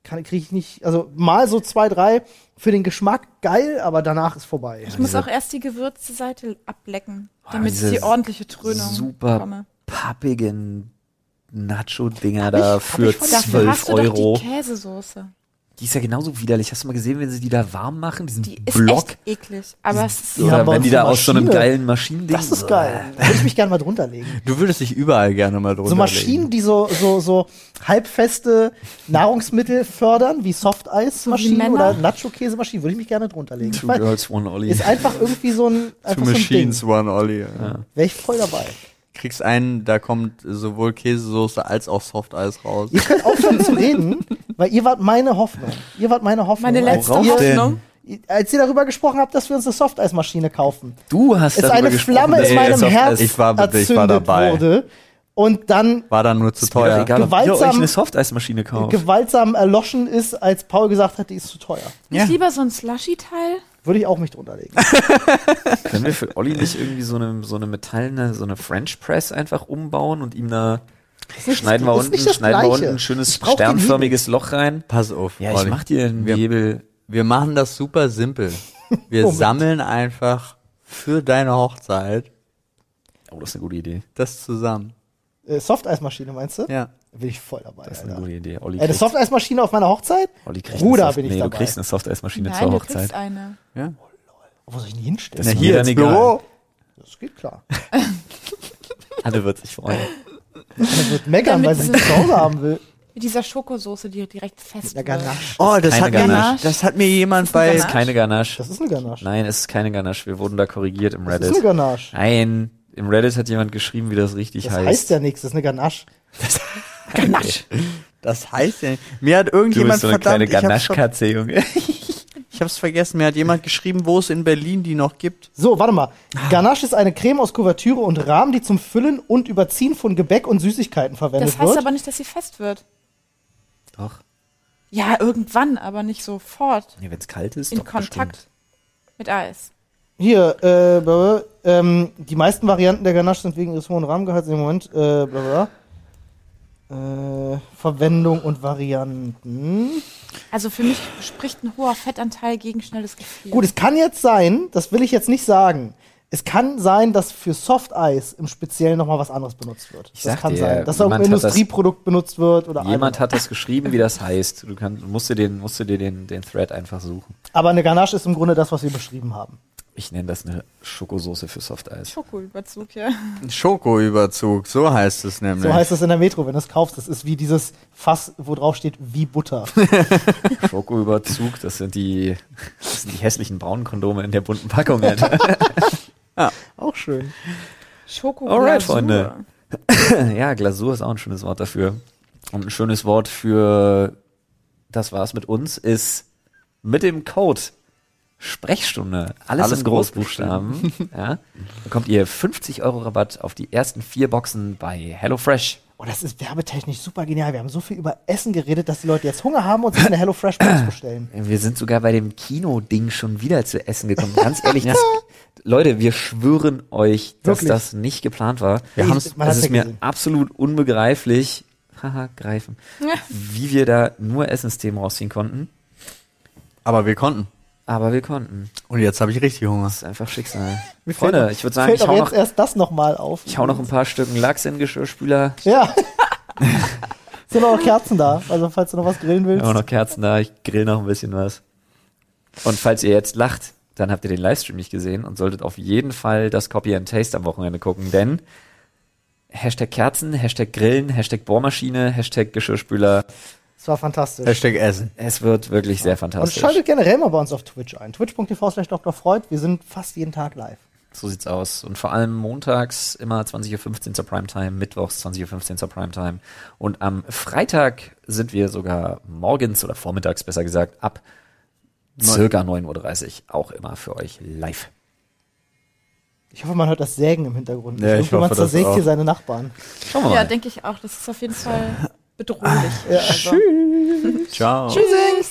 Speaker 2: kann kriege ich nicht. Also mal so zwei, drei für den Geschmack geil, aber danach ist vorbei.
Speaker 3: Ich muss
Speaker 1: diese-
Speaker 3: auch erst die gewürzte Seite ablecken,
Speaker 1: Oh,
Speaker 3: damit ich
Speaker 1: diese
Speaker 3: die ordentliche Trönung
Speaker 1: Super
Speaker 3: bekomme.
Speaker 1: pappigen Nacho-Dinger
Speaker 2: ich-
Speaker 1: da
Speaker 2: hab
Speaker 1: für
Speaker 2: ich von-
Speaker 3: Dafür
Speaker 1: 12
Speaker 3: hast du doch
Speaker 1: Euro.
Speaker 3: die Käsesoße.
Speaker 1: Die ist ja genauso widerlich. Hast du mal gesehen, wenn sie die da warm machen, diesen
Speaker 3: Die ist
Speaker 1: Block?
Speaker 3: echt eklig. Aber es ist
Speaker 2: Ja,
Speaker 1: Oder
Speaker 2: aber
Speaker 1: wenn die da
Speaker 2: unsere
Speaker 1: aus so einem
Speaker 2: Maschine-
Speaker 1: geilen Maschinending.
Speaker 2: Das ist geil. Würde ich mich gerne mal drunter legen.
Speaker 4: Du würdest dich überall gerne mal drunter
Speaker 2: So Maschinen, die so, so, so halbfeste Nahrungsmittel fördern, wie Softeis-Maschinen
Speaker 3: Männer.
Speaker 2: oder Nacho-Käse-Maschinen, würde ich mich gerne drunter legen. Ich
Speaker 1: Two
Speaker 2: mein,
Speaker 1: Girls, One Ollie.
Speaker 2: ist einfach irgendwie so ein,
Speaker 4: Two
Speaker 2: einfach so ein Ding.
Speaker 4: Machines, One Ollie.
Speaker 2: Wäre ich voll dabei.
Speaker 4: Kriegst einen, da kommt sowohl Käsesoße als auch Softeis raus.
Speaker 2: Ihr könnt aufhören zu reden, weil ihr wart meine Hoffnung. Ihr wart meine Hoffnung.
Speaker 3: meine letzte
Speaker 4: braucht
Speaker 3: Hoffnung.
Speaker 4: denn?
Speaker 2: als ihr darüber gesprochen habt, dass wir uns eine Softeismaschine kaufen.
Speaker 1: Du hast
Speaker 2: ist
Speaker 1: darüber
Speaker 2: eine
Speaker 1: gesprochen,
Speaker 2: Flamme
Speaker 1: dass
Speaker 2: in
Speaker 1: du
Speaker 2: meinem
Speaker 1: jetzt auf-
Speaker 2: Herz
Speaker 4: Ich war- ich war
Speaker 2: erzündet
Speaker 4: dabei.
Speaker 2: wurde und dann
Speaker 4: War dann nur zu
Speaker 1: Ist mir doch
Speaker 4: teuer.
Speaker 1: Egal, ob ihr euch
Speaker 2: Gewaltsam-
Speaker 1: eine Softeismaschine kauft.
Speaker 2: gewaltsam erloschen ist, als Paul gesagt hat, die ist zu teuer.
Speaker 3: Nicht lieber so ein Slushy-Teil?
Speaker 2: Würde ich auch nicht
Speaker 1: <laughs>
Speaker 2: drunter legen.
Speaker 1: Können wir für Olli nicht irgendwie so eine, so eine metallene, so eine French Press einfach umbauen und ihm da schneiden wir
Speaker 2: ist
Speaker 1: unten,
Speaker 2: nicht das
Speaker 1: schneiden wir
Speaker 2: Gleiche.
Speaker 1: unten ein schönes
Speaker 2: Ich brauch den Hebel.
Speaker 1: sternförmiges Loch rein?
Speaker 4: Pass auf.
Speaker 1: Ja, ich
Speaker 4: Olli.
Speaker 1: mach dir einen
Speaker 4: Wir-
Speaker 1: Hebel.
Speaker 4: Wir machen das super simpel. Wir
Speaker 2: <laughs> Moment.
Speaker 4: sammeln einfach für deine Hochzeit
Speaker 1: Oh, das ist eine gute Idee.
Speaker 4: das zusammen.
Speaker 2: Äh, Softeismaschine meinst du?
Speaker 4: Ja.
Speaker 2: Bin ich voll dabei.
Speaker 1: Das ist eine
Speaker 2: Alter.
Speaker 1: gute Idee. Olli
Speaker 2: Äh, eine
Speaker 1: kriegt-
Speaker 2: Softeismaschine auf meiner Hochzeit?
Speaker 1: Olli kriegt
Speaker 2: Bruder,
Speaker 1: eine Soft
Speaker 2: bin ich
Speaker 1: nee,
Speaker 2: dabei.
Speaker 1: Oh, du kriegst eine Softeismaschine
Speaker 3: Nein,
Speaker 1: zur
Speaker 3: du
Speaker 1: Hochzeit.
Speaker 3: kriegst eine.
Speaker 4: Ja.
Speaker 2: Wo soll ich denn hinstellen?
Speaker 1: Das- mir
Speaker 4: Na, hier
Speaker 1: dann
Speaker 4: ins
Speaker 1: egal.
Speaker 4: Büro.
Speaker 2: Das geht klar.
Speaker 1: Alle wird sich freuen.
Speaker 2: Das wird meckern,
Speaker 3: Damit
Speaker 2: weil sie
Speaker 3: sie-
Speaker 2: es zu Hause haben will.
Speaker 3: Mit dieser Schokosoße, die direkt fest
Speaker 2: Ja,
Speaker 3: wird.
Speaker 2: Ganache.
Speaker 4: Oh, das
Speaker 1: Keine
Speaker 4: hat, mir,
Speaker 1: Ganache.
Speaker 4: das hat mir jemand
Speaker 3: Das
Speaker 4: bei
Speaker 3: ist
Speaker 1: Ist keine Ganache.
Speaker 2: Das ist eine Ganache.
Speaker 1: Nein, es ist keine Ganache. Wir wurden da korrigiert im
Speaker 2: Das ist eine
Speaker 1: Reddit.
Speaker 2: Ganache.
Speaker 1: Nein, im Reddit hat jemand geschrieben, wie das richtig
Speaker 2: Das
Speaker 1: heißt.
Speaker 2: heißt ja nichts, das ist eine Ganache.
Speaker 3: Ganache.
Speaker 4: Das heißt ja nicht. Mir hat
Speaker 1: du
Speaker 4: irgendjemand
Speaker 1: bist so eine
Speaker 4: verdammt,
Speaker 1: kleine
Speaker 4: ich hab's, ver
Speaker 1: Ganaschkatze, Junge.
Speaker 4: ich hab's vergessen, mir hat jemand geschrieben, wo es in Berlin die noch gibt.
Speaker 2: So, warte mal.
Speaker 1: Ah.
Speaker 2: Ganache ist eine Creme aus Kuvertüre und Rahmen, die zum Füllen und Überziehen von Gebäck und Süßigkeiten verwendet
Speaker 3: Das heißt
Speaker 2: wird.
Speaker 3: aber nicht, dass sie fest wird.
Speaker 1: <laughs> Doch.
Speaker 3: Ja, irgendwann, aber nicht sofort.
Speaker 1: Nee, wenn es kalt ist,
Speaker 3: In
Speaker 1: doch
Speaker 3: Kontakt
Speaker 1: bestimmt.
Speaker 3: mit Eis.
Speaker 2: Hier, äh, bla bla, ähm, die meisten Varianten der Ganache sind wegen ihres hohen Rahmengehalts im Moment, äh, bla bla. bla. Äh, Verwendung und Varianten.
Speaker 3: Also für mich spricht ein hoher Fettanteil gegen schnelles Gefrieren.
Speaker 2: Gut, es kann jetzt sein, das will ich jetzt nicht sagen. Es kann sein, dass für Soft Eis im Speziellen nochmal was anderes benutzt wird.
Speaker 1: Ich
Speaker 2: das
Speaker 1: sag
Speaker 2: kann
Speaker 1: dir,
Speaker 2: sein, dass auch ein
Speaker 1: jemand hat das-
Speaker 2: Industrieprodukt benutzt wird oder
Speaker 1: Jemand
Speaker 2: einer.
Speaker 1: hat das geschrieben, wie das heißt. Du kannst, musst du den, musst du dir den, den Thread einfach suchen.
Speaker 2: Aber eine Ganache ist im Grunde das, was wir beschrieben haben.
Speaker 1: Ich nenne das eine Schokosoße für
Speaker 3: <laughs>
Speaker 1: Softeis.
Speaker 3: Schokoüberzug, ja.
Speaker 4: Schokoüberzug, so heißt es nämlich.
Speaker 2: So heißt es in der Metro, wenn du es kaufst. Das ist wie dieses Fass, wo drauf steht, wie Butter.
Speaker 1: Schokoüberzug, das sind die, das sind die hässlichen braunen Kondome in der bunten
Speaker 3: <laughs>
Speaker 1: Packung, Alter.
Speaker 2: <laughs> auch schön.
Speaker 3: Schoko
Speaker 1: <laughs> Alright, Freunde. ja, Glasur ist auch ein schönes Wort dafür. Und ein schönes Wort für das war's mit uns ist mit dem Code Sprechstunde. Alles,
Speaker 4: Alles
Speaker 1: in Großbuchstaben. ja, bekommt ihr 50 Euro Rabatt auf die ersten vier Boxen bei HelloFresh.
Speaker 2: Oh, das ist werbetechnisch super genial. Wir haben so viel über Essen geredet, dass die Leute jetzt Hunger haben und sich eine <laughs> HelloFresh-Box bestellen.
Speaker 1: Wir sind sogar bei dem Kino-Ding schon wieder zu essen gekommen. Ganz
Speaker 2: <laughs>
Speaker 1: ehrlich, das, Leute, wir schwören euch, dass
Speaker 2: Wirklich?
Speaker 1: das nicht geplant war.
Speaker 4: Wir
Speaker 2: Ich-
Speaker 4: haben's-
Speaker 2: man
Speaker 1: es
Speaker 2: hat's
Speaker 1: ist
Speaker 2: ja
Speaker 1: mir
Speaker 2: gesehen.
Speaker 1: absolut unbegreiflich, haha, greifen, wie wir da nur Essensthemen rausziehen konnten.
Speaker 4: Aber wir konnten.
Speaker 1: Aber wir konnten.
Speaker 4: Und jetzt habe ich richtig Hunger.
Speaker 1: Das ist einfach Schicksal.
Speaker 2: Mir
Speaker 1: Freunde,
Speaker 2: fällt,
Speaker 1: ich würde sagen,
Speaker 2: fällt
Speaker 1: ich
Speaker 2: auch
Speaker 1: hau,
Speaker 2: jetzt
Speaker 1: noch,
Speaker 2: erst das nochmal auf.
Speaker 1: ich hau noch ein paar Stücken Lachs in den Geschirrspüler.
Speaker 2: Ja.
Speaker 1: <laughs>
Speaker 2: sind auch noch Kerzen da, also falls du noch was grillen
Speaker 1: Ich
Speaker 2: willst.
Speaker 1: hau
Speaker 2: <laughs>
Speaker 1: noch Kerzen da, ich grill noch ein bisschen was. Und falls ihr jetzt lacht, dann habt ihr den Livestream nicht gesehen und solltet auf jeden Fall das Copy and Taste am Wochenende gucken, denn Hashtag Kerzen, Hashtag Grillen, Hashtag Bohrmaschine, Hashtag Geschirrspüler.
Speaker 2: Das war fantastisch.
Speaker 4: Hashtag Essen.
Speaker 1: Es wird wirklich sehr
Speaker 2: Und
Speaker 1: fantastisch.
Speaker 2: schaltet generell mal bei uns auf Twitch ein. Twitch.tv slash Dr. Freud. Wir sind fast jeden Tag live.
Speaker 1: So sieht's aus. Und vor allem montags immer 20.15 Uhr zur Primetime, mittwochs 20.15 Uhr zur Primetime. Und am Freitag sind wir sogar morgens oder vormittags besser gesagt ab circa 9.30 Uhr auch immer für euch live.
Speaker 2: Ich hoffe, man hört das Sägen im Hintergrund.
Speaker 4: Ja, ich
Speaker 2: Irgendjemand
Speaker 4: hoffe das
Speaker 2: zersägt
Speaker 4: auch.
Speaker 2: hier seine Nachbarn.
Speaker 1: Schauen wir mal.
Speaker 3: Ja, denke ich auch. Das ist auf jeden Fall bedrohlich. Also.
Speaker 4: Ciao.
Speaker 3: Tschüss.